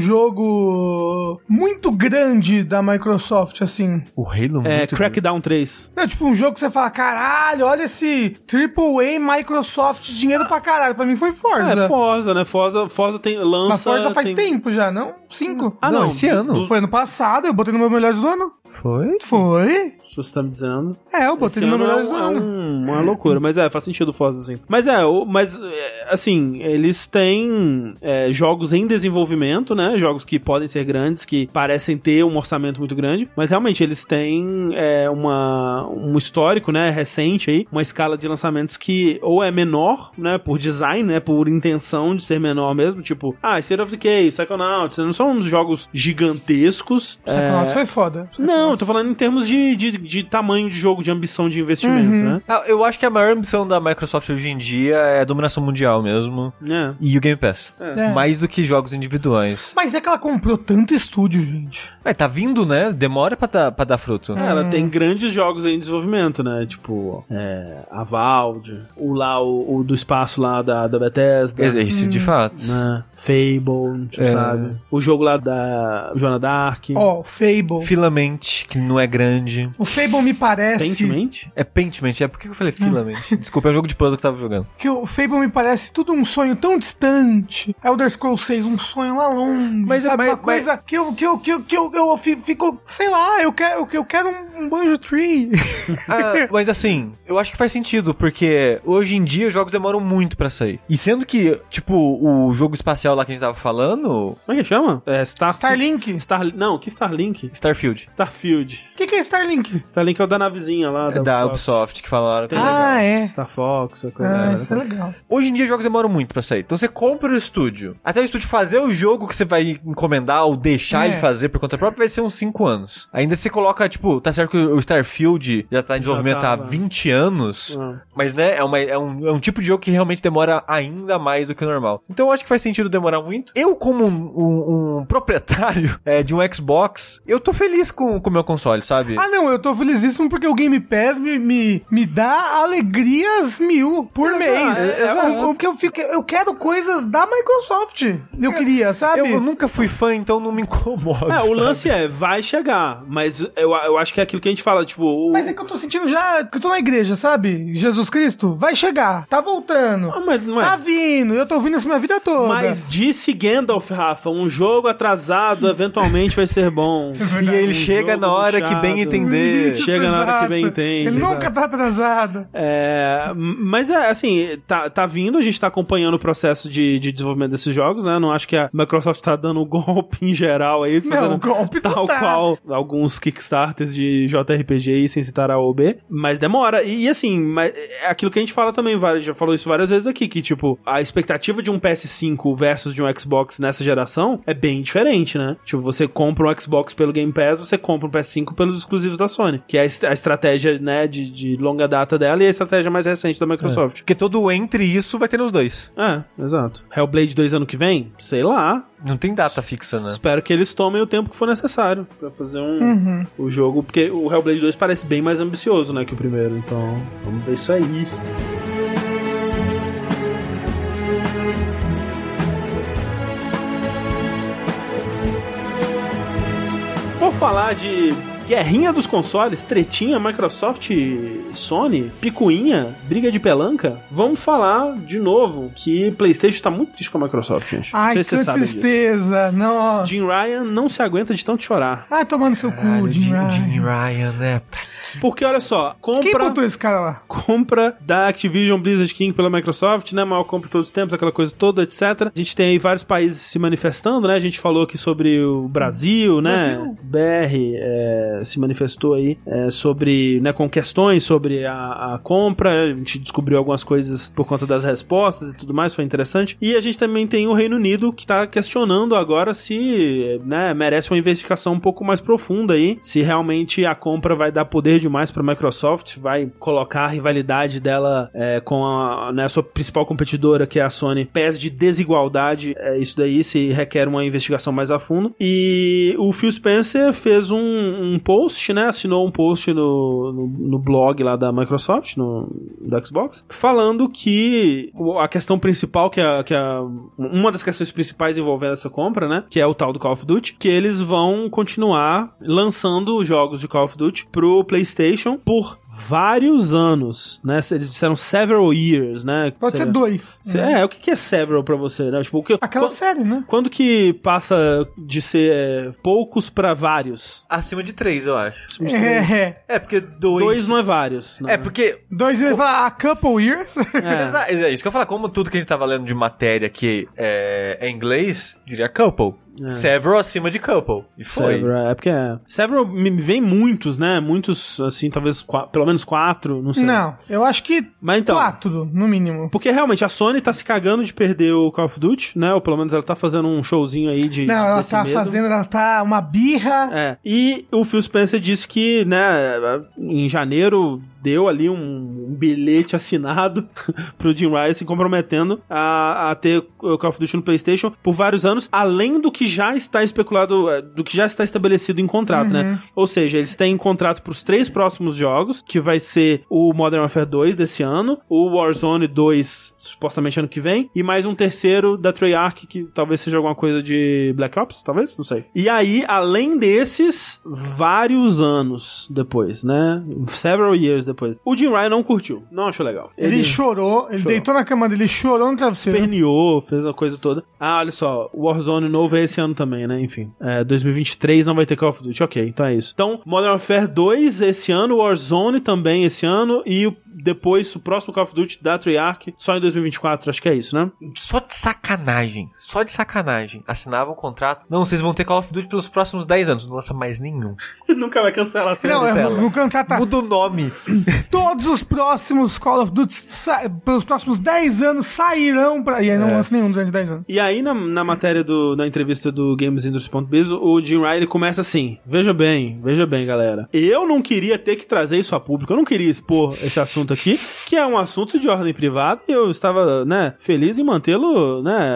C: jogo muito grande da Microsoft, assim?
B: O Halo
A: É,
B: muito
A: Crackdown 3.
C: É tipo um jogo que você fala, caralho, olha esse AAA Microsoft, dinheiro pra caralho. Pra mim foi Forza.
A: É, Forza, né? Forza, Forza tem, lança...
C: Mas Forza faz
A: tem-
C: tempo já, não? Cinco?
A: Ah, não.
B: Não, esse ano.
A: do-
C: Foi ano passado, eu botei no meu melhores do ano.
B: Foi?
C: Foi?
A: Se você tá me dizendo...
C: É, eu botei
A: Esse
C: no
A: ano
C: meu
A: é,
C: melhores do
A: um- é
C: ano.
A: um- uma loucura, mas é, faz sentido o Forza, assim. Mas é, o- mas é, assim, eles têm é, jogos em desenvolvimento, né? Jogos que podem ser grandes, que parecem ter um orçamento muito grande, mas realmente eles têm é, uma, um histórico, né, recente aí, uma escala de lançamentos que ou é menor, né, por design, né, por intenção de ser menor mesmo, tipo, ah, State of Decay, Psychonauts, não são uns jogos gigantescos, é,
C: Psychonauts foi foda.
A: não, eu tô falando em termos de, de, de tamanho de jogo, de ambição de investimento,
C: Uhum.
A: né?
B: Ah, eu acho que a maior ambição da Microsoft hoje em dia é a dominação mundial mesmo
A: né?
B: e o Game Pass.
C: É.
B: Mais do que jogos individuais.
C: Mas é que ela comprou tanto estúdio, gente.
B: É, tá vindo, né? Demora pra, tá- pra dar fruto.
A: É, Ela tem grandes jogos aí em desenvolvimento, né? Tipo, é, a Valve, o lá, o, o do espaço lá da, da Bethesda,
B: Esse, É, esse de fato.
A: né? Fable, tipo,
B: É.
A: sabe? O jogo lá da Joana Dark.
C: Ó, o Fable.
B: Filamente, que não é grande.
C: O Fable me parece.
A: Pentiment?
B: É Pentiment, é por que eu falei Filament? Desculpa, é um jogo de puzzle que eu tava jogando.
C: Que o Fable me parece tudo um sonho tão distante. Elder Scrolls 6, um sonho lá longe.
B: Mas é
C: sabe?
B: mais-
C: uma coisa que eu, que eu, que eu, que eu, eu fi- fico, sei lá, eu quero, eu quero um, um Banjo Tree.
B: Ah, mas assim, eu acho que faz sentido, porque hoje em dia os jogos demoram muito pra sair. E sendo que, tipo, o jogo espacial lá que a gente tava falando,
A: Como é que chama? É, Star...
C: Starlink. O
A: Star... Não, que Starlink?
B: Starfield,
A: Starfield.
C: que, que é Starlink?
A: Starlink é o da navezinha lá.
B: é da Ubisoft, que falaram.
A: Tem.
B: Ah,
C: ah, é.
A: Star Fox, essa coisa.
C: Ah,
A: né?
C: isso é legal.
B: Hoje em dia jogos demoram muito pra sair. Então você compra o estúdio. Até o estúdio fazer o jogo que você vai encomendar ou deixar
C: É.
B: ele fazer por conta própria vai ser uns 5 anos. Ainda você coloca, tipo, tá certo que o Starfield já tá em desenvolvimento há
A: tá, né?
B: 20 anos.
A: Ah.
B: Mas, né, é, uma- é um, é um tipo de jogo que realmente demora ainda mais do que o normal. Então, eu acho que faz sentido demorar muito. Eu, como um, um- um proprietário é, de um Xbox, eu tô feliz com com o meu console, sabe?
C: Ah, não, eu tô felizíssimo porque o Game Pass me, me, me dá alegrias mil por mês.
A: é, é,
C: Eu- Porque eu, fico, eu quero coisas da Microsoft. Eu queria, sabe?
B: eu, eu nunca fui fã, então não me incomoda.
A: É, o
B: sabe?
A: lance é, vai chegar, mas eu, eu acho que é aquilo que a gente fala, tipo... o-
C: Mas é que eu tô sentindo já que eu tô na igreja, sabe? Jesus Cristo vai chegar, tá voltando,
A: Ah, mas não é.
C: tá vindo, eu tô ouvindo isso minha vida toda.
A: Mas disse Gandalf, Rafa, um jogo atrasado eventualmente vai ser
C: É
A: bom.
B: E ele chega
A: jogo
B: na hora que
A: puxado.
B: bem entender.
C: Isso,
A: Chega na hora que bem
C: exato.
A: entende,
C: Ele nunca
A: exato.
C: tá atrasado.
A: É, mas é assim, tá, tá vindo, a gente tá acompanhando o processo de, de desenvolvimento desses jogos, né? Não acho que a Microsoft tá dando um golpe em geral aí, fazendo
C: Não, o golpe não
A: tal
C: tá.
A: qual alguns Kickstarters de JRPG e sem citar a OB, mas demora. E, e, assim, mas é aquilo que a gente fala também, várias- já falou isso várias vezes aqui, que tipo, a expectativa de um PS5 versus de um Xbox nessa geração é bem diferente, né? Tipo, você compra um Xbox pelo Game Pass, você compra um PS5 pelos exclusivos da Sony, que é a, est- a estratégia, né, de, de longa data dela e a estratégia mais recente da Microsoft.
B: Porque todo entre isso vai ter nos dois.
A: É, exato. Hellblade 2 ano que vem? Sei lá.
B: Não tem data fixa, né?
A: Espero que eles tomem o tempo que for necessário pra fazer um,
C: Uhum.
A: o jogo, porque o Hellblade 2 parece bem mais ambicioso, né, que o primeiro, então vamos ver isso aí. Por falar de guerrinha dos consoles, tretinha, Microsoft, Sony, picuinha, briga de pelanca, vamos falar de novo que PlayStation tá muito triste com a Microsoft, gente.
C: Ai,
A: não sei
C: que
A: se vocês sabem disso.
C: tristeza. Não.
A: Jim Ryan não se aguenta de tanto chorar.
C: Ai, tomando seu cu, Jim Ryan.
B: Ryan, né?
A: Porque olha só,
C: Quem
A: compra
C: botou esse cara lá?
A: compra da Activision Blizzard King pela Microsoft, né? Maior compra de todos os tempos, aquela coisa toda, etc. A gente tem aí vários países se manifestando, né? A gente falou aqui sobre o Brasil, né? BR, é, é, se manifestou aí é, sobre, né, com questões sobre a, a compra, a gente descobriu algumas coisas por conta das respostas e tudo mais, foi interessante. E a gente também tem o Reino Unido que tá questionando agora se, né, merece uma investigação um pouco mais profunda aí, se realmente a compra vai dar poder demais para Microsoft, vai colocar a rivalidade dela é, com a, né, a sua principal competidora, que é a Sony, pés de desigualdade. É, isso daí se requer uma investigação mais a fundo. E o Phil Spencer fez um, um post, né? Assinou um post no, no, no, blog lá da Microsoft, no do Xbox, falando que a questão principal, que é, que é uma das questões principais envolvendo essa compra, né? Que é o tal do Call of Duty, que eles vão continuar lançando jogos de Call of Duty pro PlayStation por vários anos, né? Eles disseram several years, né?
C: Pode Sei ser lá. dois.
A: É, é, o que é several pra você, né? Tipo, que,
C: Aquela
A: quando,
C: série, né?
A: Quando que passa de ser é, poucos pra vários? Tipo,
B: Acima de três, eu acho.
C: É.
B: É, porque dois...
A: Dois não é vários. Não.
B: É, porque...
C: Dois, ele fala, a couple years.
B: É. Exa- é isso que eu ia falar, como tudo que a gente tava lendo de matéria que é, é inglês, diria couple. É. Several acima de couple. E foi.
A: Several, é porque é. Several me vem muitos, né? Muitos, assim, talvez qu- pelo menos quatro, não sei.
C: Não, eu acho que
A: Mas então-
C: quatro, no mínimo.
A: Porque realmente a Sony tá se cagando de perder o Call of Duty, né? Ou pelo menos ela tá fazendo um showzinho aí de.
C: Não, ela
A: desse
C: tá
A: medo.
C: fazendo, ela tá uma birra.
A: É. E o Phil Spencer disse que, né, em janeiro deu ali um bilhete assinado pro Jim Ryan se comprometendo a, a ter o Call of Duty no PlayStation por vários anos, além do que já está especulado, eh, do que já está estabelecido em contrato, né? Ou seja, eles têm contrato pros três próximos jogos, que vai ser o Modern Warfare 2 desse ano, o Warzone 2 supostamente ano que vem, e mais um terceiro da Treyarch, que talvez seja alguma coisa de Black Ops, talvez, não sei. E aí, além desses, vários anos depois, né? Several years depois. O Jim Ryan não curtiu, não achou legal.
C: Ele, chorou,
A: É,
C: ele
A: chorou.
C: deitou na cama dele, chorou no travesseiro.
A: Perneou, fez a coisa toda. Ah, olha só, o Warzone novo é esse ano também, né? Enfim, é, 2023 não vai ter Call of Duty. Ok, então é isso. Então, Modern Warfare 2 esse ano, Warzone também esse ano e o- depois o próximo Call of Duty da Treyarch só em 2024, acho que é isso, né?
B: Só de sacanagem. Só de sacanagem. Assinava um contrato. Não, vocês vão ter Call of Duty pelos próximos 10 anos. Não lança mais nenhum.
A: Nunca vai cancelar essa
C: Não, é,
B: Cancela.
C: no cantar tá
B: Muda o nome.
C: todos os próximos Call of Duty, sa- pelos próximos 10 anos, sairão pra... E aí não
A: É.
C: lança nenhum durante 10 anos.
A: E aí, na, na matéria do, na entrevista do GamesIndustry.biz, o Jim Ryan ele começa assim: Veja bem, veja bem, galera. Eu não queria ter que trazer isso a público, eu não queria expor esse assunto aqui, que é um assunto de ordem privada, e eu estava, né, feliz em mantê-lo, né,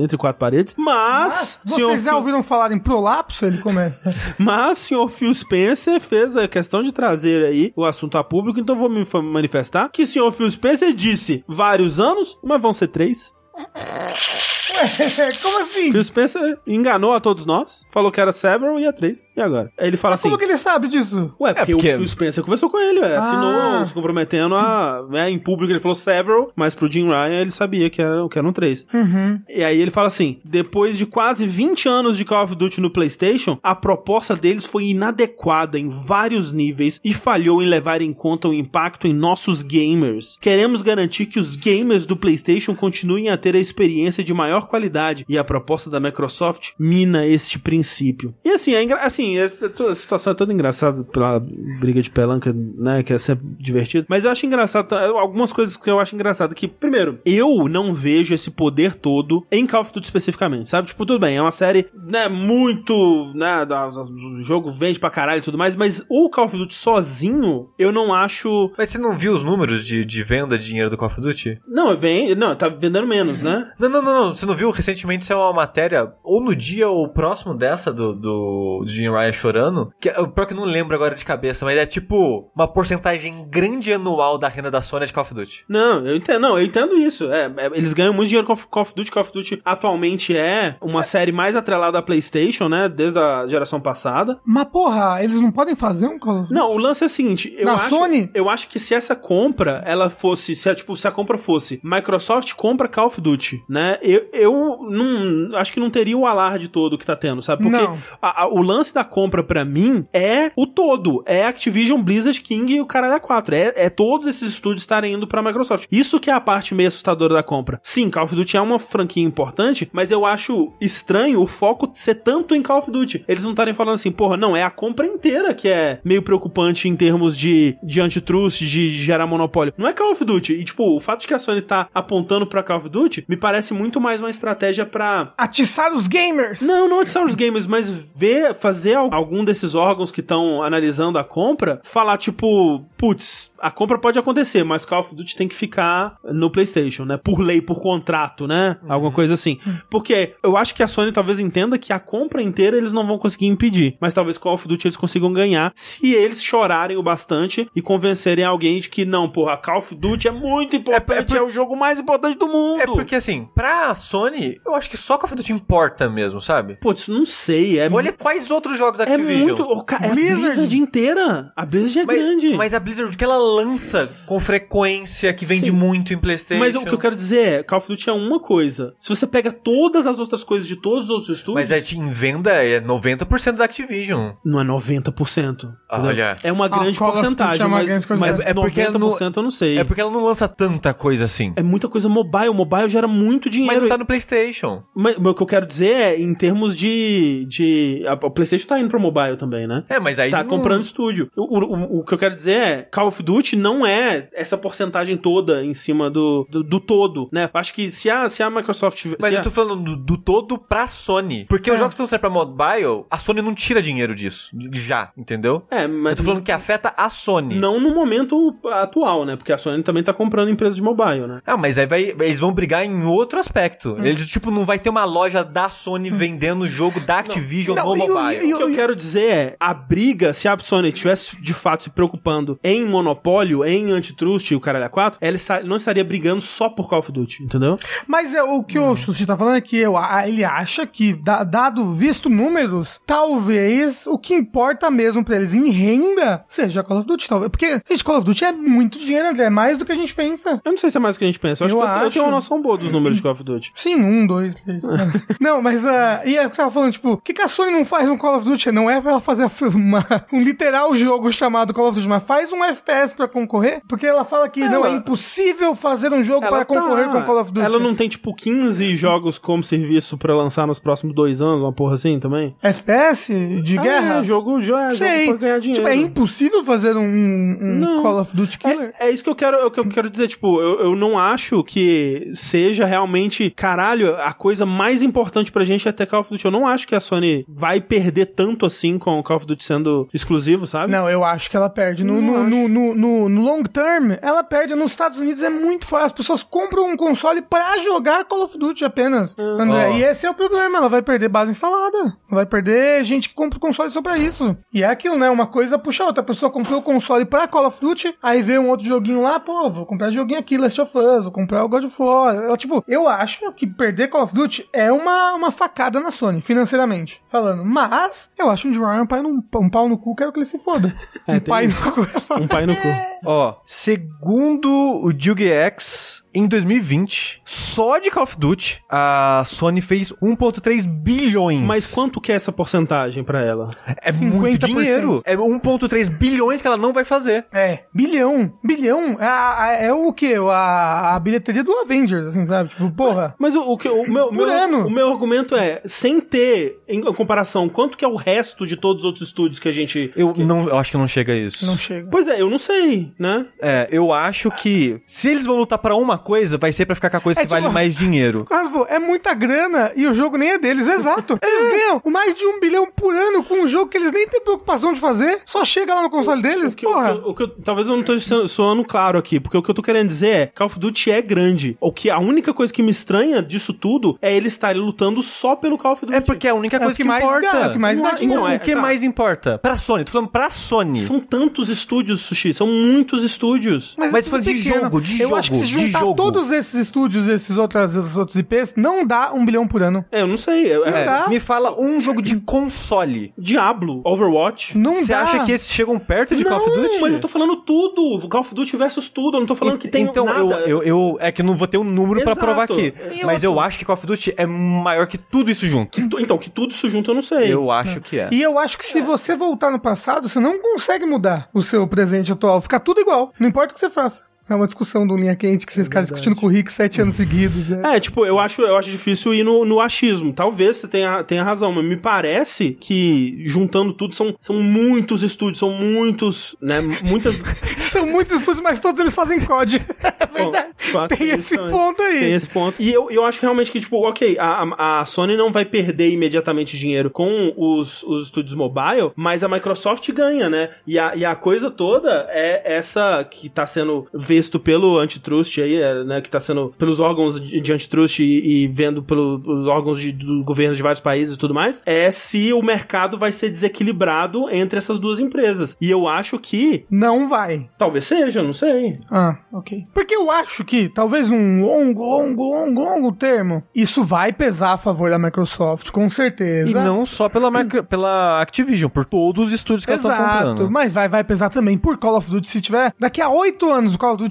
A: entre quatro paredes. Mas, senhor
C: Vocês já
A: Phil-
C: ouviram falar em prolapso? Ele começa.
A: mas senhor Phil Spencer fez a questão de trazer aí o assunto a público, então vou me fa- manifestar que o senhor Phil Spencer disse vários anos, mas vão ser três.
C: Ué, como assim?
A: Phil Spencer enganou a todos nós, falou que era Several e a 3. E agora? Aí ele fala assim.
C: Como que ele sabe disso?
A: Ué, porque,
B: porque-
A: o Phil Spencer conversou com ele, ué, assinou
C: Ah.
A: se comprometendo a. né, em público ele falou several, mas pro Jim Ryan ele sabia que eram que eram três.
C: Uhum.
A: E aí ele fala assim: depois de quase 20 anos de Call of Duty no PlayStation, a proposta deles foi inadequada em vários níveis e falhou em levar em conta o impacto em nossos gamers. Queremos garantir que os gamers do PlayStation continuem a ter a experiência de maior qualidade e a proposta da Microsoft mina este princípio. E assim, é engra- assim essa- toda a situação é toda engraçada pela briga de pelanca, né, que é sempre divertido, mas eu acho engraçado tá, algumas coisas que eu acho engraçado que primeiro, eu não vejo esse poder todo em Call of Duty especificamente, sabe? Tipo, tudo bem, é uma série, né, muito, né, da- o jogo vende pra caralho e tudo mais, mas o Call of Duty sozinho, eu não acho,
B: Mas você não viu os números de, de venda de dinheiro do Call of Duty?
A: não, vem, não, tá vendendo menos, né?
B: Não, não, não, não. Você não viu? Recentemente saiu uma matéria, ou no dia ou próximo dessa do, do, do Jim Ryan chorando. Que, eu- pior que eu não lembro agora de cabeça, mas é tipo uma porcentagem grande anual da renda da Sony é de Call of Duty.
A: Não, eu entendo, não, eu entendo isso. É, é, eles ganham muito dinheiro com Call of Duty. Call of Duty atualmente é uma série mais atrelada à PlayStation, né? Desde a geração passada.
C: Mas porra, eles não podem fazer um Call of Duty?
A: Não, o lance é o seguinte, eu
C: Na
A: acho,
C: Sony?
A: eu acho que se essa compra, ela fosse, se a, tipo, se a compra fosse Microsoft compra Call of Duty, né? Eu, eu não, acho que não teria o alarde todo que tá tendo, sabe? Porque
C: Não.
A: a- a- o lance da compra pra mim é o todo. É Activision, Blizzard, King e o cara da 4. É, é todos esses estúdios estarem indo pra Microsoft. Isso que é a parte meio assustadora da compra. Sim, Call of Duty é uma franquia importante, mas eu acho estranho o foco ser tanto em Call of Duty. Eles não estarem falando assim, porra, não, é a compra inteira que é meio preocupante em termos de, de antitrust, de gerar monopólio. Não é Call of Duty. E, tipo, o fato de que a Sony tá apontando pra Call of Duty me parece muito mais uma estratégia pra
C: Atiçar os gamers!
A: não, não atiçar os gamers, mas ver, fazer al- algum desses órgãos que estão analisando a compra, falar tipo, putz, a compra pode acontecer, mas Call of Duty tem que ficar no PlayStation, né? Por lei, por contrato, né? Alguma coisa assim. Porque eu acho que a Sony talvez entenda que a compra inteira eles não vão conseguir impedir, mas talvez Call of Duty eles consigam ganhar se eles chorarem o bastante e convencerem alguém de que não, porra, Call of Duty é muito importante, é,
B: por-
A: o jogo mais importante do mundo.
B: É porque assim, pra Sony, eu acho que só Call of Duty importa mesmo, sabe?
A: Putz, não sei, é
B: Olha quais outros jogos da
A: É
B: Activision.
A: muito. o ca- é
C: Blizzard.
A: a Blizzard inteira. A Blizzard é
B: Mas,
A: grande.
B: mas a Blizzard, o que ela lança com frequência, que vende
A: Sim.
B: muito em Playstation.
A: Mas o que eu quero dizer é, Call of Duty é uma coisa. Se você pega todas as outras coisas de todos os outros estúdios,
B: Mas é, de- em venda é 90% da Activision.
A: não é 90%.
B: Ah,
A: entendeu?
B: olha.
A: É uma grande
C: Call of Duty
A: porcentagem,
C: é uma
A: mas,
C: grande porcentagem.
A: mas
B: É porque
A: 90% eu não sei.
B: É porque ela não lança tanta coisa assim.
A: É muita coisa mobile, mobile gera muito
B: mas
A: dinheiro.
B: não tá no Playstation.
A: Mas- mas o que eu quero dizer é, em termos de. de a, o PlayStation tá indo pro mobile também, né?
B: É, mas aí.
A: tá
B: não-
A: comprando estúdio. O, o- o- o que eu quero dizer é, Call of Duty não é essa porcentagem toda em cima do, do, do todo, né? Acho que se a, se a Microsoft... se
B: Mas
A: a-
B: eu tô falando do, do todo pra Sony. Porque
C: É.
B: os jogos que estão saindo pra mobile, a Sony não tira dinheiro disso. de- Já, entendeu?
A: É, mas
B: Eu tô falando que afeta a Sony.
A: não no momento atual, né? Porque a Sony também tá comprando empresas de mobile, né?
B: Ah, mas aí vai- eles vão brigar em outro aspecto. Eles, tipo, não vai ter uma loja da Sony vendendo o jogo da Activision
C: Não,
B: no
C: e o-
B: mobile.
C: e
A: O que eu quero dizer é, a briga, se a Sony tivesse de fato se preocupando em monopólio, em antitrust e o cara da 4, ela está- não estaria brigando só por Call of Duty, entendeu?
C: Mas é, o que o Xuxi tá falando é que eu- a- ele acha que, da- dado visto números, talvez o que importa mesmo pra eles em renda seja Call of Duty, talvez. Porque, gente, Call of Duty é muito dinheiro, André, é mais do que a gente pensa.
A: Eu não sei se é mais o que a gente pensa. Eu acho
C: Eu
A: que eu, eu tenho uma
C: acho.
A: noção boa dos números de Call of Duty.
C: Sim, um, dois, três. não, mas ah, e é o que eu tava falando, tipo, o que, que a Sony não faz um Call of Duty? Não é pra ela fazer uma- um literal jogo chamado Call of Duty, mas faz um FPS pra concorrer? Porque ela fala que não, é
A: Ela-
C: impossível fazer um jogo para
A: Ela
C: concorrer
A: tá-
C: com Call of Duty.
A: Ela não tem, tipo, 15 jogos como serviço pra lançar nos próximos dois anos, uma porra assim também?
C: FPS de
A: Ah,
C: guerra?
A: É, jogo, jo- é,
C: Sei.
A: jogo pra ganhar dinheiro.
C: Tipo, é impossível fazer um, um
A: Não.
C: Call of Duty Killer?
A: É, é isso que eu quero, é o que eu quero dizer, tipo, eu, eu não acho que seja realmente, caralho, a coisa mais importante pra gente é ter Call of Duty. Eu não acho que a Sony vai perder tanto assim com o Call of Duty sendo exclusivo, sabe?
C: Não, eu acho que ela perde. No, no, no, no, no- no long term, ela perde. Nos Estados Unidos é muito fácil. As pessoas compram um console pra jogar Call of Duty apenas.
A: Ah.
C: André,
B: Ó.
C: e esse é o problema. Ela vai perder base instalada. Vai perder gente que compra o console só pra isso. E é aquilo, né? Uma coisa puxa a outra. A pessoa comprou o console pra Call of Duty, aí vê um outro joguinho lá, pô, vou comprar joguinho aqui, Last of Us, vou comprar o God of War. Ela, tipo, eu acho que perder Call of Duty é uma, uma facada na Sony, financeiramente falando. Mas, eu acho um Ryan um, pai num- um pau no cu, quero que ele se foda. um
A: É, tem
C: pai
A: isso.
C: no cu.
A: Um pai no cu.
B: Ó, segundo o DuGX, em 2020, só de Call of Duty, a Sony fez 1.3 bilhões.
A: Mas quanto que é essa porcentagem pra ela?
B: É muito
C: 50%.
B: dinheiro. É 1.3 bilhões que ela não vai fazer.
C: É, bilhão, bilhão. É, a- a- é o quê? A, a bilheteria do Avengers, assim, sabe? Tipo, porra.
A: Mas o, o que o meu, meu-
C: ano.
A: o meu argumento é, sem ter em comparação, quanto que é o resto de todos os outros estúdios que a gente
B: Eu não, eu acho que não chega a isso.
C: Não chega.
A: Pois é, eu não sei, né?
B: É, eu acho que se eles vão lutar pra uma coisa, vai ser pra ficar com a coisa
C: É
B: que
C: tipo-
B: vale mais dinheiro.
C: Casvo, é muita grana e o jogo nem é deles, exato. Eles ganham mais de um bilhão por ano com um jogo que eles nem têm preocupação de fazer, só chega lá no console deles,
A: O que,
C: porra.
A: o que- o que eu- talvez eu não tô so- soando claro aqui, porque o que eu tô querendo dizer é, Call of Duty é grande. O que a única coisa que me estranha disso tudo é eles estarem lutando só pelo Call of Duty.
B: É porque é a única
C: é o
B: coisa
C: que
B: que,
C: mais
B: importa.
C: dá, é o que mais dá
A: Não,
C: dinheiro.
A: então, é-
B: o que
A: tá.
B: mais importa? Pra Sony, tô falando pra Sony.
A: são tantos estúdios, Sushi, são muitos muitos estúdios.
B: Mas
C: é
B: tô falando
C: tudo
B: de
C: pequeno.
B: jogo, de
C: Eu
B: jogo,
C: acho que se
B: de
C: juntar
B: jogo.
C: todos esses estúdios, esses outras, esses outros IPs, não dá um bilhão por ano.
A: É, eu não sei. é- é-
B: É,
C: dá.
B: Me fala um jogo de console.
A: Diablo, Overwatch.
C: Não
B: Você
C: dá.
B: acha que esses chegam perto de
A: não,
B: Call of Duty?
A: mas eu tô falando tudo. Call of Duty versus tudo. Eu não tô falando que tem
B: então,
A: nada.
B: eu, eu, eu- é que eu não vou ter um número pra
A: Exato.
B: provar aqui.
A: E
B: mas eu acho que Call of Duty é maior que tudo isso junto.
A: Que tu- Então, que tudo isso junto eu não sei.
B: Eu acho que é.
C: E eu acho que se você voltar no passado, você não consegue mudar o seu presente atual. Fica tudo igual. Não importa o que você faça. É uma discussão do Linha Quente que vocês ficaram discutindo com o Rick sete anos seguidos. É.
A: É, tipo, eu acho, eu acho difícil ir no, no achismo. Talvez você tenha, tenha razão, mas me parece que juntando tudo são, são muitos estúdios, são muitos, né? Muitas.
C: São muitos estúdios, mas todos eles fazem COD. É verdade.
A: fato, é
C: Tem
A: isso né?
C: esse
A: também.
C: ponto aí.
A: Tem esse ponto. E eu, eu acho realmente que, tipo, ok, a, a- a Sony não vai perder imediatamente dinheiro com os, os estúdios mobile, mas a Microsoft ganha, né? E a, e a coisa toda é essa que tá sendo visto pelo antitrust aí, é, né? Que tá sendo pelos órgãos de, de antitrust e, e vendo pelos órgãos de, do governo de vários países e tudo mais, é se o mercado vai ser desequilibrado entre essas duas empresas. E eu acho que
C: Não vai.
A: talvez seja, não sei.
C: Ah, ok. Porque eu acho que, talvez num longo, longo, longo, longo termo, isso vai pesar a favor da Microsoft, com certeza.
B: E não só pela, micro- pela Activision, por todos os estúdios que ela tá
C: Exato,
B: comprando.
C: mas vai, vai pesar também por Call of Duty se tiver. Daqui a oito anos, o Call of Duty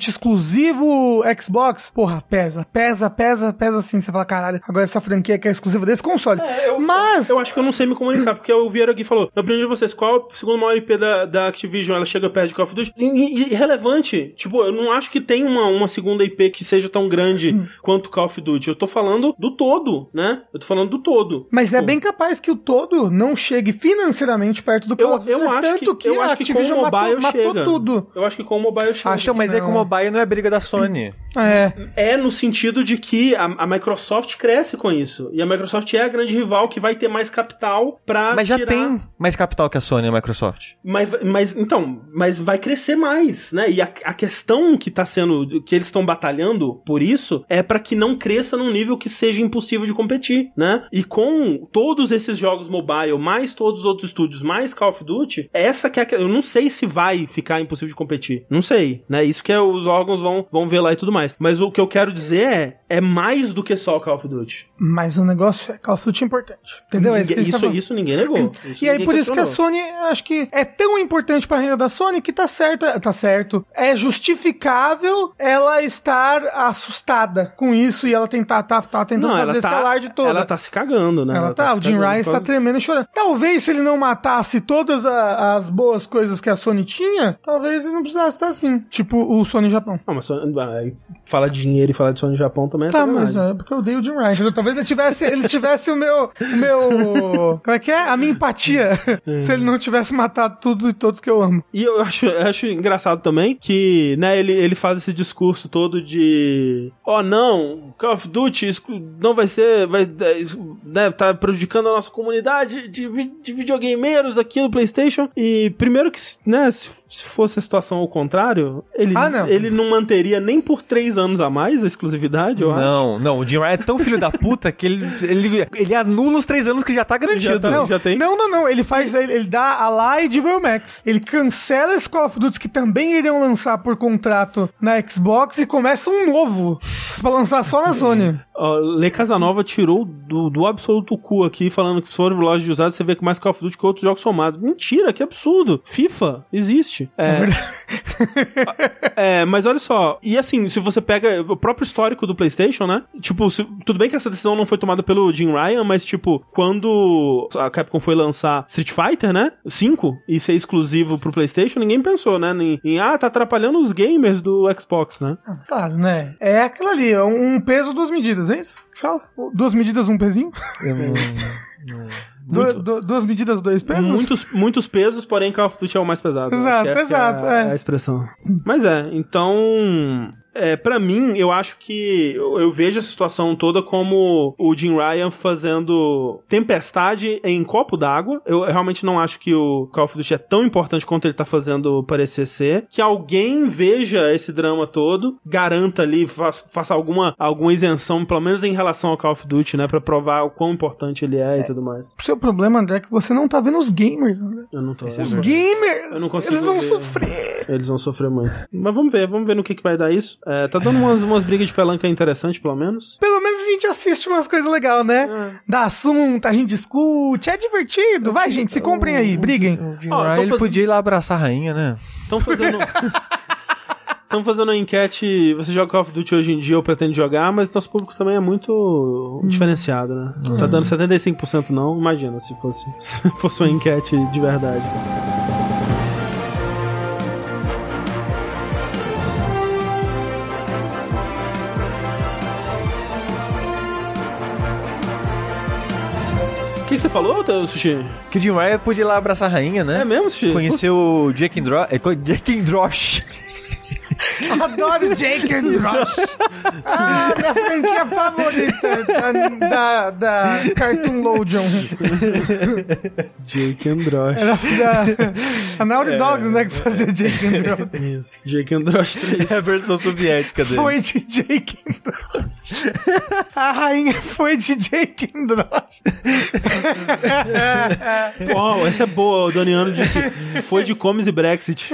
C: exclusivo Xbox, porra, pesa, pesa, pesa, pesa sim. Você fala, caralho, agora essa franquia que é exclusiva desse console. mas,
A: É, Eu acho que eu não sei me comunicar, porque eu ouvi aqui e falou: eu aprendi de vocês, qual é o segundo maior IP da, da Activision? Ela chega perto de Call of Duty. E- E, e relevante. Tipo, eu não acho que tem uma, uma segunda IP que seja tão grande
C: Hum.
A: quanto Call of Duty. Eu tô falando do todo, né? Eu tô falando do todo.
C: mas é
A: Tipo,
C: bem capaz que o todo não chegue financeiramente perto do Call
A: Eu,
C: of Duty. é
A: eu acho
C: tanto
A: que, eu
C: a
A: acho que com o
C: Activision
A: mobile
C: matou, matou
A: chega.
C: tudo.
A: Eu acho que com o mobile chega.
B: Então, mas é que o mobile não é briga da Sony.
C: É.
A: É no sentido de que a, a Microsoft cresce com isso. E a Microsoft é a grande rival que vai ter mais capital pra.
B: Mas já
A: tirar...
B: tem mais capital que a Sony e a Microsoft.
A: Mas, mas então, mas vai crescer mais, né? E a, a questão que tá sendo, que eles estão batalhando por isso, é pra que não cresça num nível que seja impossível de competir, né? E com todos esses jogos mobile, mais todos os outros estúdios, mais Call of Duty, essa que é a, que- eu não sei se vai ficar impossível de competir, não sei, né? Isso que é, os órgãos vão, vão ver lá e tudo mais. Mas o que eu quero dizer é, é mais do que só o Call of Duty.
C: Mas o negócio é Call of Duty é importante. Entendeu? É isso que a gente tá
A: isso,
C: falando.
A: isso ninguém negou. Isso
C: E aí,
A: ninguém
C: por isso que a
A: questionou.
C: Sony, acho que é tão importante pra renda da Sony que tá certo, tá certo. É justificável ela estar assustada com isso e ela tentar, tá, tá tentando
A: não,
C: fazer
A: ela
C: esse
A: tá,
C: alarde todo.
A: ela tá se cagando, né?
C: Ela tá,
A: se
C: o Jim
A: cagando por
C: Ryan tá
A: causa-
C: tremendo e chorando. Talvez se ele não matasse todas a- as boas coisas que a Sony tinha, talvez ele não precisasse estar assim. Tipo o Sony Japão.
A: Não, mas Sony- aí fala de dinheiro e fala de Sony Japão também é
C: Tá,
A: sacanagem.
C: mas é porque eu odeio o Jim Ryan. entendeu? Talvez ele tivesse, ele tivesse o meu, o meu, como é que é? A minha empatia.
A: É.
C: se ele não tivesse matado tudo e todos que eu amo.
A: E eu acho, eu acho engraçado também que, né, ele, ele faz esse discurso todo de... Oh, não, Call of Duty exclu- não vai ser... Vai, é, isso, né, tá prejudicando a nossa comunidade de, vi- de videogameiros aqui no Playstation. E primeiro que, se- né, se, se fosse a situação ao contrário, ele,
C: Ah, não.
A: ele não manteria nem por três anos a mais a exclusividade, eu acho.
B: Não, não, o Jim Ryan é tão filho da puta que ele, ele, ele é anula os três anos que já tá garantido.
A: Já tá-
B: Não,
A: tem?
C: Não, não, não. Ele faz. Ele, ele dá a lá e de Max. Ele cancela esse Call of Duty que também iriam lançar por contrato na Xbox e começa um novo. Pra lançar só na Sony.
A: Ó, Le Casanova tirou do, do absoluto cu aqui, falando que se for loja de usados, você vê que mais Call of Duty que outros jogos somados. Mentira, que absurdo. FIFA existe. É, é, mas olha só. E assim, se você pega o próprio histórico do PlayStation, né? Tipo, se- tudo bem que essa decisão não foi tomada pelo Jim Ryan, mas tipo, quando a Capcom foi lançar Street Fighter, né? 5 e ser exclusivo pro PlayStation, ninguém pensou, né? Em, em, ah, tá atrapalhando os gamers do Xbox, né?
C: Ah, Claro, né? É aquilo ali, é um um peso, duas medidas, é isso? Fala. Duas medidas, um pezinho? Du- du- duas medidas, dois pesos?
A: Muitos, muitos pesos, porém Call of Duty é o mais pesado.
C: Exato,
A: Acho que essa
C: exato,
A: É, a-
C: é.
A: a expressão. Mas é, então. é, É, para mim, eu acho que eu, eu vejo a situação toda como o Jim Ryan fazendo tempestade em copo d'água. Eu realmente não acho que o Call of Duty é tão importante quanto ele tá fazendo parecer ser. Que alguém veja esse drama todo, garanta ali, fa- faça alguma, alguma isenção, pelo menos em relação ao Call of Duty, né? Pra provar o quão importante ele é, e tudo mais.
C: O seu problema, André, é que você não tá vendo os gamers, André.
A: Eu não tô.
B: Esse é
C: Os
B: verdade.
C: gamers!
A: Eu não consigo
C: eles vão
A: ver.
C: sofrer!
A: Eles vão sofrer muito. Mas vamos ver, vamos ver no que, que vai dar isso. É, tá dando umas, umas brigas de pelanca interessantes, pelo menos.
C: Pelo menos a gente assiste umas coisas legais, né?
A: É.
C: Dá assunto, a gente discute, é divertido. Vai, gente, se comprem aí, briguem.
B: O Jim
A: Ó,
B: Ryan,
A: tô
B: ele
A: fazendo-
B: podia ir lá abraçar a rainha, né?
A: Estão fazendo. Estão fazendo uma enquete. Você joga Call of Duty hoje em dia ou pretende jogar, mas nosso público também é muito diferenciado, né? Tá dando 75% não, imagina se fosse, se fosse uma enquete de verdade. O que, que você falou, Sushi?
B: Que o Jim Ryan podia ir lá abraçar a rainha, né?
A: É mesmo, Sushi?
B: Conheceu o Jack Andro... é, co- Jack Androsh.
C: Adoro Jake and Josh. Ah, minha franquia favorita da, da, da Cartoon Logion.
A: Jake Androsh.
C: Era da, a Naughty Dogs, né, que fazia Jake and Josh.
A: Isso. Jake Androsh 3.
B: É a versão soviética dele.
C: Foi de Jake and Josh. A rainha foi de Jake and Josh.
A: Uau, essa é boa, o Doniano disse. Foi de Comes e Brexit.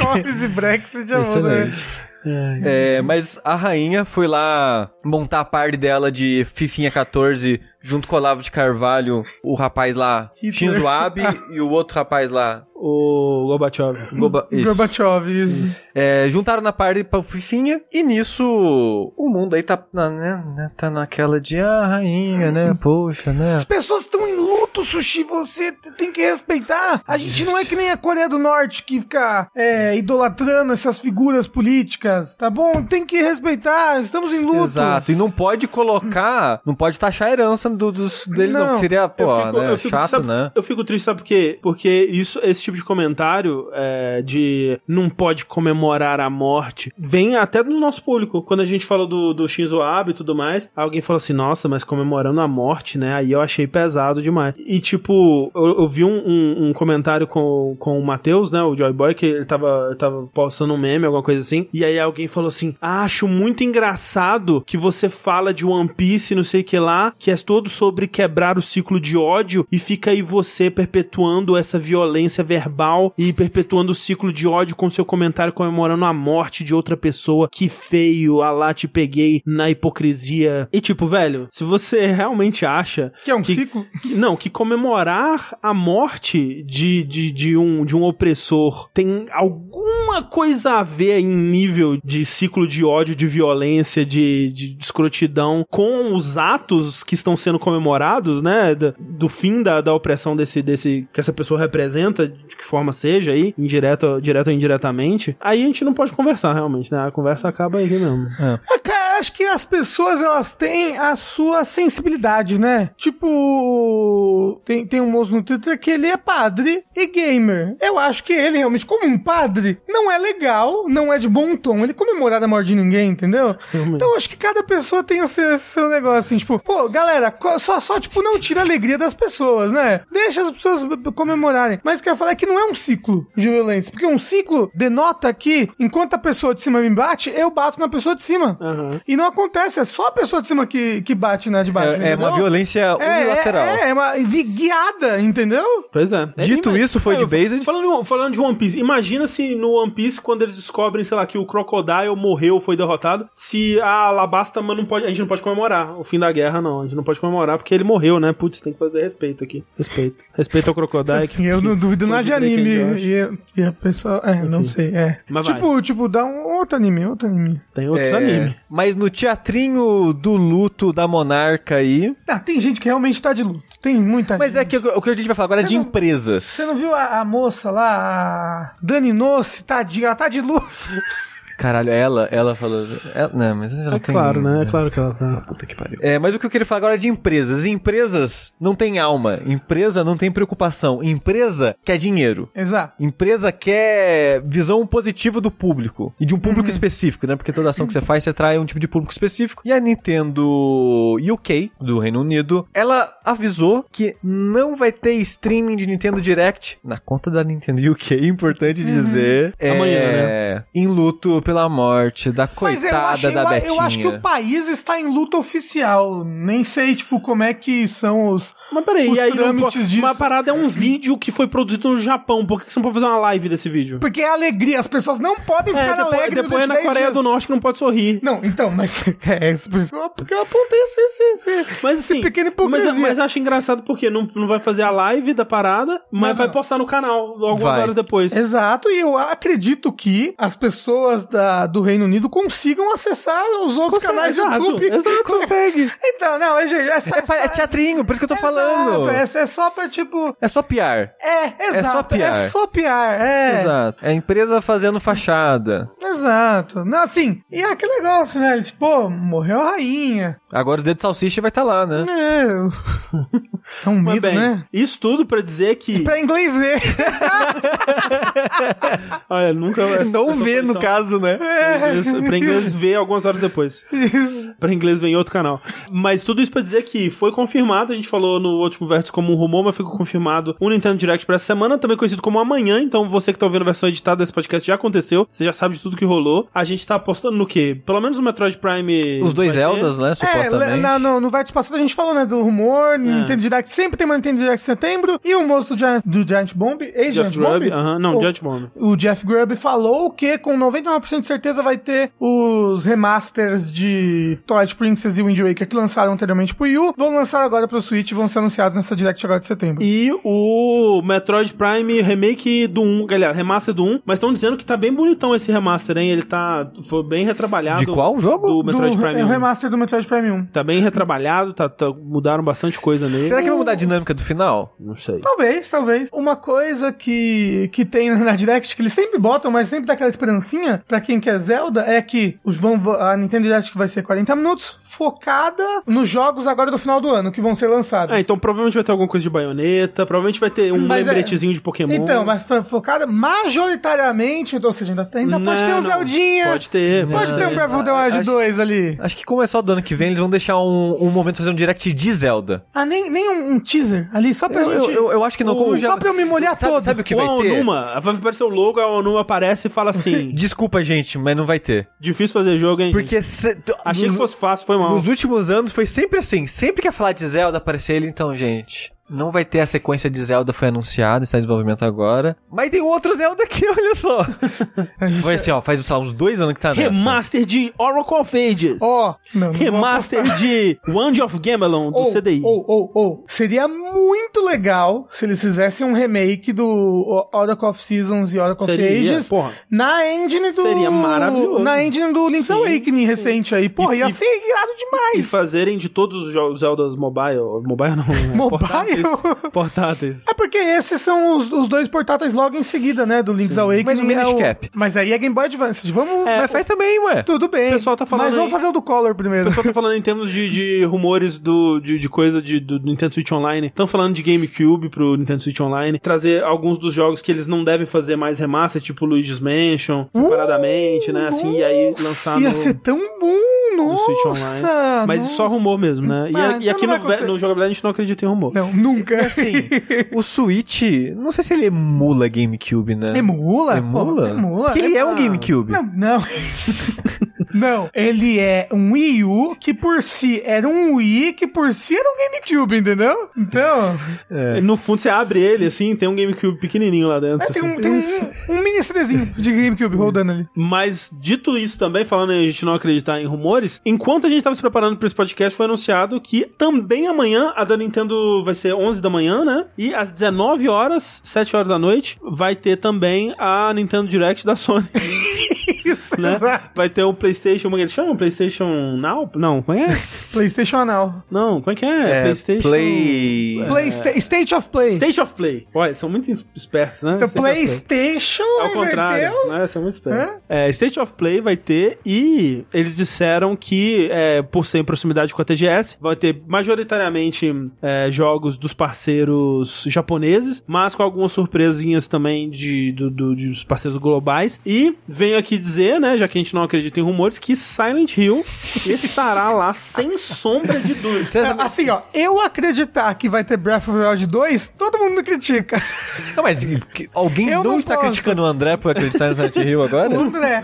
C: Comes e Brexit, amor. né?
B: Excelente. É,
A: Uhum.
B: mas a rainha foi lá montar a party dela de Fifinha 14 junto com o Olavo de Carvalho, o rapaz lá, Shinzo Abe, e o outro rapaz lá,
A: O Gorbachev.
B: Goba...
A: Hum,
B: isso.
C: Gorbachev, isso.
B: É, juntaram na party pra Fifinha, e nisso o mundo aí tá, na, né, né, tá naquela de, ah, rainha, né, poxa, né.
C: As pessoas estão em luto, sushi. Você t- tem que respeitar. A gente não é que nem a Coreia do Norte que fica é, idolatrando essas figuras políticas, tá bom? Tem que respeitar. Estamos em luto.
B: Exato, e não pode colocar, não pode taxar a herança do- dos, deles não,
C: Não,
B: que seria, pô,
A: Eu fico-
B: né,
A: eu fico-
B: chato,
A: sabe-
B: né.
A: Eu fico triste, sabe por quê? Porque isso, esse tipo de comentário é, de não pode comemorar a morte vem até do nosso público. Quando a gente falou do, do Shinzo Abe e tudo mais, alguém falou assim, nossa, mas comemorando a morte, né? Aí eu achei pesado demais. E tipo, eu, eu vi um, um- um comentário com, com o Matheus, né? O Joy Boy, que ele tava, ele tava postando um meme, alguma coisa assim. E aí alguém falou assim, ah, acho muito engraçado que você fala de One Piece, não sei o que lá, que é todo sobre quebrar o ciclo de ódio e fica aí você perpetuando essa violência verbal e perpetuando o ciclo de ódio com seu comentário comemorando a morte de outra pessoa. Que feio, ah lá te peguei na hipocrisia. E tipo, velho, se você realmente acha
C: Que é um
A: Que-
C: ciclo.
A: que- não, que comemorar a morte de, de, de, um, de um opressor tem alguma coisa a ver em nível de ciclo de ódio, de violência, de, de escrotidão com os atos que estão sendo comemorados, né? da- Do, fim da, da opressão desse, desse que essa pessoa representa, de que forma seja aí, indireta, direta ou indiretamente. Aí a gente não pode conversar realmente, né? A conversa acaba aí mesmo.
C: Ah, cara, acho que as pessoas elas têm a sua sensibilidade, né? Tipo, tem, tem um moço no Twitter que ele é padre e gamer. Eu acho que ele realmente, como um padre, não é legal, não é de bom tom. Ele comemorar a morte de ninguém, entendeu?
A: Realmente.
C: Então acho que cada pessoa tem o seu, seu negócio, assim, tipo, pô, galera, co- só, só, tipo, não tira a alegria das pessoas, né? Deixa as pessoas b- b- comemorarem. Mas o que eu ia falar é que não é um ciclo de violência, porque um ciclo denota que, enquanto a pessoa de cima me bate, eu bato na pessoa de cima.
A: Aham.
C: E não acontece, é só a pessoa de cima que, que bate na de
B: É,
C: baixo.
B: é
C: entendeu?
B: uma violência
C: É,
B: unilateral.
C: É, é, uma vi- guiada, entendeu?
A: Pois é.
B: Dito
A: É,
B: isso, foi
A: Ah,
B: de
A: eu-
B: Based.
A: Falando, falando de One Piece, imagina se no One Piece, quando eles descobrem, sei lá, que o Crocodile morreu, foi derrotado, se a Alabasta, mas não pode, a gente não pode comemorar o fim da guerra, não. A gente não pode comemorar porque ele morreu, né? Putz, tem que fazer respeito aqui. Respeito. Respeito ao Crocodile.
C: Assim, eu não duvido nada de
A: que- que-
C: anime.
A: que- que-
C: E, e a pessoa. É, não sei. É.
A: Mas vai.
C: tipo, tipo, dá um outro anime, outro anime.
A: Tem outros
B: É,
A: animes.
B: Mas no teatrinho do luto da monarca aí.
C: Ah, tem gente que realmente tá de luto. Tem muita
B: Mas
C: gente.
B: é que o que a gente vai falar agora é de empresas.
C: Você não viu a, a moça lá, a Dani Noce, tadinha, ela tá de tá luto.
B: Caralho, ela, ela falou. Ela, não, mas ela já não
A: É
B: tem.
A: claro, né? É claro que ela tá.
B: Puta que pariu. É, mas o que eu queria falar agora é de empresas. Empresas não tem alma. Empresa não tem preocupação. Empresa quer dinheiro.
C: Exato.
B: Empresa quer visão positiva do público. E de um
C: Uhum.
B: público específico, né? Porque toda ação que você faz, você atrai um tipo de público específico. E a Nintendo UK, do Reino Unido, ela avisou que não vai ter streaming de Nintendo Direct na conta da Nintendo UK,
C: Uhum.
B: importante dizer. É,
A: Amanhã,
B: Em luto pela morte da coitada
C: né? Mas eu acho,
B: da
C: eu, a-
B: Betinha.
C: eu acho que o país está em luta oficial. Nem sei, tipo, como é que são os.
A: Mas peraí,
C: Os
A: e aí não
C: trâmites
A: pode...
C: disso.
A: Mas a parada é um vídeo que foi produzido no Japão. Por que que você não pode fazer uma live desse vídeo?
C: Porque é alegria, as pessoas não podem
A: É,
C: ficar
A: depois,
C: alegres
A: depois é
C: durante
A: na
C: 10
A: Coreia
C: dias.
A: do Norte que não pode sorrir.
C: Não, então, mas. É, isso por isso- porque eu apontei esse, esse, esse,
A: Mas
C: esse
A: assim,
C: pequeno
A: mas,
C: hipocrisia.
A: mas acho engraçado porque não, não vai fazer a live da parada, mas
C: Não,
A: vai
C: não.
A: postar no canal algumas
B: Vai.
A: horas depois.
C: Exato, e eu acredito que as pessoas da, do Reino Unido consigam acessar os outros
A: Consegue,
C: canais do
A: exato,
C: YouTube.
A: exato. Tá
C: Consegue. Então, não, é, gente, essa,
B: É, pa- é teatrinho, por isso que eu tô falando.
C: É,
B: É,
C: é só pra, tipo...
B: só piar.
C: É, exato.
B: só piar.
C: É só piar, é.
B: Exato. É a empresa fazendo fachada.
C: Exato. Não, assim, e é aquele negócio, né? Tipo, pô, morreu a rainha.
B: Agora o dedo de salsicha vai estar lá, né?
C: É, é um
A: Mas
C: medo,
A: bem,
C: né?
A: isso tudo pra dizer que.
C: Pra inglês é. ver.
A: Olha, nunca.
B: Não vê, no caso, né?
A: caso. Pra inglês ver algumas horas depois. Pra inglês ver em outro canal. Mas tudo isso pra dizer que foi confirmado, a gente falou no último verso como um rumor, mas ficou confirmado o Nintendo Direct pra essa semana, também conhecido como amanhã. Então você que tá ouvindo a versão editada desse podcast já aconteceu, você já sabe de tudo que rolou. A gente tá apostando no quê? Pelo menos o Metroid Prime.
B: Os dois
A: vai ter.
B: Eldas, né?
C: É,
B: Supostamente.
C: não, não, não vai te passar. A gente falou, né, do rumor,
A: É.
C: Nintendo Direct. Sempre tem uma Nintendo Direct em setembro. E o moço do Giant, do Giant Bomb, ex-Giant
A: Jeff
C: Bomb. Oh.
A: Grubb? Aham, não,
C: o,
A: Jeff Bomb.
C: O Jeff Grubb falou que com 99% de certeza vai ter os remasters de Twilight Princess e Wind Waker que lançaram anteriormente pro Wii U. Vão lançar agora pro Switch e vão ser anunciados nessa Direct agora de setembro.
A: E o Metroid Prime Remake do 1, galera, remaster do 1, mas estão dizendo que tá bem bonitão esse remaster, hein? Ele tá. Foi bem retrabalhado.
B: De qual jogo?
A: Do Metroid
C: do,
A: Prime
C: é o
A: 1.
C: remaster do Metroid Prime 1.
A: Tá bem retrabalhado, tá, tá- mudaram bastante coisa nele.
B: Será que vai mudar a dinâmica do final?
A: Não sei.
C: Talvez, talvez. Uma coisa que, que tem na Direct, que eles sempre botam, mas sempre dá aquela esperancinha pra quem quer Zelda, é que os vão, a Nintendo Direct vai ser 40 minutos, focada nos jogos agora do final do ano, que vão ser lançados.
A: Ah, então provavelmente vai ter alguma coisa de baioneta, provavelmente vai ter um
C: Mas é-
A: lembretezinho de Pokémon.
C: Então, mas foi focada majoritariamente, ou seja, ainda, tem- ainda pode
A: Não,
C: ter
A: não.
C: um Zeldinha,
A: Pode ter.
C: pode
A: mas-
C: ter um Breath of the Wild
B: Acho-
C: 2 ali.
B: Acho que como é só do ano que vem, eles vão deixar um, um momento fazer um direct de Zelda.
C: Ah, nem, nem um, um teaser ali, só pra
B: Eu, eu,
C: gente...
B: eu- eu acho que não, como
C: O-
B: já...
C: só pra eu me molhar
B: sabe,
C: todo.
B: Sabe o que
A: o
B: vai ter?
A: Aonuma, vai aparecer o logo, a Onuma aparece e fala assim:
B: Desculpa, gente, mas não vai ter.
A: difícil fazer jogo, hein? gente?
B: Porque se-
A: Achei que
B: nos,
A: fosse fácil, foi mal.
B: nos últimos anos foi sempre assim. Sempre que ia falar de Zelda, aparecer ele, então, gente... Não vai ter a sequência de Zelda, foi anunciada, está em desenvolvimento agora. Mas tem outro Zelda aqui, olha só.
C: É
B: Foi assim, ó, faz sei lá, uns dois anos que tá nessa.
A: Remaster de Oracle of Ages.
C: Ó, Oh, não, não vou Oh,
A: Remaster de Wand of Gamelon do
C: Ou,
A: CDI.
C: Ou, ou, ou. Seria muito legal se eles fizessem um remake do O- Oracle of Seasons e Oracle
A: Seria,
C: of Ages
A: porra.
C: na engine do.
A: Seria maravilhoso.
C: Na engine do Link's
A: Sim,
C: Awakening recente aí. Porra,
A: E-
C: ia
A: e-
C: ser irado
A: E
C: demais.
A: fazerem de todos os jogos Zeldas mobile. Mobile não. né?
C: Mobile?
A: Portáteis. portáteis.
C: É porque esses são os, os dois portáteis logo em seguida, né? Do Link's Awakening.
B: Mas o Minish
C: é
B: Cap.
C: Mas aí é Game Boy Advance. Vamos.
A: É,
B: Mas faz também, ué.
C: Tudo bem.
A: O pessoal tá falando
C: Mas
A: aí-
C: vamos fazer o do Color
A: O
C: primeiro.
A: pessoal tá falando em termos de, de rumores do, de, de coisa de, do Nintendo Switch Online. Estão falando de GameCube pro Nintendo Switch Online. Trazer alguns dos jogos que eles não devem fazer mais remaster, tipo Luigi's Mansion, tá separadamente, né? Assim, e aí
C: Uh! Nossa,
A: lançar
C: Ia
A: no...
C: ser tão bom,
A: no
C: nossa.
A: Switch Online. Mas
C: nossa.
A: só rumor mesmo, né? E,
C: Ah,
A: a- e
C: então
A: aqui no,
C: não vai
A: ve-
C: acontecer.
A: no jogabilidade a gente não acredita em rumor.
C: Não, nunca.
B: Assim, o Switch, não sei se ele emula GameCube,
A: É.
B: né?
C: Emula?
B: Emula?
C: Pô, emula.
B: Porque ele é um GameCube.
C: Não, não. Não, ele é um Wii U que por si era um Wii que por si era um GameCube, entendeu? Então,
A: E No fundo, você abre ele, assim, tem um GameCube pequenininho lá dentro.
C: é, tem,
A: assim.
C: um, tem um, um mini CDzinho de GameCube rodando ali.
A: Mas, dito isso também, falando em a gente não acreditar em rumores, enquanto a gente tava se preparando pra esse podcast, foi anunciado que também amanhã, a da Nintendo vai ser 11 da manhã, né? E às 19 horas, 7 horas da noite, vai ter também a Nintendo Direct da Sony.
C: Isso,
A: né?
C: exato.
A: Vai ter o PlayStation, como é que eles chamam? PlayStation Now? Não, como é? que é?
C: PlayStation Now.
A: Não, como é que é?
B: É,
A: PlayStation.
B: Play.
A: É.
C: Play, sta- State of Play.
A: State of Play. Olha, são muito espertos, né?
C: Então,
A: State of Play.
C: PlayStation
A: Ao contrário,
C: inverteu?
A: né? São muito espertos. É, State of Play vai ter e eles disseram que, é, por ser em proximidade com a TGS, vai ter majoritariamente é, jogos dos parceiros japoneses, mas com algumas surpresinhas também de, do, do- dos parceiros globais. E venho aqui dizer, né, já que a gente não acredita em rumores, que Silent Hill estará lá sem sombra de dúvida.
C: É, Assim, ó, eu acreditar que vai ter Breath of the Wild 2, todo mundo me critica.
B: Não, mas que- alguém
C: Eu
B: não,
C: não
B: está
C: posso.
B: criticando o André por acreditar em Silent Hill agora?
C: André,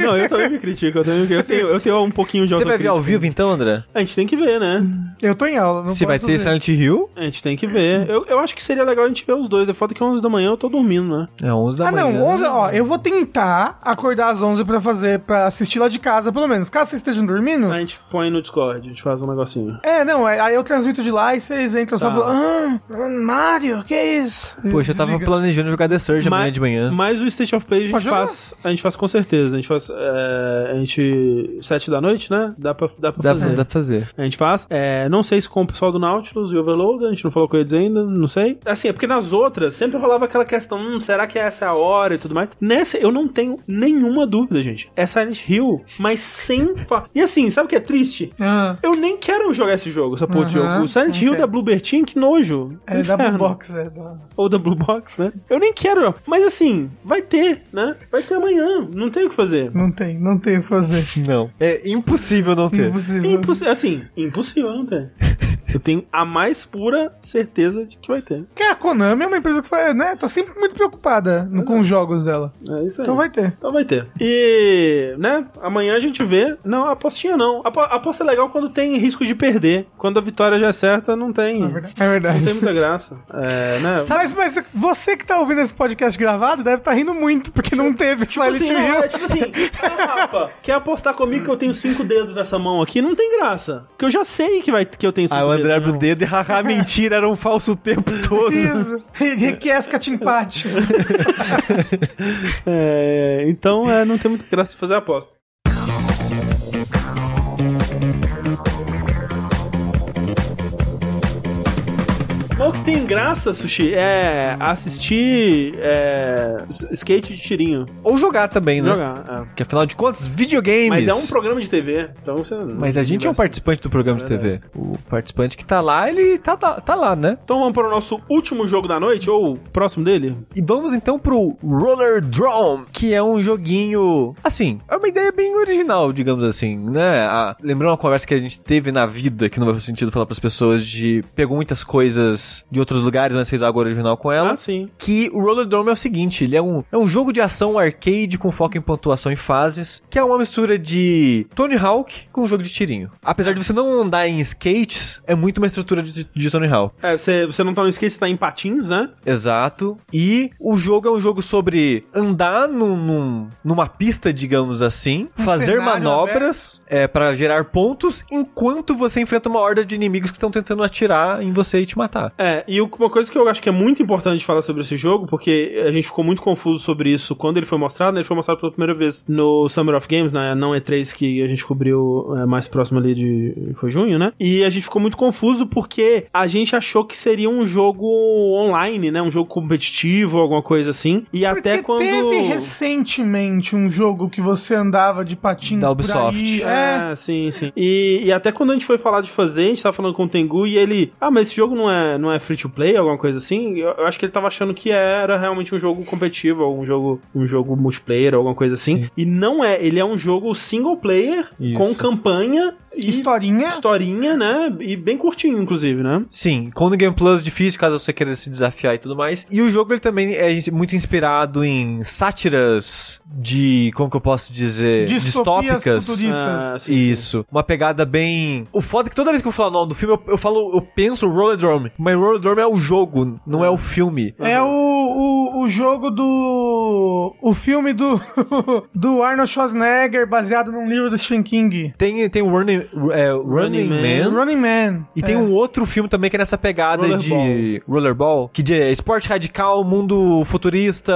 A: Não, eu também me critico, eu, também me critico. eu, tenho, eu tenho um pouquinho de
B: Você vai ver ao
A: autocrítica.
B: vivo então, André?
A: A gente tem que ver, né?
C: eu tô em aula, não
B: Se vai
C: posso
B: ter
C: ver.
B: Silent Hill?
A: A gente tem que ver. Eu, eu acho que seria legal a gente ver os dois. É foda que 11 da manhã eu tô dormindo, né?
B: É 11 da
C: Ah,
B: manhã.
C: não, 11, ó, eu vou tentar acordar às 11 pra fazer, pra assistir lá de casa, pelo menos. Caso vocês estejam dormindo.
A: A gente põe no Discord, a gente faz um negocinho.
C: É, não, é- aí eu transmito de lá e vocês entram só
A: Tá.
C: pro. Ah, Mario, que isso?
B: Poxa, eu tava
C: Desliga.
B: planejando jogar The Surge amanhã de manhã.
A: mas o State of Play a gente,
C: Pode jogar.
A: faz, a gente faz com certeza. A gente faz. é, a gente. Sete da noite, né? Dá pra, dá pra
B: Dá,
A: fazer.
B: dá pra fazer.
A: A gente faz. É, não sei se com o pessoal do Nautilus e Overload, a gente não falou com eles ainda, não sei. Assim, é porque nas outras sempre rolava aquela questão: hum, será que essa é a hora e tudo mais? Nessa eu não tenho nenhuma dúvida, gente. É Silent Hill, mas sem. Fa... E assim, sabe o que é triste?
C: Ah,
A: Eu nem quero jogar esse jogo, essa porra de
C: Aham,
A: jogo. O Silent Hill
C: ok.
A: da Blue Bertin, que nojo.
C: é da
A: Inferno.
C: Blue Box, é da.
A: Ou da Blue Box, né? Eu nem quero, mas assim, vai ter, né? Vai ter amanhã, não tem o que fazer.
C: Não tem, não tem o que fazer.
B: Não. É impossível não ter.
C: Impossível.
A: Impossível, assim, impossível não ter. Eu tenho a mais pura certeza de que vai ter.
C: Porque a Konami é uma empresa que faz, né, tá sempre muito preocupada no- com os jogos dela.
A: É isso aí.
C: Então vai ter.
A: Então vai ter. E, né, amanhã a gente vê. Não, a apostinha não. A apo- a aposta é legal quando tem risco de perder. Quando a vitória já é certa, não tem.
C: É
A: Não
C: verdade. É verdade.
A: tem muita graça. É, né?
C: Mas, mas você que tá ouvindo esse podcast gravado deve estar rindo muito, porque não teve Silent
A: assim, não,
C: Hill.
A: é tipo assim, ah, Rafa, quer apostar comigo que eu tenho cinco dedos nessa mão aqui? Não tem graça. Porque eu já sei que, vai, que eu tenho cinco
B: Aí o
A: dedos.
B: André abre o
A: não.
B: dedo e haha, mentira, era um falso o tempo todo.
C: Isso. Requiesca empate.
A: É, então é, não tem muita graça de fazer a aposta. Mas o que tem graça, Sushi, é assistir é, s- skate de tirinho.
B: Ou jogar também, né?
A: Jogar. é.
B: Porque afinal de contas, videogames.
A: Mas é um programa de TV, então você.
B: Mas a gente é um participante do programa de TV. O participante que tá lá, ele tá, tá, tá lá, né?
A: Então vamos para o nosso último jogo da noite, ou próximo dele?
B: E vamos então pro Roller Drome, que é um joguinho. Assim, é uma ideia bem original, digamos assim, né? A- lembrando uma conversa que a gente teve na vida, que não vai fazer sentido falar pras pessoas, de pegou muitas coisas de outros lugares, mas fez algo original com
A: Ah,
B: elas.
A: sim.
B: que o Roller Drome é o seguinte, ele é um, é um jogo de ação arcade com foco em pontuação e fases, que é uma mistura de Tony Hawk com um jogo de tirinho. Apesar de você não andar em skates, é muito uma estrutura de, de Tony Hawk.
A: É, você, você não tá no skate, você tá em patins, né?
B: Exato. E o jogo é um jogo sobre andar num, num- numa pista, digamos assim, fazer
C: Um cenário
B: manobras é, para gerar pontos, enquanto você enfrenta uma horda de inimigos que estão tentando atirar em você e te matar.
A: É, e o- uma coisa que eu acho que é muito importante falar sobre esse jogo, porque a gente ficou muito confuso sobre isso quando ele foi mostrado, né? Ele foi mostrado pela primeira vez no Summer of Games, na não E3 que a gente cobriu é, mais próximo ali de. Foi junho, né? E a gente ficou muito confuso porque a gente achou que seria um jogo online, né? Um jogo competitivo, alguma coisa assim. E até
C: Porque
A: quando.
C: teve recentemente um jogo que você andava de patins
B: Da
C: por aí.
B: Ubisoft.
C: É.
A: É, sim, sim. E, e até quando a gente foi falar de fazer, a gente tava falando com o Tengu e ele, ah, mas esse jogo não é, não é free to play, alguma coisa assim? Eu, eu acho que ele tava achando que era realmente um jogo competitivo, ou um jogo, um jogo multiplayer, alguma coisa assim. E não é, ele é um jogo single player,
B: Isso.
A: com campanha e
C: Historinha.
A: historinha, né? E bem curtinho, inclusive, né?
B: Sim, com o Game Plus é difícil, caso você queira se desafiar e tudo mais. E o jogo ele também é ins- muito inspirado em sátiras de, como que eu posso dizer,
C: Distopias
B: distópicas.
C: futuristas.
A: Ah, sim, sim.
B: Isso, uma pegada bem. O foda é que toda vez que eu falo o nome do filme, eu, eu falo, eu penso Roller
A: É.
B: Drome. Mas Roller Drome é o jogo, não é o filme.
C: É o, o, o jogo do o, o filme do, do Arnold Schwarzenegger baseado num livro do Stephen King.
B: Tem, tem o Running, é, Running,
A: Running Man.
B: Man.
C: Running Man.
B: E tem
C: É.
B: um outro filme também que é nessa pegada de rollerball, que de- é esporte radical, mundo futurista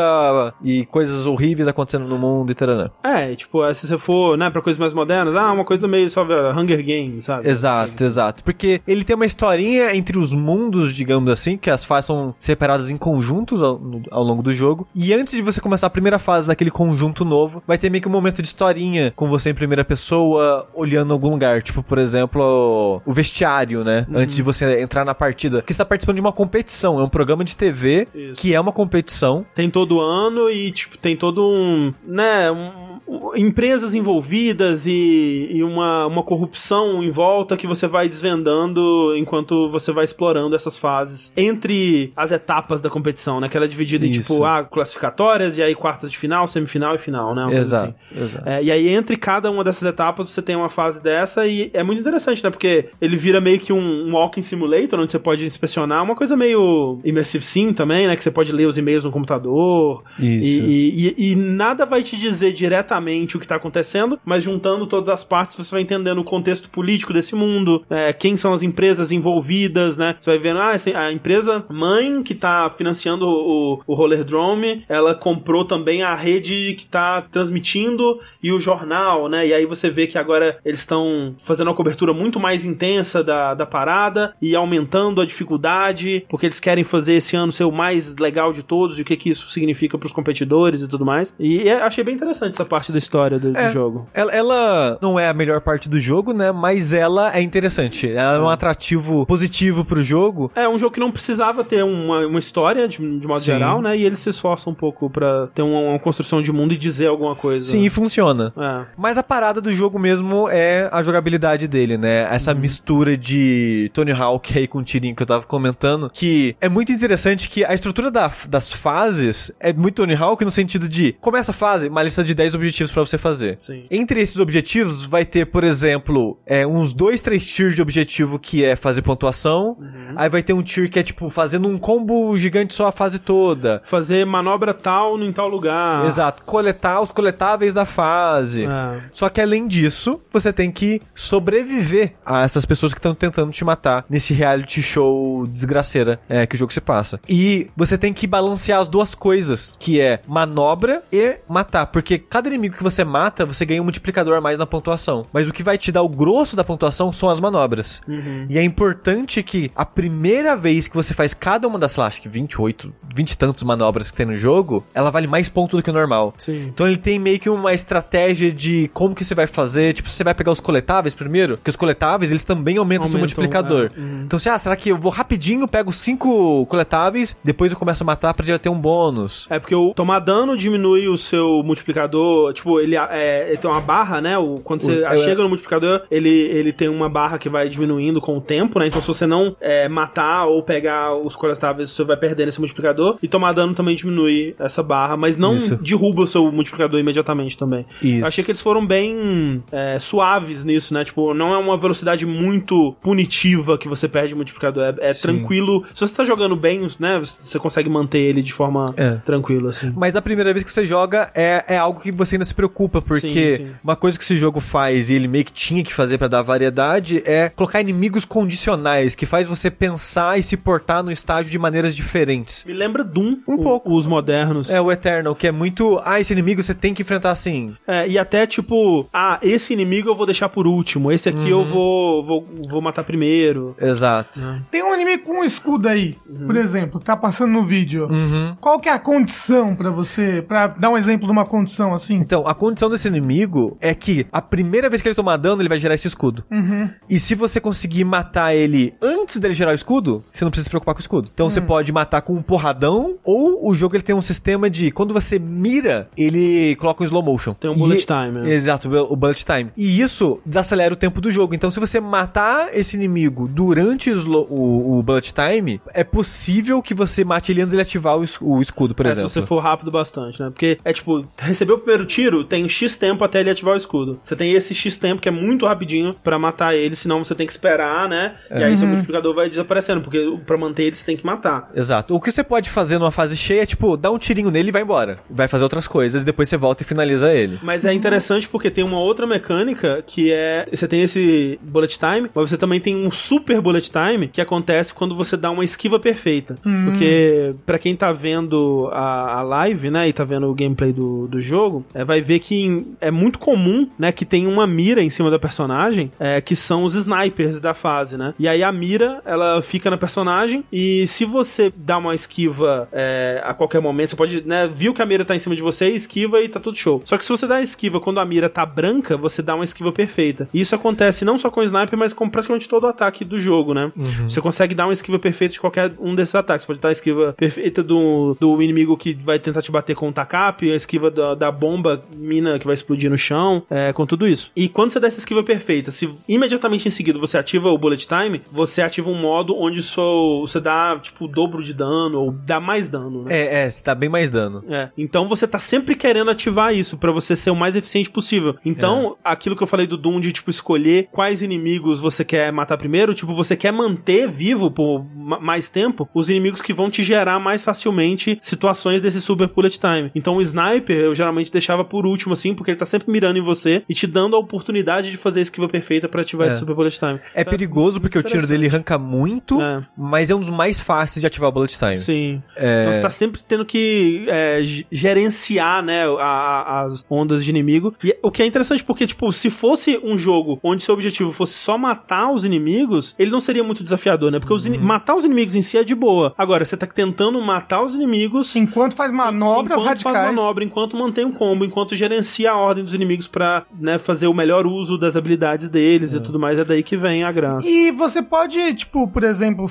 B: e coisas horríveis acontecendo no mundo e tal.
A: É, tipo, é, se você for, né, pra coisas mais modernas, ah, uma coisa meio só uh, Hunger Games, sabe?
B: Exato, exato. Porque ele tem uma historinha entre os mundos, digamos assim, que as fases são separadas em conjuntos ao, no- ao longo do jogo. E antes de você começar a primeira fase daquele conjunto novo, vai ter meio que um momento de historinha com você em primeira pessoa, olhando algum lugar. Tipo, por exemplo, o vestiário, né?
A: Uhum.
B: Antes de você entrar na partida. Porque você tá participando de uma competição, é um programa de TV
A: Isso.
B: que é uma competição.
A: Tem todo ano e, tipo, tem todo um, né, um- um- empresas envolvidas e, e uma, uma corrupção em volta que você vai desvendando enquanto você vai explorando essas fases entre as etapas da competição, né, que ela é dividida em,
B: Isso.
A: tipo, ah, classificatórias e aí quartas de final, semifinal e final, né? uma coisa assim.
B: Exato, exato.
A: É, e aí, entre cada uma dessas etapas, você tem uma fase dessa e é muito interessante, né? Porque ele vira meio que um, um walking simulator, onde você pode inspecionar uma coisa meio immersive sim também, né? Que você pode ler os e-mails no computador.
B: Isso.
A: E, e- e- e nada vai te dizer diretamente o que tá acontecendo, mas juntando todas as partes, você vai entendendo o contexto político desse mundo, é, quem são as empresas envolvidas, né? Você vai vendo, ah, essa- a empresa mãe que tá financiando o, o Roller Drome, ela comprou também a rede que tá transmitindo e o jornal, né? E aí você vê que agora eles estão fazendo uma cobertura muito mais intensa da, da parada e aumentando a dificuldade, porque eles querem fazer esse ano ser o mais legal de todos e o que, que isso significa pros competidores e tudo mais. E é- achei bem interessante essa parte da história do, do
B: É.
A: jogo.
B: Ela, ela não é a melhor parte do jogo, né? Mas ela é interessante. Ela é um atrativo positivo pro jogo.
A: É um jogo que não precisava ter uma, uma história de, de modo
B: Sim.
A: geral, né? E ele se esforça um pouco pra ter uma, uma construção de mundo e dizer alguma coisa.
B: Sim, e funciona.
A: É.
B: Mas a parada do jogo mesmo é a jogabilidade dele, né? Essa mistura de Tony Hawk aí com o tirinho que eu tava comentando, que é muito interessante que a estrutura da- das fases é muito Tony Hawk no sentido de começa a fase, uma lista de 10 objetivos pra você fazer.
A: Sim.
B: Entre esses objetivos vai ter, por exemplo, é, uns dois, três tiers de objetivo que é fazer pontuação. Aí vai ter um tier que é tipo fazendo um combo gigante só a fase toda.
A: Fazer manobra tal em tal lugar.
B: Exato, coletar os coletáveis da fase.
A: É.
B: Só que além disso, você tem que sobreviver a essas pessoas que estão tentando te matar nesse reality show desgraceira é, que o jogo se passa. E você tem que balancear as duas coisas, que é manobra e matar. Porque cada inimigo que você mata, você ganha um multiplicador a mais na pontuação. Mas o que vai te dar o grosso da pontuação são as manobras. E é importante que a primeira vez que você faz cada uma das, sei lá, acho que 28, 20 e tantos manobras que tem no jogo, ela vale mais ponto do que o normal.
A: Sim.
B: Então ele tem meio que uma estratégia de como que você vai fazer. Tipo, você vai pegar os coletáveis primeiro, porque os coletáveis eles também aumentam, seu
A: Aumentam,
B: multiplicador.
A: é. Uhum.
B: Então você, ah, será que eu vou rapidinho, pego cinco coletáveis, depois eu começo a matar pra já ter um bônus.
A: É porque o tomar dano diminui o seu multiplicador. Tipo, ele, é, ele tem uma barra, né? O, quando você
B: O- é-
A: chega no multiplicador, ele, ele tem uma barra que vai diminuindo com o tempo, né? Então, se você não é, matar ou pegar os coletáveis, você vai perdendo esse multiplicador. E tomar dano também diminui essa barra, mas não
B: Isso.
A: derruba o seu multiplicador imediatamente também.
B: Isso.
A: Eu achei que eles foram bem é, suaves nisso, né? Tipo, não é uma velocidade muito punitiva que você perde o multiplicador. É, é
B: Sim.
A: tranquilo. Se você tá jogando bem, né? Você consegue manter ele de forma
B: É.
A: tranquilo, assim.
B: Mas na primeira vez que você joga, é, é algo que você ainda se preocupa, porque
A: Sim, sim.
B: uma coisa que esse jogo faz, e ele meio que tinha que fazer pra dar variedade, é colocar inimigos condicionais, que faz você pensar e se portar no estágio de maneiras diferentes.
A: Me lembra Doom
B: Um
A: o-
B: pouco.
A: os modernos.
B: É o Eternal, que é muito. Ah, esse inimigo você tem que enfrentar assim.
A: É, e até tipo, ah, esse inimigo eu vou deixar por último, esse aqui
B: Uhum.
A: eu vou, vou vou matar primeiro.
B: Exato.
A: Né?
C: Tem um anime com um escudo aí, por exemplo, que tá passando no vídeo.
B: Uhum.
C: Qual que é a condição pra você, pra dar um exemplo de uma condição assim?
B: Então, a condição desse inimigo é que a primeira vez que ele tomar dano, ele vai gerar esse escudo.
A: Uhum.
B: E se você conseguir matar ele antes dele gerar o escudo, você não precisa se preocupar com o escudo. Então
A: Hum.
B: você pode matar com um porradão, ou o jogo ele tem um sistema de quando você mira, ele coloca um slow motion.
A: Tem um
B: E-
A: bullet time, né?
B: Exato, o bullet time. E isso desacelera o tempo do jogo. Então, se você matar esse inimigo durante o, slow- o- o bullet time, é possível que você mate ele antes dele ativar o, es- o escudo, por
A: É, se
B: exemplo.
A: você for rápido bastante, né? Porque é tipo, recebeu o primeiro tiro, tem X tempo até ele ativar o escudo. Você tem esse X tempo que é muito rapidinho pra matar ele, senão você tem que esperar, né?
B: É.
A: E aí seu
B: Uhum.
A: multiplicador vai desaparecendo, porque pra manter ele você tem que matar.
B: Exato. O que você pode fazer numa fase cheia é, tipo, dar um tirinho nele e vai embora. Vai fazer outras coisas e depois você volta e finaliza ele.
A: Mas é interessante porque tem uma outra mecânica que é. Você tem esse bullet time, mas você também tem um super bullet time que acontece quando você dá uma esquiva perfeita. Porque, pra quem tá vendo a, a live, né, e tá vendo o gameplay do, do jogo, é, vai ver que em- é muito comum, né, que tem uma mira em cima da personagem, é, que são os snipers da fase, né? E aí a mira, ela fica na personagem e se você dá uma esquiva é, a qualquer momento, você pode, né, viu que a mira tá em cima de você, esquiva e tá tudo show. Só que se você dá a esquiva quando a mira tá branca, você dá uma esquiva perfeita. E isso acontece não só com o sniper, mas com praticamente todo o ataque do jogo, né? Você consegue dar uma esquiva perfeita de qualquer um desses ataques. Pode dar a esquiva perfeita do, do inimigo que vai tentar te bater com o tacap, a esquiva da, da bomba, mina que vai explodir no chão, é, com tudo isso. E quando você dá essa esquiva perfeita, se imediatamente em seguida você ativa o bullet time, você ativa um modo onde só você dá, tipo, o dobro de dano, ou dá mais dano, né?
B: É, é, você tá bem mais dano.
A: É. Então você tá sempre querendo ativar isso pra você ser o mais eficiente possível. Então, aquilo que eu falei do Doom de tipo escolher quais inimigos você quer matar primeiro, tipo, você quer manter vivo por ma- mais tempo os inimigos que vão te gerar mais facilmente situações desse super bullet time. Então o sniper eu geralmente deixava por último assim, porque ele tá sempre mirando em você e te dando a oportunidade de fazer a esquiva perfeita pra ativar
B: É.
A: esse super bullet time.
B: É
A: Tá-
B: perigoso porque o tiro dele arranca muito,
A: É.
B: mas é um dos mais fáceis de ativar o bullet time.
A: Sim.
B: É.
A: Então você tá sempre tendo que é, ge- gerenciar, né, a- a- as ondas de inimigo. E o que é interessante porque, tipo, se fosse um jogo onde seu objetivo fosse só matar os inimigos, ele não seria muito desafiador, né? Porque os ini- matar os inimigos em si é de boa. Agora, você tá tentando matar os inimigos
C: Enquanto faz manobras
A: enquanto
C: radicais.
A: faz manobra, enquanto mantém o combo, enquanto gerencia a ordem dos inimigos pra, né, fazer o melhor uso das habilidades deles e tudo mais. É daí que vem a graça.
C: E você pode, tipo, por exemplo,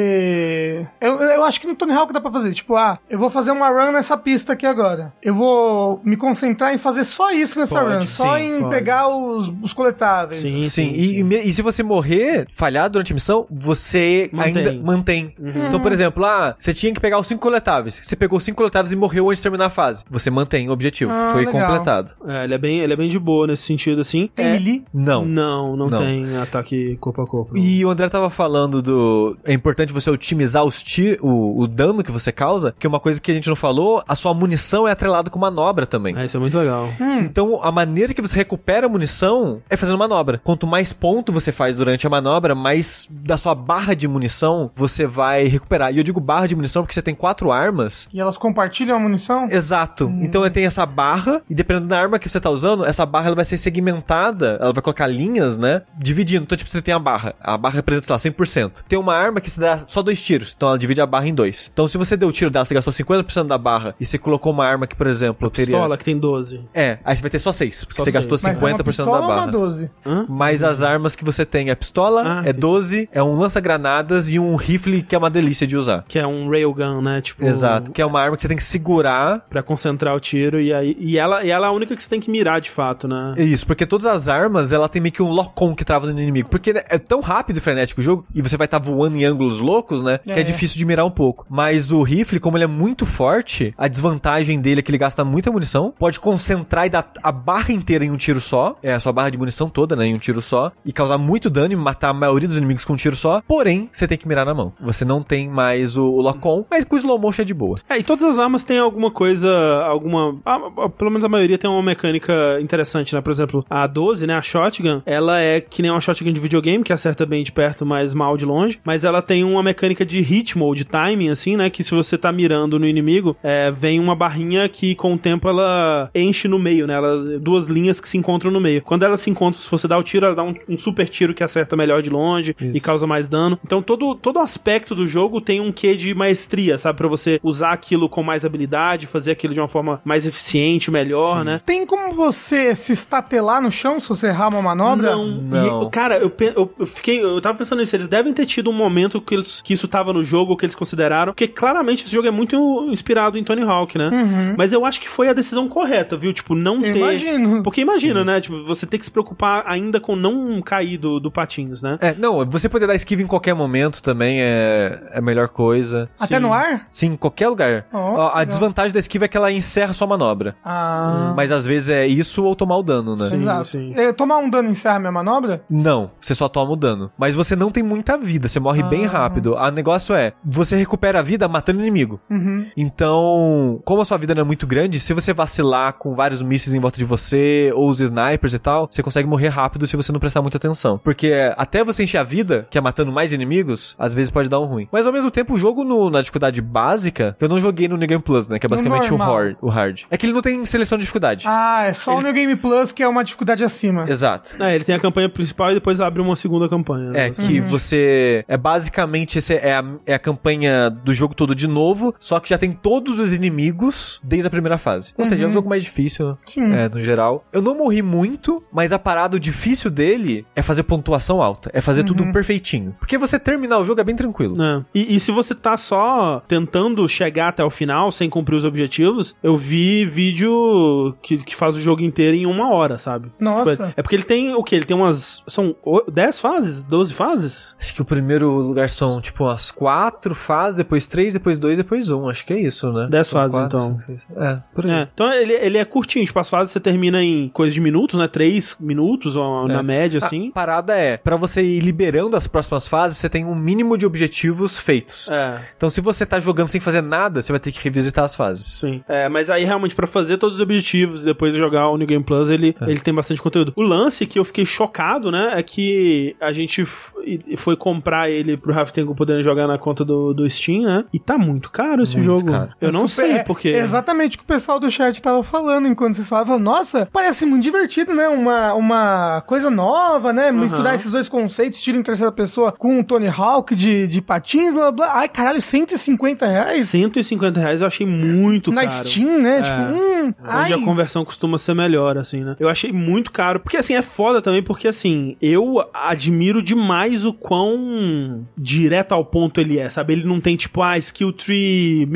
C: fazer. Eu, eu acho que no Tony Hawk dá pra fazer. Tipo, ah, eu vou fazer uma run nessa pista aqui agora. Eu vou me concentrar em fazer só isso nessa
B: Pode,
C: run. só
B: sim,
C: em
A: pode.
C: pegar os, os coletáveis.
A: Sim,
B: Sim, E, e me- e se você morrer, falhar durante a missão, você
A: Mantém.
B: ainda mantém. Então, por exemplo, ah, você tinha que pegar os cinco coletáveis. Você pegou os cinco coletáveis e morreu antes de terminar a fase. Você mantém o objetivo.
C: Ah,
B: Foi
C: legal.
B: completado.
A: É, ele é bem, ele é bem de boa nesse sentido, assim.
C: Tem
A: É-
C: melee?
B: Não.
A: Não, não,
B: Não.
A: tem ataque corpo a corpo.
B: E o André tava falando do. É importante você otimizar os ti- o, o dano que você causa, que é uma coisa que a gente não falou, a sua munição é atrelada com manobra também.
A: É, isso é muito legal.
B: Então, a maneira que você recupera a munição é fazendo manobra. Quanto mais ponto você faz durante a manobra, mais da sua barra de munição você vai recuperar. E eu digo barra de munição porque você tem quatro armas.
C: E elas compartilham a munição?
B: Exato. Então tem essa barra, e dependendo da arma que você tá usando, essa barra ela vai ser segmentada, ela vai colocar linhas, né? Dividindo. Então, tipo, você tem a barra. A barra representa, sei lá, 100%. Tem uma arma que você dá só dois tiros, então ela divide a barra em dois. Então, se você deu o tiro dela, você gastou 50% da barra, e você colocou uma arma que, por exemplo, teria.
A: Pistola que tem 12.
B: É, aí você vai ter só 6, porque
A: Só
B: você
A: seis.
B: gastou
C: Mas é uma
B: 50%
C: pistola
B: da
C: ou uma
B: barra.
C: 12?
B: Mas as armas que você tem é pistola,
A: Ah,
B: é
A: entendi.
B: 12, é um lança-granadas e um rifle que é uma delícia de usar.
A: Que é um railgun, né? Tipo.
B: Exato, que é uma arma que você tem que segurar.
A: Pra concentrar o tiro e aí. E ela, e ela é a única que você tem que mirar de fato, né?
B: É Isso, porque todas as armas, ela tem meio que um lock-on que trava no inimigo. Porque né, é tão rápido e frenético o jogo, e você vai estar voando em ângulos loucos, né? que
C: É.
B: é difícil de mirar um pouco. Mas o rifle, como ele é muito forte, a desvantagem dele é que ele gasta muita munição. Pode concentrar e dar a barra inteira em um tiro só. É, a sua barra de munição toda, né? Em um tiro só. E causar muito dano e matar a maioria dos inimigos com um tiro só. Porém, você tem que mirar na mão. Você não tem mais o, o lock-on, mas com o slow motion é de boa.
A: É, e todas as armas têm alguma coisa, alguma. a- a- pelo menos a maioria tem uma mecânica interessante, né? Por exemplo, a 12, né? A shotgun, ela é que nem uma shotgun de videogame, que acerta bem de perto, mas mal de longe. Mas ela tem uma mecânica de ritmo ou de timing, assim, né? Que se você tá mirando no inimigo, é, vem uma barrinha que com o tempo ela enche no meio, né? Ela, duas linhas que se encontram no meio. Quando elas se encontram, se você dá o tiro, ela dá um, um super tiro que acerta melhor de longe e causa mais dano. Então todo, todo aspecto do jogo tem um quê de maestria, sabe? Pra você usar aquilo com mais habilidade, fazer aquilo de uma forma mais eficiente, melhor, né?
C: Tem como você se estatelar no chão se você errar uma manobra?
A: Não,
B: Não.
A: E, cara, eu, pe- eu, eu fiquei. Eu tava pensando nisso. Eles devem ter tido um momento que, eles- que isso tava no jogo, que eles consideraram. Porque claramente esse jogo é muito inspirado em Tony Hawk, né? Mas eu acho que foi a decisão correta, viu? Tipo, não
C: Uhum. Eu
A: ter.
C: imagino.
A: Porque imagina, né? Tipo, você ter que se preocupar ainda com não cair do, do patins, né?
B: É, não, você poder dar esquiva em qualquer momento também é, é a melhor coisa.
C: Até no ar?
B: Sim, em qualquer lugar.
C: Ó,
B: Ó, a
C: legal.
B: desvantagem da esquiva é que ela encerra sua manobra.
C: Ah.
B: Mas às vezes é isso ou tomar o dano, né?
C: Exato.
A: sim.
C: Eh, Tomar um dano encerra minha manobra?
B: Não, você só toma o dano. Mas você não tem muita
C: Ah.
B: vida, você morre bem rápido. O negócio é, você recupera a vida matando inimigo.
C: Uhum.
B: Então, Então, como a sua vida não é muito grande, se você vacilar com vários mísseis em volta de você, ou os snipers e tal, você consegue morrer rápido se você não prestar muita atenção. Porque é, até você encher a vida, que é matando mais inimigos, às vezes pode dar um ruim. Mas ao mesmo tempo, o jogo no- na dificuldade básica, que eu não joguei no New Game Plus, né? Que é basicamente o
C: normal.
B: hard, o hard. É que ele não tem seleção de dificuldade.
C: Ah, é só o New Game Plus que é uma dificuldade acima.
B: Exato.
A: É, ele tem a campanha principal e depois abre uma segunda campanha. né?
B: É, que você. É basicamente esse é a, é a campanha do jogo todo de novo, só que já tem todos os inimigos desde a primeira fase. Ou
A: Uhum.
B: seja, é um jogo mais difícil,
C: Sim.
B: é, no geral. Eu não morri muito, mas a parada o difícil dele é fazer pontuação alta, é fazer
A: Uhum.
B: tudo perfeitinho. Porque você terminar o jogo é bem tranquilo.
A: É. E, e se você tá só tentando chegar até o final sem cumprir os objetivos, eu vi vídeo que, que faz o jogo inteiro em uma hora, sabe?
C: Nossa.
A: Tipo, é- é porque ele tem o quê? Ele tem umas. São o- 10 fases? 12 fases?
B: Acho que o primeiro lugar são, tipo, as quatro fases, depois três, depois dois, depois um. Acho que é isso, né?
A: Dez
B: São
A: fases, então.
B: cinco, seis. É, por aí.
A: É. Então ele, ele é curtinho, tipo, as fases você termina em coisa de minutos, né? 3 minutos, ó, na média, assim.
B: A parada é, pra você ir liberando as próximas fases, você tem um mínimo de objetivos feitos.
A: É,
B: Então, se você tá jogando sem fazer nada, você vai ter que revisitar as fases.
A: sim. É, mas aí realmente pra fazer todos os objetivos, depois de jogar o New Game Plus, ele, ele tem bastante conteúdo. O lance que eu fiquei chocado, né, é que a gente f- e- foi comprar ele pro Raftengo podendo jogar na conta do, do Steam, né? E tá muito caro esse
B: Muito
A: jogo.
B: caro.
A: Eu não sei
C: É,
A: porque.
C: Exatamente o que o pessoal do chat tava falando enquanto vocês falavam. Nossa, parece muito divertido, né? Uma, uma coisa nova, né? Misturar esses dois conceitos, tiro em terceira pessoa com o Tony Hawk de, de patins, blá blá. Ai, caralho, 150 reais?
A: 150 reais eu achei muito
C: Na
A: caro.
C: Steam, né? Tipo, hum, ai.
A: Onde a conversão costuma ser melhor, assim, né? Eu achei muito caro. Porque, assim, é foda também, porque, assim, eu admiro demais o quão direto ao ponto ele é, sabe? Ele não tem, tipo, ah, skill tree,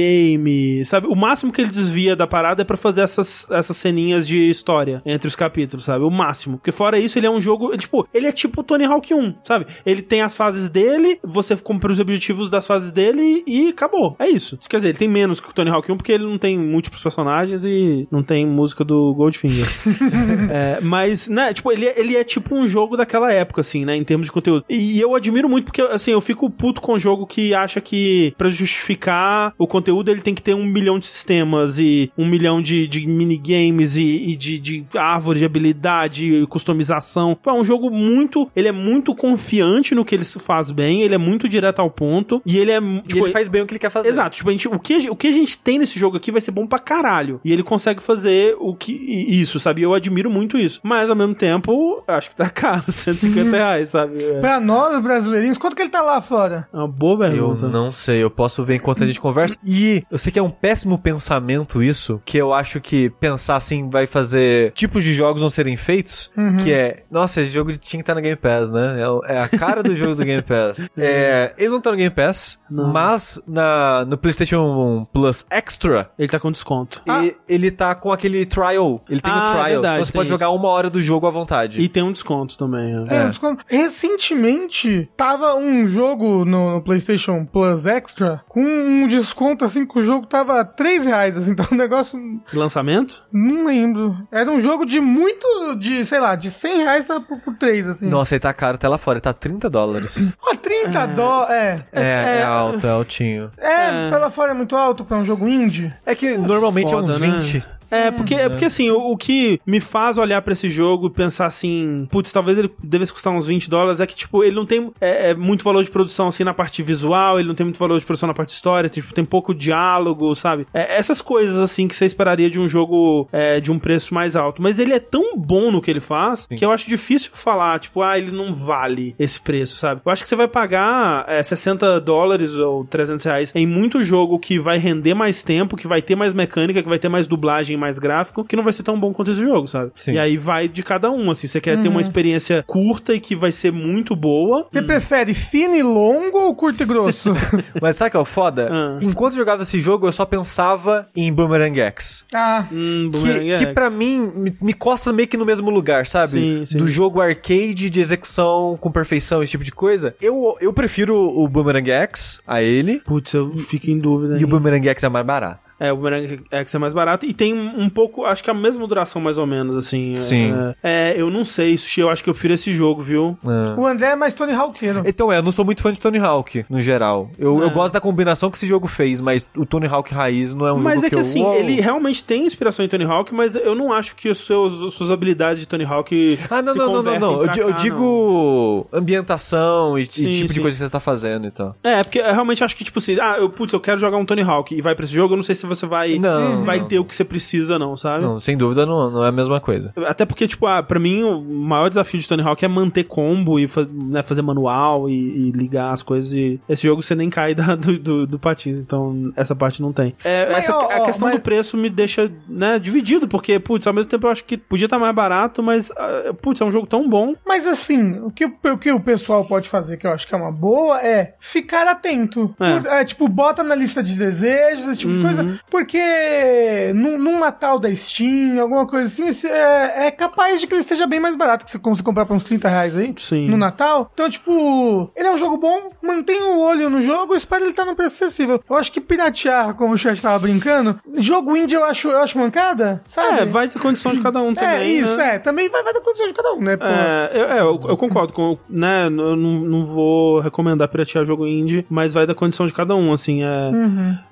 A: minigame, sabe? O máximo que ele desvia da parada é pra fazer essas, essas ceninhas de história entre os capítulos, sabe? O máximo. Porque, fora isso, ele é um jogo, tipo, ele é tipo Tony Hawk 1, sabe? Ele tem as fases dele, você cumpre os objetivos das fases dele e acabou. É isso. Quer dizer, ele tem menos que o Tony Hawk 1 porque ele não tem múltiplos personagens e não tem música do Goldfinger. É, mas, né, tipo, ele, é- ele é tipo um jogo daquela época, assim, né, em termos de conteúdo. E eu admiro muito porque, assim, eu fico puto com o jogo que acha que pra justificar o conteúdo ele tem que ter um milhão de sistemas e um milhão de, de minigames e, e de, de árvore de habilidade e customização. Pô, é um jogo muito. Ele é muito confiante no que ele faz bem, ele é muito direto ao ponto e ele é.
B: E ele faz bem o que ele quer fazer.
A: Exato, tipo, a gente, o, que, a gente- o que a gente tem nesse jogo aqui vai ser bom pra caralho. E ele consegue fazer o que e isso, sabe? Eu admiro muito isso. Mas ao mesmo tempo, acho que tá caro, 150 reais, sabe? É
C: Pra nós, brasileirinhos, quanto que ele tá lá fora?
A: uma boa
B: Eu
A: pergunta.
B: não sei, eu posso ver enquanto a gente conversa. E eu sei que é um péssimo pensamento isso, que eu acho que pensar assim vai fazer tipos de jogos não serem feitos,
A: Uhum.
B: que é, nossa, esse jogo tinha que estar no Game Pass, né? É o- É, a cara do jogo do Game Pass. É, ele não tá no Game Pass, mas na, no PlayStation um Plus Extra,
A: Ele tá com desconto.
B: e- ele tá com aquele trial. Ele tem o
A: Ah,
B: trial.
A: verdade,
B: então você
A: tem
B: pode
A: isso.
B: jogar uma hora do jogo à vontade.
A: E tem um desconto também. ó.
C: É, um desconto. Recentemente, tava um jogo no, no PlayStation Plus Extra com um desconto, assim, que o jogo tava 3 reais, assim, então o negócio
A: Lançamento?
C: Não lembro. Era um jogo de muito. de, sei lá, de 100 reais tá por, por 3, assim.
B: Nossa, ele tá caro até lá fora, ele tá 30 dólares.
C: Ó, 30 dólares. É.
B: é, é alto, é altinho.
C: É, pela fora é muito alto pra um jogo indie.
B: É que normalmente
A: Foda,
B: é uns
A: né?
B: 20.
A: É, porque, é porque assim, o, o que me faz olhar pra esse jogo e pensar assim, putz, talvez ele devesse custar uns 20 dólares, é que, tipo, ele não tem é, é, muito valor de produção, assim, na parte visual, ele não tem muito valor de produção na parte de história, tipo, tem pouco diálogo, sabe? É, essas coisas, assim, que você esperaria de um jogo é, de um preço mais alto. Mas ele é tão bom no que ele faz que eu acho difícil falar, tipo, ah, ele não vale esse preço, sabe? Eu acho que você vai pagar é, 60 dólares ou 300 reais em muito jogo que vai render mais tempo, que vai ter mais mecânica, que vai ter mais dublagem, mais gráfico, que não vai ser tão bom quanto esse jogo, sabe?
B: Sim.
A: E aí vai de cada um, assim. Você quer ter uma experiência curta e que vai ser muito boa.
C: Você prefere fino e longo ou curto e grosso?
B: Mas sabe o que é o foda?
A: Ah.
B: Enquanto eu jogava esse jogo, eu só pensava em Boomerang X.
C: ah.
A: Hum, Boomerang
B: Que, que
A: X.
B: pra mim me, me costa meio que no mesmo lugar, sabe?
A: Sim, sim.
B: Do jogo arcade de execução com perfeição, esse tipo de coisa. Eu, eu prefiro o Boomerang X a ele.
A: é. Putz, eu fico em dúvida.
B: E o
A: ainda.
B: Boomerang X é mais barato.
A: É, o Boomerang X é mais barato e tem um, um pouco, acho que a mesma duração, mais ou menos, assim.
B: Sim.
A: É, é, eu não sei, Sushi, eu acho que eu prefiro esse jogo, viu?
B: Ah.
C: O André é mais Tony Hawkino.
B: Então é, eu não sou muito fã de Tony Hawk, no geral. Eu,
A: É.
B: eu gosto da combinação que esse jogo fez, mas o Tony Hawk raiz não é um
A: Mas
B: jogo
A: é que
B: eu...
A: assim,
B: Uou.
A: ele realmente tem inspiração em Tony Hawk, mas eu não acho que os seus, as suas habilidades de Tony Hawk.
B: Ah, não,
A: se
B: não, não, não,
A: convertem
B: não. Eu,
A: pra
B: di- eu
A: cá, não.
B: digo ambientação e, e
A: Sim,
B: tipo
A: sim.
B: de coisa que você tá fazendo e tal.
A: É, porque eu realmente acho que, tipo assim, ah, eu, putz, eu quero jogar um Tony Hawk e vai pra esse jogo, eu não sei se você vai,
B: Não,
A: vai
B: não.
A: ter o que você precisa, não, sabe?
B: Não, sem dúvida não, não é a mesma coisa.
A: Até porque, tipo, ah, pra mim o maior desafio de Tony Hawk é manter combo e fa- né, fazer manual e, e ligar as coisas. E esse jogo você nem cai da- do, do, do patins, então essa parte não tem. É,
C: Mas,
A: essa,
C: ó,
A: a
C: ó,
A: questão
C: mas-
A: do preço me deixa, né, dividido, porque, putz, ao mesmo tempo eu acho que podia estar mais barato, mas, ah, putz, é um jogo tão bom.
C: Mas assim, o que, o que o pessoal pode fazer, que eu acho que é uma boa, é ficar atento.
A: É. Uhum.
C: Por- é, tipo, bota na lista de desejos, esse tipo de coisa. Porque num, numa tal da Steam, alguma coisa assim, esse- é, é capaz de que ele esteja bem mais barato, que você consiga comprar por uns 30 reais aí.
A: Sim.
C: No Natal. Então, tipo, ele é um jogo bom, mantenha o olho no jogo, espera ele estar num preço acessível. Eu acho que piratear, como o chat tava brincando, jogo indie eu acho, eu acho mancada, sabe?
A: É, vai ter condição de cada um também.
C: É, isso,
A: né?
C: é. Também vai, vai da condição de cada um, né? pô?
A: É, eu, é, eu, eu concordo com, né, eu não, não vou recomendar piratear jogo indie, mas vai da condição de cada um, assim, é...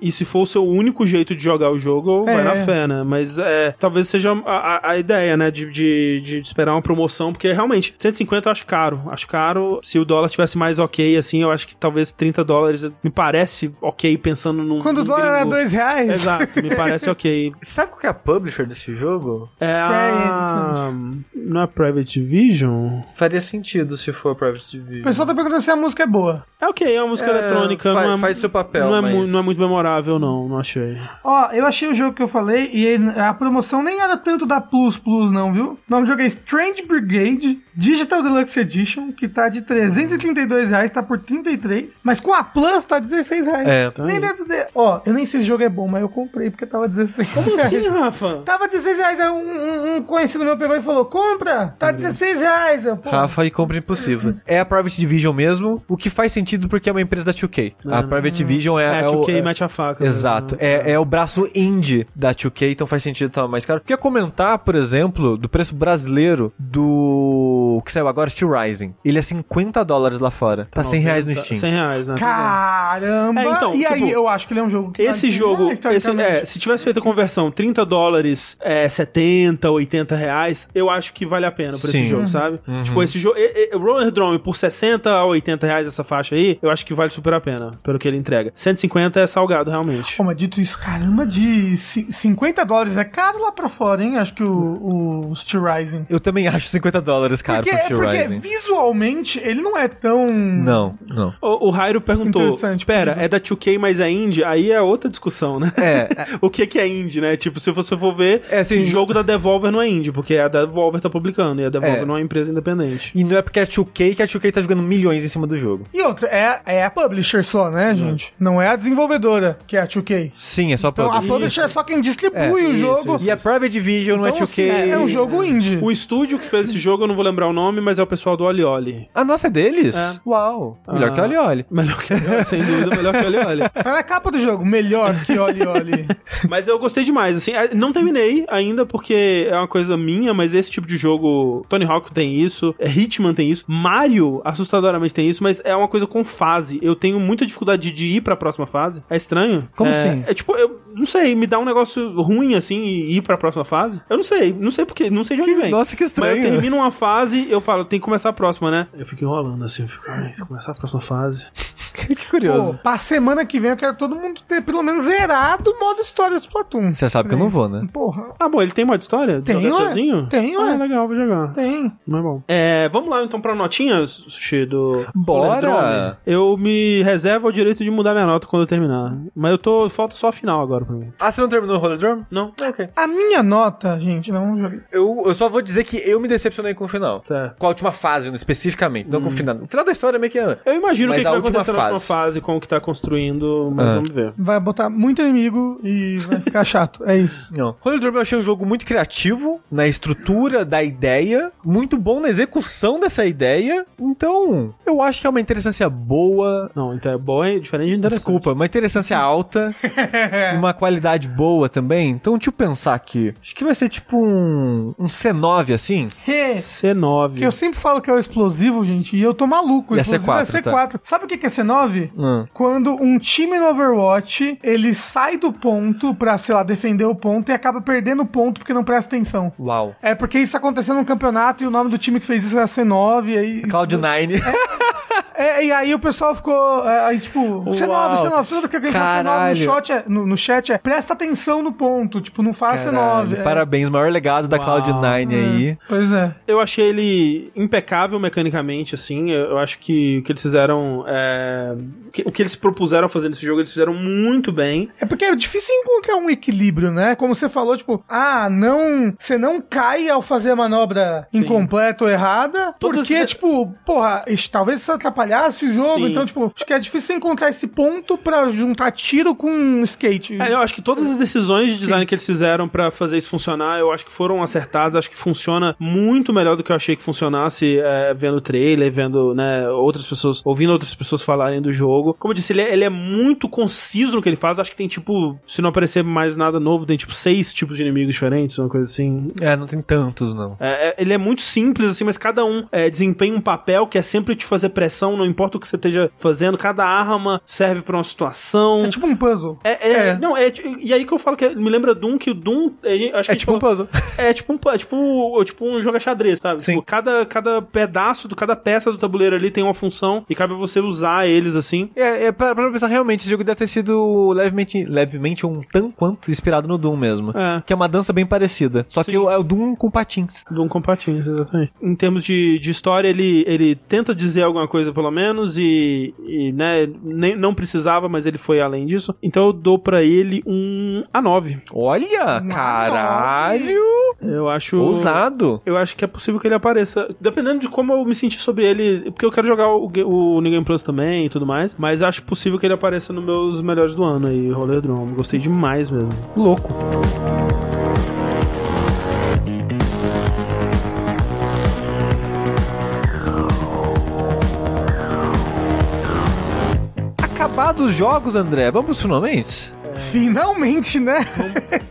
A: E se for o seu único jeito de jogar o jogo,
C: Uhum. É.
A: vai na fé, né? Mas é, talvez seja a, a- a ideia, né, de, de, de esperar uma promoção, porque realmente, 150 eu acho caro, acho caro, se o dólar tivesse mais ok, assim, eu acho que talvez 30 dólares me parece ok, pensando num...
C: Quando o
A: num
C: dólar é era
A: gringo.
C: 2 reais.
A: Exato, me parece ok.
B: Sabe qual que é a publisher desse jogo?
A: É a... Não é Private Vision?
B: Faria sentido se for Private Division.
C: O pessoal tá perguntando se a música é boa.
A: É ok, é uma música eletrônica.
B: faz,
A: não é,
B: faz seu papel,
A: não, é
B: mas...
A: mu- não é muito memorável, não, não achei.
C: Ó, eu achei o jogo que eu falei e ele- a promoção nem era tanto da Plus Plus, não, viu? O nome do jogo é Strange Brigade Digital Deluxe Edition, que tá de 332 reais, tá por 33, mas com a Plus tá 16 reais.
B: É, tá
C: nem
A: aí.
C: deve ter- Ó, eu nem sei se o jogo é bom, mas eu comprei porque tava 16
B: assim,
C: reais.
A: Rafa?
C: Tava 16 reais, aí um, um- um conhecido meu pegou e falou, compra, tá 16 reais. Eu, pô,
B: Rafa e compra impossível. É a Private Division mesmo, o que faz sentido porque é uma empresa da 2K. a Private Division é,
A: É,
B: é
A: tio
B: o-
A: Kay
B: é-
A: mete a faca.
B: Exato.
A: né?
B: É, é o braço indie da 2K, então faz sentido estar mais caro. Queria comentar, por exemplo, do preço brasileiro do que saiu agora, Steel Rising. Ele é 50 dólares lá fora. Tá 100 reais no
A: Tá-
B: Steam.
A: 100 reais, né?
C: Caramba!
A: É, então,
C: e
A: tipo,
C: aí, eu acho que ele é um jogo que
A: Esse
C: vale
A: jogo,
C: demais,
A: esse-
C: teoricamente.
A: é, se tivesse feito a conversão 30 dólares, é, 70, 80 reais, eu acho que vale a pena pra
B: Sim. Uhum.
A: esse jogo, sabe? Tipo, esse jogo, e- e- Roller Drome por 60 a 80 reais, essa faixa aí, eu acho que vale super a pena, pelo que ele entrega. 150 é salgado, realmente.
C: Pô, mas dito isso, caramba, de ci- 50 dólares é caro lá pra fora, hein? Acho que o, o Steel
A: É
C: Rising.
B: Eu também acho 50 dólares caro
C: Porque,
B: pro
C: é
B: Steel
C: porque
B: Rising.
C: visualmente ele não é tão.
B: Não, não.
A: O, o Jairo perguntou,
C: Interessante,
A: pera, é da 2K, mas é indie? Aí é outra discussão, né?
B: É,
A: o que, que é indie, né? Tipo, se você for ver,
B: É, assim,
A: o jogo da Devolver não é indie, porque a Devolver tá publicando, e a Devolver
B: É.
A: não é uma empresa independente.
B: E não é porque é 2K que a 2K tá jogando milhões em cima do jogo.
C: E outra, é, é a publisher só, né, gente? Não é a desenvolvedora, que é a 2K.
B: Sim, é só
C: Então a
B: publisher.
C: publisher é só quem distribui
B: É,
C: o
A: isso,
C: jogo.
A: isso.
B: E a Private Division não é
C: Então,
B: 2K.
C: assim, é um jogo indie.
A: O estúdio que fez esse jogo, eu não vou lembrar o nome, mas é o pessoal do Olioli.
B: A nossa é deles?
A: É.
B: Uau. Melhor
A: Ah.
B: que a Olioli.
A: Melhor que Olioli, sem dúvida, melhor que Olioli.
C: Tá na capa do jogo, melhor que Oli Oli.
A: Mas eu gostei demais, assim, eh, não terminei ainda porque é uma coisa minha, mas esse tipo de jogo, Tony Hawk tem isso, eh, Hitman tem isso, Mario assustadoramente tem isso, mas é uma coisa com fase. Eu tenho muita dificuldade de- de ir pra próxima fase. É estranho?
B: Como
A: é,
B: assim?
A: É tipo, eu não sei, me dá um negócio ruim assim e ir pra próxima fase. Eu não sei, não sei porque, não sei de onde vem.
B: Nossa, que
A: Mas eu
B: estranho. né?
A: termino uma fase, eu falo, tem que começar a próxima, né? Eu fico enrolando assim, eu fico, ai, se começar a próxima fase.
B: que curioso.
C: Pô, pra semana que vem eu quero todo mundo ter pelo menos zerado o modo história do Splatoon.
B: Você sabe que eu não vou, né?
C: Porra.
A: Ah, bom, ele tem modo história?
C: Tem,
A: Jogar
C: ué.
A: sozinho?
C: Tem, ué.
A: Ah, legal, vou jogar.
C: Tem.
A: Não é bom. É, vamos lá então pra notinha, Sushi, do...
B: Bora!
A: do Lerdrome. Eu me reservo o direito de mudar minha nota quando eu terminar. Mas eu tô... Falta só a final agora pra mim.
B: Ah, você não é terminou o Roller Drum?
A: Não? Ok.
C: A minha nota, gente, não joguei.
B: Eu, eu só vou dizer que eu me decepcionei com o final.
A: Tá.
B: Com a última fase, especificamente. Não com o final. O final da história é meio que...
A: Eu imagino o
B: Mas
A: que, que
B: a
A: vai
B: última
A: acontecer na última
B: fase.
A: fase com o que tá construindo, mas
B: Ah.
A: vamos ver.
C: Vai botar muito inimigo e vai ficar chato. É isso.
B: Não. Roller Drum eu achei um jogo muito criativo na estrutura da ideia, muito bom na execução dessa ideia. Então, eu acho que é uma interessância boa.
A: Não, então é bom, é diferente de interessante.
B: Desculpa, uma interessância alta, uma uma qualidade boa também. Então, deixa eu pensar aqui. Acho que vai ser tipo um, um C9, assim.
A: C9.
C: Que eu sempre falo que é o explosivo, gente, e eu tô maluco. O
B: E é
C: explosivo
B: C4, tá.
C: C4. Sabe o que que é C9?
B: Hum.
C: Quando um time no Overwatch, ele sai do ponto pra, sei lá, defender o ponto e acaba perdendo o ponto porque não presta atenção.
B: Uau.
C: É porque isso aconteceu num campeonato e o nome do time que fez isso era C9, e aí...
B: Cloud9.
C: É, e aí o pessoal ficou, é, aí tipo, C9, C9, tudo que alguém fala C9 no
B: Caralho.
C: chat, é, no, no chat é, presta atenção no ponto, tipo, não faz
B: Caralho,
C: C9. é.
B: Parabéns, maior legado da
A: Uau.
B: Cloud9 aí.
C: Pois é.
A: Eu achei ele impecável mecanicamente, assim. Eu eu acho que o que eles fizeram. é, que- O que eles propuseram a fazer nesse jogo, eles fizeram muito bem.
C: É porque é difícil encontrar um equilíbrio, né? Como você falou, tipo, ah, não. Você não cai ao fazer a manobra incompleta ou errada.
A: Todas
C: Porque,
A: as-
C: tipo, porra, isso- talvez isso atrapalhasse o jogo.
A: Sim.
C: Então, tipo, acho que é difícil você encontrar esse ponto pra juntar tiro com um skate.
A: É, eu acho que todas as decisões de design que eles fizeram pra fazer isso funcionar, eu acho que foram acertadas. Acho que funciona muito melhor do que eu achei que funcionasse é, vendo o trailer, vendo né, outras pessoas, ouvindo outras pessoas falarem do jogo. Como eu disse, ele é, ele é muito conciso no que ele faz. Acho que tem tipo, se não aparecer mais nada novo, tem tipo seis tipos de inimigos diferentes, uma coisa assim.
B: É, não tem tantos, não.
A: É, é, ele é muito simples, assim, mas cada um é, desempenha um papel que é sempre te fazer pressão, não importa o que você esteja fazendo, cada arma serve pra uma situação.
C: É tipo um puzzle.
A: É, é-
C: É.
A: Não, é, ti- e aí que eu falo que é- me lembra Doom, que o Doom. É, acho que
B: É tipo um puzzle.
A: é tipo um pu- é tipo, é tipo um jogo a xadrez, sabe?
B: Sim.
A: Tipo, cada, cada pedaço, do, cada peça do tabuleiro ali tem uma função e cabe você usar eles assim.
B: É, é pra, pra pensar, realmente, esse jogo deve ter sido levemente, levemente ou um tanto quanto inspirado no Doom mesmo.
A: É.
B: Que é uma dança bem parecida. Só que o- é o Doom com patins.
A: Doom com patins, exatamente. Em termos de, de história, ele, ele tenta dizer alguma coisa, pelo menos, e, e, né, nem, não precisava, mas ele foi além disso. Então eu dou pra ele um A9.
B: Olha, caralho!
A: Eu acho.
B: Ousado!
A: Eu acho que é possível que ele apareça. Dependendo de como eu me sentir sobre ele. Porque eu quero jogar o, ga- o New Game Plus também e tudo mais. Mas acho possível que ele apareça nos meus melhores do ano aí, Roller Drum. Gostei demais mesmo.
B: Louco. Acabados os jogos, André. Vamos pros finalmente?
C: Finalmente, né?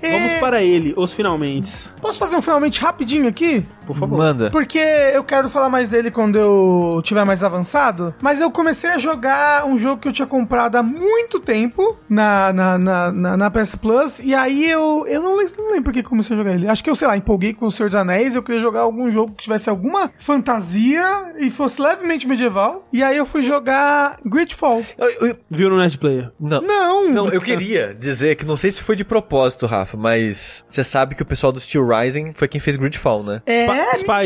A: É. Vamos para ele, os finalmente.
C: Posso fazer um finalmente rapidinho aqui?
A: Por favor.
B: Manda.
C: Porque eu quero falar mais dele quando eu tiver mais avançado. Mas eu comecei a jogar um jogo que eu tinha comprado há muito tempo na, na, na, na, na PS Plus. E aí eu, eu não, lem- não lembro por que comecei a jogar ele. Acho que eu, sei lá, empolguei com o Senhor dos Anéis. Eu queria jogar algum jogo que tivesse alguma fantasia e fosse levemente medieval. E aí eu fui jogar Gridfall.
A: Viu no Nerd Player?
B: Não.
C: Não!
B: Não, eu queria dizer que não sei se foi de propósito, Rafa, mas você sabe que o pessoal do Steel Rising foi quem fez Gridfall, né?
C: É,
A: Sp-
C: mentira!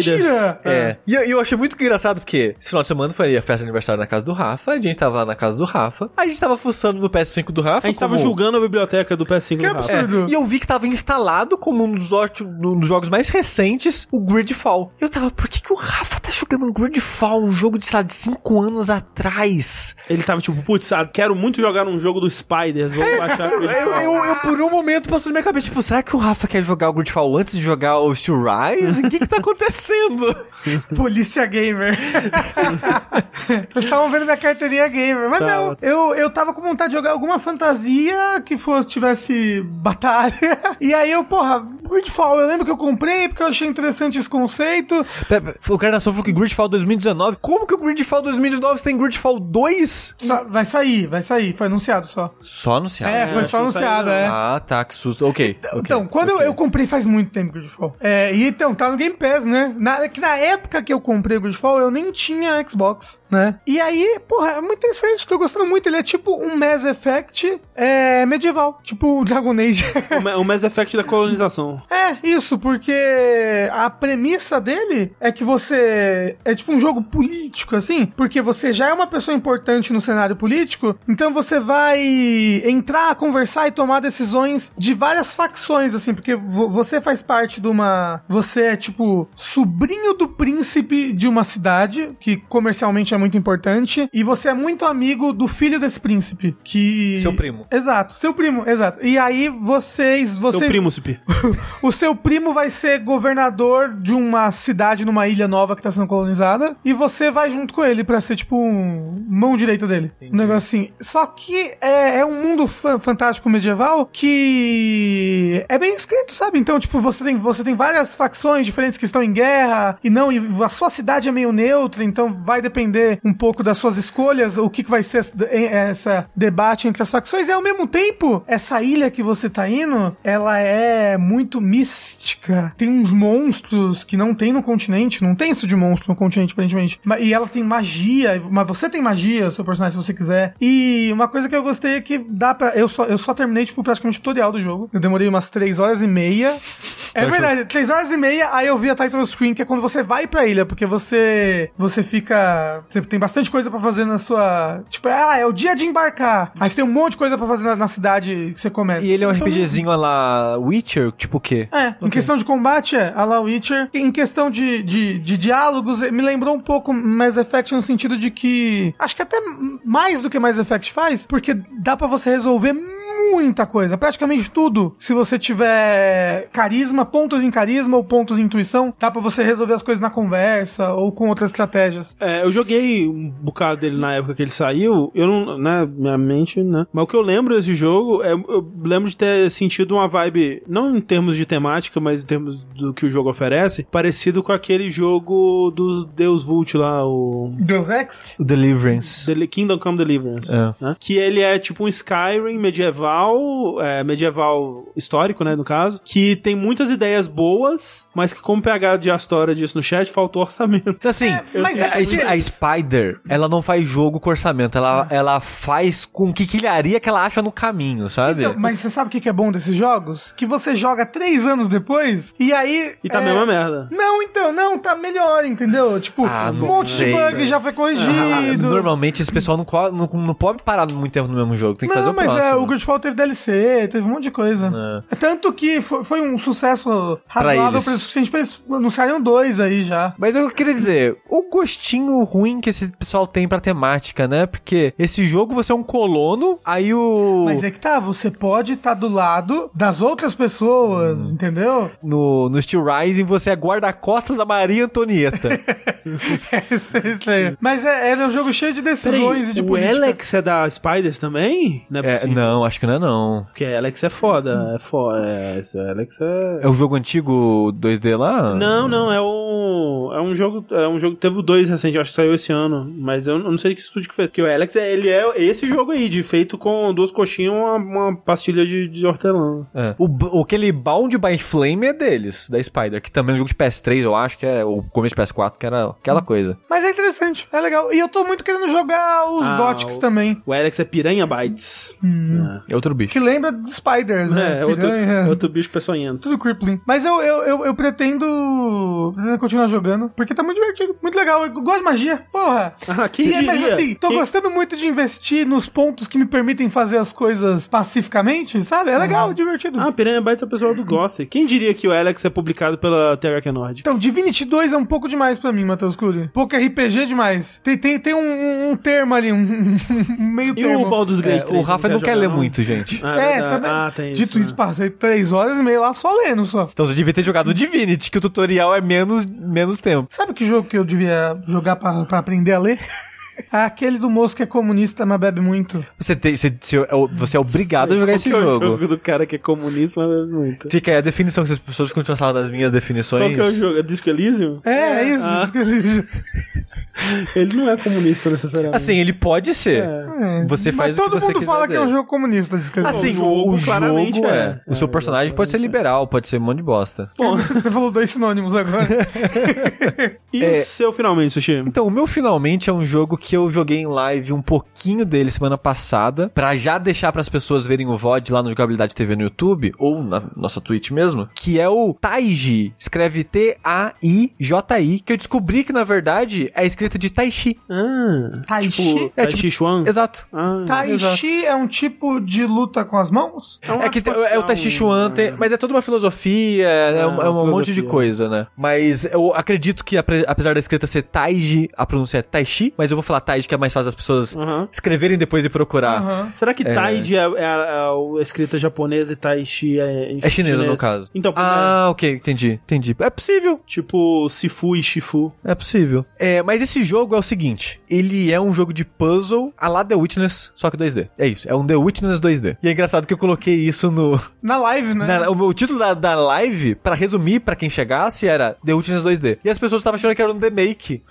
A: Spiders.
B: É. E eu, e eu achei muito engraçado porque esse final de semana foi a festa de aniversário na casa do Rafa, a gente tava lá na casa do Rafa, a gente tava fuçando no PS5 do Rafa.
A: A gente tava
B: como-
A: julgando a biblioteca do PS5
C: Que
A: do Rafa.
C: absurdo.
B: É, e eu vi que tava instalado como um dos, óti- um dos jogos mais recentes, o Gridfall. Eu tava, por que, que o Rafa tá jogando um Gridfall, um jogo de, sei lá, de 5 anos atrás?
A: Ele tava tipo, putz, ah, quero muito jogar um jogo do Spiders. Vamos baixar o
B: Eu, eu- eu, por um momento passou na minha cabeça, tipo, será que o Rafa quer jogar o Gridfall antes de jogar o Steel Rising? O que que tá acontecendo?
C: Polícia Gamer. Vocês estavam vendo minha carteirinha gamer, mas
A: Tava.
C: não. Eu, eu tava com vontade de jogar alguma fantasia que fosse, tivesse batalha. E aí eu, porra, Gridfall, eu lembro que eu comprei porque eu achei interessante esse conceito.
B: Pera, pera, O cara nação falou que Gridfall 2019. Como que o Gridfall 2019 você tem Gridfall 2?
C: Só- vai sair, vai sair, foi anunciado só.
B: Só anunciado.
C: É, foi
A: acho
C: só
A: que não saiu, né?
C: anunciado,
A: não.
C: é.
B: Ah, tá, que susto. Ok. ok,
C: Então, quando eu-
B: ok.
C: eu comprei faz muito tempo Gridfall. É, e então, tá no Game Pass, né? Na, que na época que eu comprei o Gridfall, eu nem tinha Xbox, né? E aí, porra, é muito interessante, tô gostando muito. Ele é tipo um Mass Effect é, medieval, tipo o Dragon Age.
A: O Ma- O Mass Effect da colonização.
C: é, isso, porque a premissa dele é que você. É tipo um jogo político, assim, porque você já é uma pessoa importante no cenário político, então você vai entrar, conversar e tomar decisões de várias facções, assim, porque vo- você faz parte de uma. Você é tipo sobrinho do príncipe de uma cidade, que comercialmente é muito importante. E você é muito amigo do filho desse príncipe, que...
B: Seu primo.
C: Exato, seu primo, exato. E aí vocês...
A: Seu
C: vocês
A: primo, Cipi.
C: o seu primo vai ser governador de uma cidade numa ilha nova que tá sendo colonizada. E você vai junto com ele pra ser, tipo, um mão direita dele. Um negócio assim. Só que é, é um mundo fan- fantástico medieval que é bem escrito, sabe? Então, tipo, você tem, você tem várias facções diferentes que estão em guerra. E não, e a sua cidade é meio neutra. Então vai depender um pouco das suas escolhas. O que, que vai ser essa, é, essa debate entre as facções. E ao mesmo tempo, essa ilha que você tá indo, ela é muito mística. Tem uns monstros que não tem no continente. Não tem isso de monstro no continente, aparentemente. Ma- E ela tem magia. Mas você tem magia, seu personagem, se você quiser. E uma coisa que eu gostei é que dá pra. Eu só, eu só terminei, tipo, praticamente o tutorial do jogo. Eu demorei umas 3 horas e meia. É verdade, 3 horas e meia, aí eu vi a title screen, que é quando você vai pra ilha, porque você. Você fica. Você tem bastante coisa pra fazer na sua. Tipo, ah, é o dia de embarcar. Aí você tem um monte de coisa pra fazer na, na cidade que você começa.
B: E ele é um
C: Então,
B: RPGzinho a lá Witcher, tipo o quê?
C: é, em questão de combate é a la Witcher. Em questão de, de, de diálogos, eh, me lembrou um pouco Mass Effect no sentido de que. Acho que até m- mais do que Mass Effect faz, porque dá pra você resolver muita coisa, praticamente tudo. Se você tiver carisma, pontos em carisma ou pontos em intuição, dá pra você resolver as coisas na conversa ou com outras estratégias.
A: É, eu joguei um bocado dele na época que ele saiu, eu não, né, minha mente, né? Mas o que eu lembro desse jogo, é, eu lembro de ter sentido uma vibe, não em termos de temática, mas em termos do que o jogo oferece, parecido com aquele jogo dos Deus Vult lá, o
C: Deus Ex?
B: O Deliverance.
A: Deli- Kingdom Come Deliverance.
B: É.
A: né? Que ele é tipo um Skyrim medieval, é, medieval histórico, né, no caso, que tem muitas ideias boas, mas que como o PH de Astora disse no chat, faltou orçamento.
B: Assim,
C: mas é
B: a,
C: porque-
B: a Spider, ela não faz jogo com orçamento, ela, ela faz com quinquilharia que ela acha no caminho, sabe?
C: Então, mas você sabe o que que é bom desses jogos? Que você joga três anos depois e aí.
A: E tá
C: é,
A: mesmo a merda.
C: Não, então, não, tá melhor, entendeu? Tipo,
B: Ah,
C: um
B: não
C: monte
B: sei,
C: de bug
B: velho.
C: já foi
B: Ah,
C: corrigido.
B: Normalmente esse pessoal não, co- não, não pode parar muito tempo no mesmo jogo, tem que fazer
C: não,
B: o
C: mas
B: próximo. É.
C: é, o Godfall teve DLC, teve um monte de coisa. É Tanto que fo- foi, um sucesso razoável
B: eles.
C: pra suficiente pra eles anunciarem dois aí já.
B: Mas eu queria dizer, o gostinho ruim que esse pessoal tem pra temática, né? Porque esse jogo você é um colono, aí o.
C: Mas é que tá, você pode estar do lado das outras pessoas,
B: Hum.
C: entendeu?
B: No, no Steel Rising você é guarda-costas da Maria Antonieta.
C: É Isso é estranho. Mas é, era um jogo cheio de decisões e de
A: o
C: política.
A: Alex é da Spiders também? Não é,
B: É,
A: possível.
B: não, acho que não é não.
A: Porque Alex é foda. É foda. É, esse Alex é.
B: É o jogo antigo 2D lá?
A: Não, não, é um. É um jogo. É um jogo que teve o dois recente, acho que saiu esse ano. Mas eu não sei que estúdio que fez. Porque o Alex é, ele é esse jogo aí, de feito com duas coxinhas e uma, uma pastilha de, de hortelã.
B: É. O, b- o- aquele Bound by Flame é deles, da Spider, que também é um jogo de PS3, eu acho, que é o começo de PS4, que era aquela coisa.
C: Mas é interessante, é legal. E eu tô muito querendo jogar os
A: Ah,
C: Gothics
A: o-
C: também.
A: O Alex é Piranha Bites.
B: É outro bicho.
C: Que lembra de Spiders, né?
A: É, é outro,
C: Hum. Piranha.
A: outro bicho peçonhento.
C: Tudo crippling. Mas eu, eu, eu, eu pretendo, pretendo continuar jogando, porque tá muito divertido, muito legal. Eu gosto de magia, porra.
A: Ah, quem
C: Sim, é, mas
A: diria?
C: assim, tô
A: Quem-
C: gostando muito de investir nos pontos que me permitem fazer as coisas pacificamente, sabe? É legal, é divertido.
A: Uhum. Ah, Piranha Bites é o pessoal do Gothic. Quem diria que o Alex é publicado pela THQ Nord?
C: Então, Divinity 2 é um pouco demais pra mim, Matheus Cury. Pouco RPG demais. Tem, tem, tem um, um termo ali, um, um meio
A: E
C: termo.
A: o Baldur's
B: É,
A: Gate 3,
B: o Rafa não quer
A: jogar,
B: ler
A: não?
B: muito, gente.
A: Ah,
C: É,
A: verdade.
C: também.
A: Ah, tem
C: Dito
A: isso,
C: isso, passei três horas e meia lá só lendo só.
B: Então você devia ter jogado o Divinity, que o tutorial é menos, menos tempo.
C: Sabe que jogo que eu devia jogar pra, pra aprender a ler? Aquele do moço que é comunista, mas bebe muito.
B: Você, tem- você- você é o- você é obrigado a jogar
A: Qual
B: esse
A: que é o
B: jogo.
A: do cara que é comunista, mas bebe muito.
B: Fica aí a definição que as pessoas ficam tirando sarro das minhas
A: Qual
B: definições.
A: que é o jogo? É Disco Elysium?
C: É, é isso.
A: Ah.
C: isso que ele-
A: Ele não é comunista necessariamente.
B: Assim, ele pode ser.
C: É.
B: Você faz o
C: mas
B: que
C: todo
B: você
C: mundo
B: quiser
C: fala que é um
B: dele.
C: jogo comunista, diz que ele-
B: Assim,
A: o
B: o,
A: jogo
B: o
A: claramente
B: jogo
A: é.
B: é. O seu
A: É,
B: personagem pode ser liberal, pode ser um monte de bosta.
C: Você falou dois sinônimos agora.
B: Assim,
A: E
B: é-
A: o seu finalmente, Sushi?
B: Então, o meu finalmente é um jogo que eu joguei em live um pouquinho dele semana passada, pra já deixar pras pessoas verem o VOD lá no Jogabilidade TV no YouTube, ou na nossa Twitch mesmo, que é o Taiji. Escreve T-A-I-J-I, que eu descobri que na verdade é escrita de Taishi.
A: Ah,
C: Tai Chi.
B: É
A: é
B: tipo- Tá-
A: tipo... Chuan?
B: Exato.
A: Ah,
C: Tai
B: Exato.
C: Chi é um tipo de luta com as mãos?
A: um
B: É que
A: arte
B: tem- é o
A: marcial,
B: Tai Chi Chuan, tem-
A: né?
B: mas é toda uma filosofia, é, um, é um
A: filosofia.
B: monte de coisa, né? Mas eu acredito que apre- apesar da escrita ser Taiji, a pronúncia é Tai Chi, mas eu vou sei lá, Tide, que é mais fácil as pessoas
A: Aham.
B: escreverem depois e procurar.
C: Aham.
A: Será que
B: É.
A: Taide é, é a, a- a escrita japonesa e Taishi é,
B: É chinesa, no caso.
A: Então, pois
B: ah, ok, entendi, entendi. É possível.
A: é. tipo Sifu e Shifu.
B: É possível. É, mas esse jogo é o seguinte: ele é um jogo de puzzle a lá The Witness, só que 2D. É isso, é um The Witness 2D. E é engraçado que eu coloquei isso no.
C: Na live, né?
B: na- o meu título da, da live, pra resumir pra quem chegasse, era The Witness 2D. E as pessoas estavam achando que era um The Make.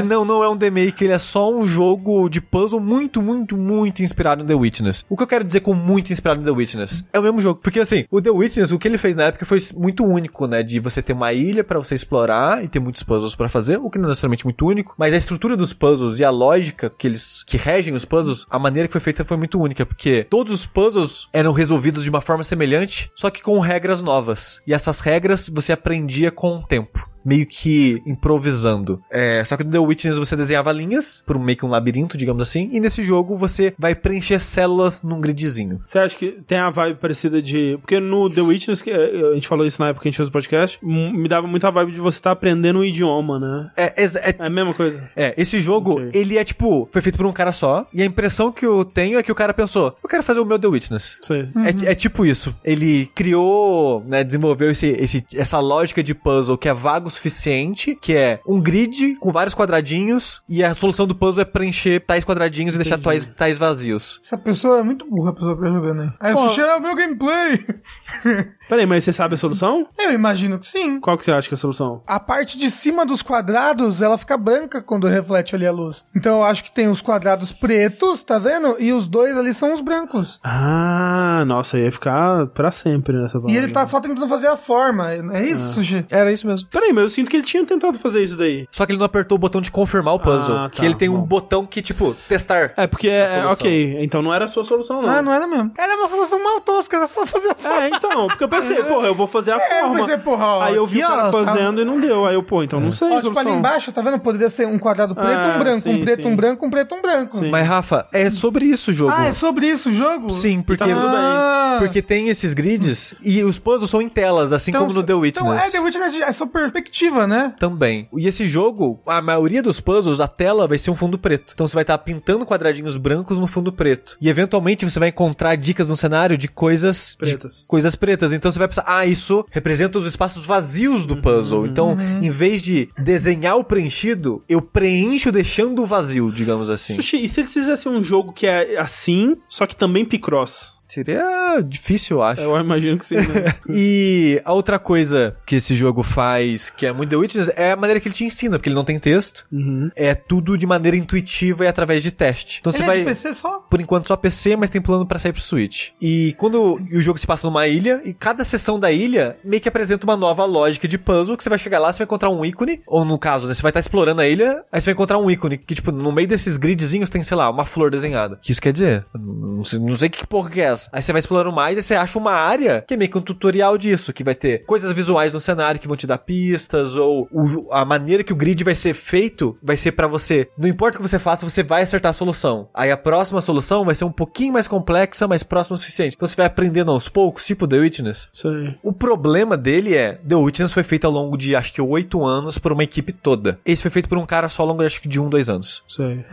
B: e não, não é um The Make, ele é só um jogo de puzzle muito, muito, muito inspirado no The Witness. O que eu quero dizer com muito inspirado no The Witness? É o mesmo jogo. Porque assim, o The Witness, o que ele fez na época foi muito único, né? De você ter uma ilha pra você explorar e ter muitos puzzles pra fazer, o que não é necessariamente muito único, mas a estrutura dos puzzles e a lógica que eles que regem os puzzles, a maneira que foi feita foi muito única, porque todos os puzzles eram resolvidos de uma forma semelhante, só que com regras novas. E essas regras você aprendia com o tempo meio que improvisando. É, só que no The Witness você desenhava linhas por meio que um labirinto, digamos assim, e nesse jogo você vai preencher células num gridzinho.
A: Você acha que tem a vibe parecida de. Porque no The Witness, que eh, a gente falou isso na época que a gente fez o podcast, m- me dava muita vibe de você estar aprendendo um idioma, né?
B: É, exa- é-
A: É a mesma coisa.
B: é, esse jogo,
A: Ok.
B: ele é tipo, foi feito por um cara só, e a impressão que eu tenho é que o cara pensou, eu quero fazer o meu The Witness.
A: Sei.
B: É, ti- é tipo isso. Ele criou, né, desenvolveu esse, esse- essa lógica de puzzle que é vago o suficiente, que é um grid com vários quadradinhos, e a solução do puzzle é preencher tais quadradinhos e deixar tais, tais vazios.
C: Essa pessoa é muito burra, a pessoa que tá jogando aí. Aí
A: Pô.
C: o sushi é o meu gameplay.
A: Peraí, mas você sabe a solução?
C: Eu imagino que sim.
A: Qual que você acha que é a solução?
C: A parte de cima dos quadrados, ela fica branca quando reflete ali a luz. Então eu acho que tem os quadrados pretos, tá vendo? E os dois ali são os brancos.
A: Ah, nossa, ia ficar pra sempre nessa
C: E
A: palavra.
C: ele tá só tentando fazer a forma. É isso,
B: Ah.
C: Sushi?
B: Era isso mesmo.
A: Peraí, mas eu sinto que ele tinha tentado fazer isso daí.
B: Só que ele não apertou o botão de confirmar o puzzle.
A: Ah, tá,
B: que ele tem um
A: bom.
B: botão que, tipo, testar.
A: É, porque. É,
B: solução.
A: ok, então não era a sua solução, não.
C: Ah, não era mesmo. Era uma solução mal tosca, era só fazer a forma.
A: É, então, porque eu pensei, porra, eu vou fazer a
C: É, eu
A: forma.
C: pensei, porra, ó,
A: aí eu vi
C: aqui,
A: o cara
C: ó, tá
A: fazendo e não deu. Aí eu, pô, então não
B: É,
A: sei. a
C: Ó, tipo ali
A: solução.
C: embaixo, tá vendo? Poderia ser um quadrado preto,
A: Ah,
C: um branco,
A: sim,
C: um preto,
A: sim.
C: um branco, um preto, um branco.
A: Sim.
B: Mas, Rafa, é sobre isso o jogo.
C: Ah, é sobre isso o jogo?
B: Sim, porque,
A: tá tudo bem.
C: Ah.
B: porque tem esses grids e os puzzles são em telas, assim como no The Witness.
C: Então, é, The Witness é só perspectiva, né?
B: Também. E esse jogo, a maioria dos puzzles, a tela vai ser um fundo preto. Então você vai estar pintando quadradinhos brancos no fundo preto. E eventualmente você vai encontrar dicas no cenário de coisas de
A: Pretas.
B: coisas pretas. Então você vai pensar, ah, isso representa os espaços vazios do
A: Uhum.
B: puzzle. Então, em vez de desenhar o preenchido, eu preencho deixando o vazio, digamos assim.
A: Sushi, e se eles fizessem um jogo que é assim, só que também picross?
B: Seria difícil, eu acho.
A: Eu imagino que sim, né?
B: E a outra coisa que esse jogo faz, que é muito The Witness, é a maneira que ele te ensina, porque ele não tem texto.
A: Uhum.
B: É tudo de maneira intuitiva e através de teste. Então
C: Ele
B: você
C: é
B: vai.
C: de PC só?
B: Por enquanto só PC, mas tem plano pra sair pro Switch. E quando e o jogo se passa numa ilha, e cada seção da ilha meio que apresenta uma nova lógica de puzzle, que você vai chegar lá, você vai encontrar um ícone, ou no caso, né, você vai estar explorando a ilha, aí você vai encontrar um ícone, que tipo, no meio desses gridzinhos tem, sei lá, uma flor desenhada. Que isso quer dizer? Eu Não sei, não sei que porra que é essa. Aí você vai explorando mais, aí você acha uma área que é meio que um tutorial disso, que vai ter coisas visuais no cenário que vão te dar pistas, ou o- a maneira que o grid vai ser feito vai ser pra você. Não importa o que você faça, você vai acertar a solução. Aí a próxima solução vai ser um pouquinho mais complexa, mas próxima o suficiente. Então você vai aprendendo aos poucos, tipo The Witness.
A: Isso aí.
B: O problema dele é, The Witness foi feito ao longo de acho que oito anos por uma equipe toda. Esse foi feito por um cara só ao longo de acho que de um, dois anos.
A: Isso aí.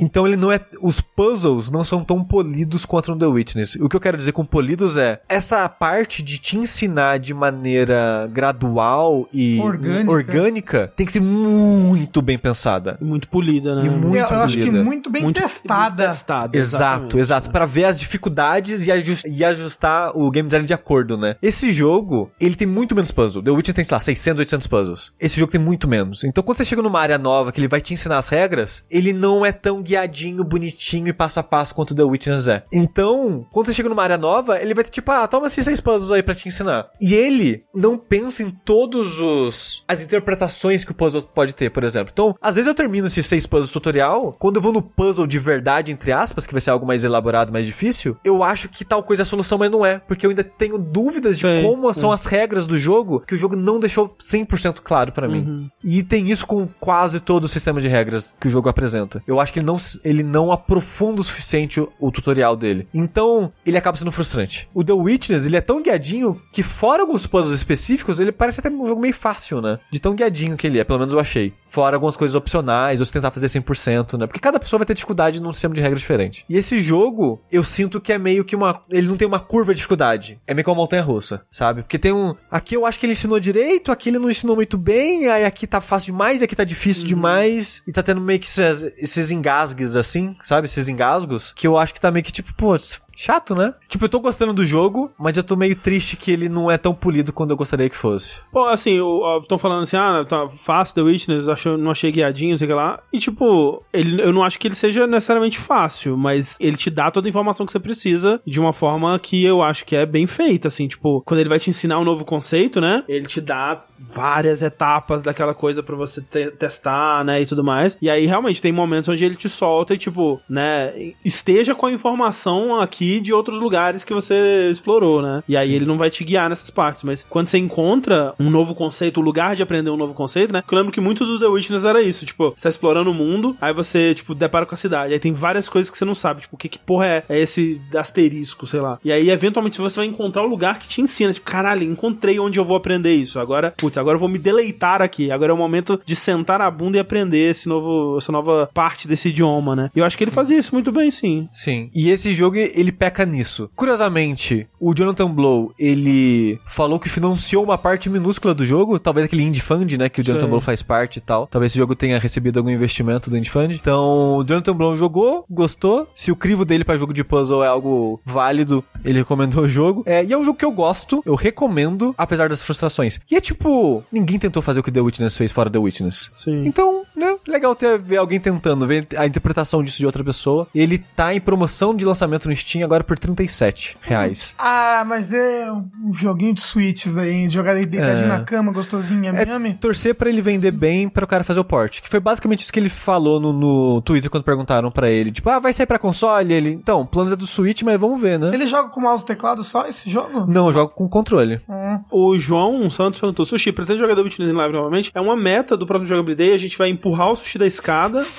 B: Então ele não é. Os puzzles não são tão polidos quanto no The Witness. O que eu quero dizer com polidos é essa parte de te ensinar de maneira gradual e
C: Orgânica.
B: orgânica tem que ser muito bem pensada.
A: E Muito polida, né?
B: E muito
C: eu, eu acho que
B: polida.
C: muito bem
A: Muito-
C: testada.
A: muito testada.
B: Exato,
A: exatamente.
B: exato. Pra ver as dificuldades e, ajus- e ajustar o game design de acordo, né? Esse jogo, ele tem muito menos puzzle. The Witcher tem, sei lá, 600, 800 puzzles. Esse jogo tem muito menos. Então, quando você chega numa área nova que ele vai te ensinar as regras, ele não é tão guiadinho, bonitinho e passo a passo quanto The Witcher é. Então, quando você chega numa área nova, ele vai ter tipo, ah, toma esses seis puzzles aí pra te ensinar. E ele não pensa em todos os as interpretações que o puzzle pode ter, por exemplo. Então, às vezes eu termino esses seis puzzles tutorial, quando eu vou no puzzle de verdade, entre aspas, que vai ser algo mais elaborado, mais difícil, eu acho que tal coisa é a solução, mas não é, porque eu ainda tenho dúvidas de
A: Sim,
B: como
A: sim.
B: são as regras do jogo, que o jogo não deixou 100% claro pra mim. E tem isso com quase todo o sistema de regras que o jogo apresenta. Eu acho que ele não, ele não aprofunda o suficiente o, o tutorial dele. Então, ele acaba sendo frustrante. O The Witness, ele é tão guiadinho que, fora alguns puzzles específicos, ele parece até um jogo meio fácil, né? De tão guiadinho que ele é, pelo menos eu achei. Fora algumas coisas opcionais, ou se tentar fazer 100%, né? Porque cada pessoa vai ter dificuldade num sistema de regra diferente. E esse jogo, eu sinto que é meio que uma. Ele não tem uma curva de dificuldade. É meio que uma montanha russa, sabe? Porque tem um. Aqui eu acho que ele ensinou direito, aqui ele não ensinou muito bem, aí aqui tá fácil demais, e aqui tá difícil demais. E tá tendo meio que esses, esses engasgues assim, sabe? Esses engasgos. Que eu acho que tá meio que tipo, pô, Chato, né? Tipo, eu tô gostando do jogo, mas eu tô meio triste que ele não é tão polido quanto eu gostaria que fosse.
A: Pô, assim, estão falando assim, ah, tá fácil The Witness, achou, não achei guiadinho, não sei o que lá. E, tipo, ele, eu não acho que ele seja necessariamente fácil, mas ele te dá toda a informação que você precisa de uma forma que eu acho que é bem feita, assim. Tipo, quando ele vai te ensinar um novo conceito, né? Ele te dá várias etapas daquela coisa pra você te- testar, né? E tudo mais. E aí, realmente, tem momentos onde ele te solta e, tipo, né? Esteja com a informação aqui de outros lugares que você explorou, né? E aí ele não vai te guiar nessas partes, mas quando você encontra um novo conceito, o lugar de aprender um novo conceito, né? Porque eu lembro que muito do The Witness era isso, tipo, você tá explorando o mundo, aí você, tipo, depara com a cidade, aí tem várias coisas que você não sabe, tipo, o que, que porra é, é esse asterisco, sei lá. E aí, eventualmente, você vai encontrar o lugar que te ensina, tipo, caralho, encontrei onde eu vou aprender isso, agora, putz, agora eu vou me deleitar aqui, agora é o momento de sentar a bunda e aprender esse novo, essa nova parte desse idioma, né? E eu acho que ele fazia isso muito bem, sim.
B: Sim. E esse jogo, ele peca nisso. Curiosamente, o Jonathan Blow, ele falou que financiou uma parte minúscula do jogo, talvez aquele Indie Fund, né, que o Jonathan
A: Sei.
B: Blow faz parte e tal. Talvez esse jogo tenha recebido algum investimento do Indie Fund. Então, o Jonathan Blow jogou, gostou. Se o crivo dele pra jogo de puzzle é algo válido, ele recomendou o jogo. É, e é um jogo que eu gosto, eu recomendo, apesar das frustrações. E é tipo, ninguém tentou fazer o que The Witness fez fora The Witness.
A: Sim.
B: Então, né? Legal ter ver alguém tentando, ver a interpretação disso de outra pessoa. Ele tá em promoção de lançamento no Steam agora por R$ 37 reais.
A: Uhum.
C: Ah, mas é um joguinho de switches aí, jogar deitadinho
B: É.
C: na cama, gostosinho,
B: É
C: miami.
B: torcer pra ele vender bem pra o cara fazer o port. Que foi basicamente isso que ele falou no, no Twitter quando perguntaram pra ele. Tipo, ah, vai sair pra console? Ele, então, planos é do Switch, mas vamos ver, né?
C: Ele joga com mouse e teclado só esse jogo?
B: Não, eu jogo com controle.
A: É.
C: Hum.
A: O João Santos perguntou: Sushi, pretende jogar The Witness em live novamente? É uma meta do próximo Jogabilidade Day. A gente vai empurrar o sushi da escada.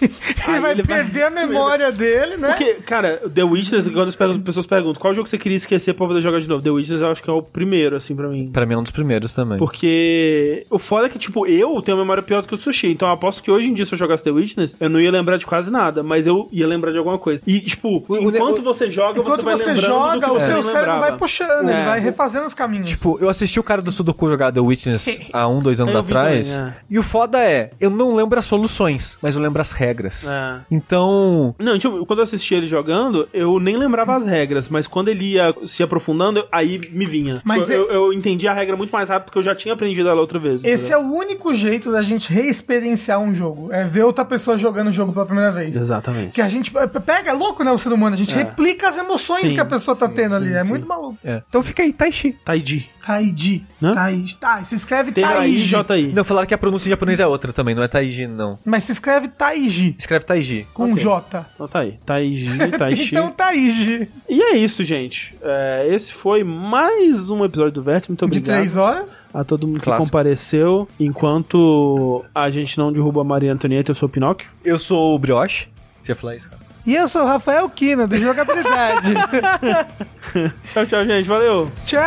C: Ele
A: Aí
C: vai perder né? a memória dele, né?
A: Porque, cara, The Witness, quando as pe- pessoas perguntam qual jogo você queria esquecer pra poder jogar de novo, The Witness eu acho que é o primeiro, assim, pra mim.
B: Pra mim é um dos primeiros também.
A: Porque o foda é que, tipo, eu tenho a memória pior do que o sushi. Então eu aposto que hoje em dia, se eu jogasse The Witness, eu não ia lembrar de quase nada, mas eu ia lembrar de alguma coisa. E, tipo,
B: O- o-
A: enquanto você joga,
C: Enquanto
A: você vai
C: você
A: lembrando. do
C: joga,
A: que
C: o
A: você
C: seu
A: não
C: cérebro
A: lembrava.
C: vai puxando,
A: É.
C: ele vai refazendo os caminhos.
B: Tipo, eu assisti o cara do Sudoku jogar The Witness há um, dois anos
A: Eu vi
B: atrás.
A: também, é.
B: E o foda é, eu não lembro as soluções, mas eu lembro as regras.
A: É.
B: Então,
A: Não, tipo, quando eu assisti ele jogando, eu nem lembrava as regras, mas quando ele ia se aprofundando, eu- aí me vinha.
C: Mas é-
A: Tipo, eu, eu entendi a regra muito mais rápido porque eu já tinha aprendido ela outra vez.
C: Esse é o único jeito da gente reexperienciar um jogo. É ver outra pessoa jogando o jogo pela primeira vez.
A: Exatamente.
C: Que a gente pega, é louco, né, o ser humano? A gente replica as emoções
A: Sim,
C: que a pessoa tá tendo ali.
A: sim,
C: é
A: sim.
C: muito maluco.
B: é. então fica aí, Taishi.
A: Taiji.
C: Taiji.
A: Hã?
C: Taiji. Tá, se escreve Taiji.
A: T-A-I-J-I.
B: Não, falaram que a pronúncia em japonês é outra também, não é Taiji, não.
C: Mas se escreve Taiji.
B: Escreve Taiji.
C: Com
A: Ok.
C: J.
A: Então tá aí. Taiji, Taiji.
C: Então Taiji.
A: E é isso, gente. É, esse foi mais um episódio do Vértice. Muito
C: De
A: obrigado
C: três horas.
A: a todo mundo
B: Clássico.
A: que compareceu. Enquanto a gente não derruba a Maria Antonieta, eu sou o Pinóquio.
B: Eu sou o Brioche. Você ia falar isso, cara?
C: E eu sou o Rafael Kina, do Jogabilidade.
A: Tchau, tchau, gente. Valeu!
C: Tchau!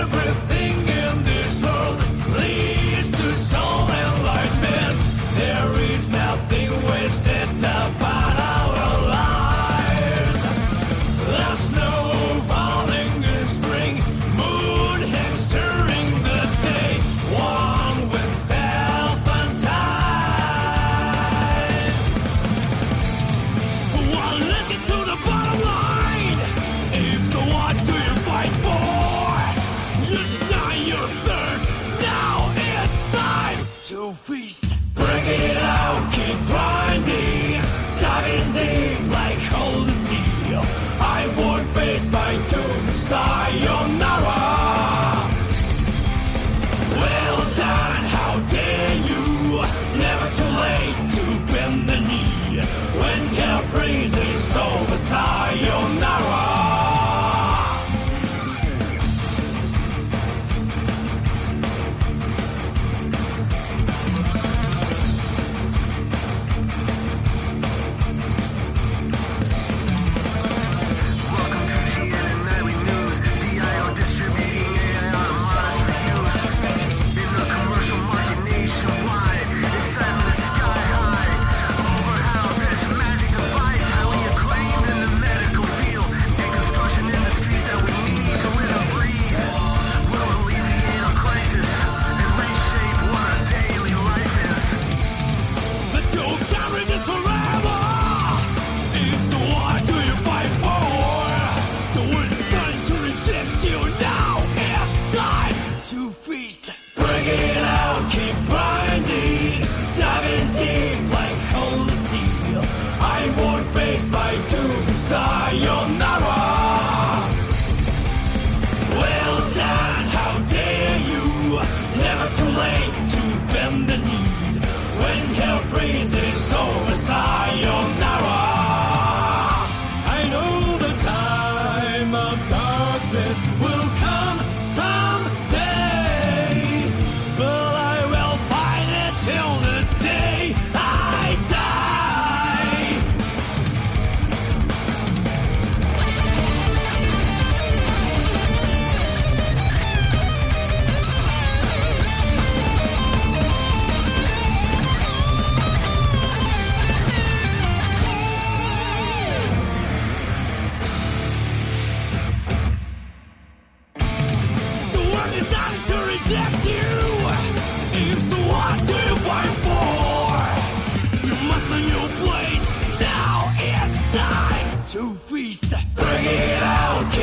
D: Everything in this world leads to some enlightenment. There is nothing wasted about our lives. The snow falling in spring, moon hangs during the day, one with self and time. So uh, let's get to the bottom line. If the what do you fight for? You deny your thirst. Now it's time to feast. Bring it out, keep grinding. Diving deep like cold steel. I won't face my doom. Sayonara. Well done, how dare you? Never too late to bend the knee. When carefree's is over, sayonara. sayonara. Well done, how dare you? Never too late to bend the knee. When hell freezes over, sayonara. I know the time of darkness will come someday. But I will fight it till the day I die. The world designed to reject you. If so, what do you fight for? You must know your place. Now it's time to feast. Bring it out.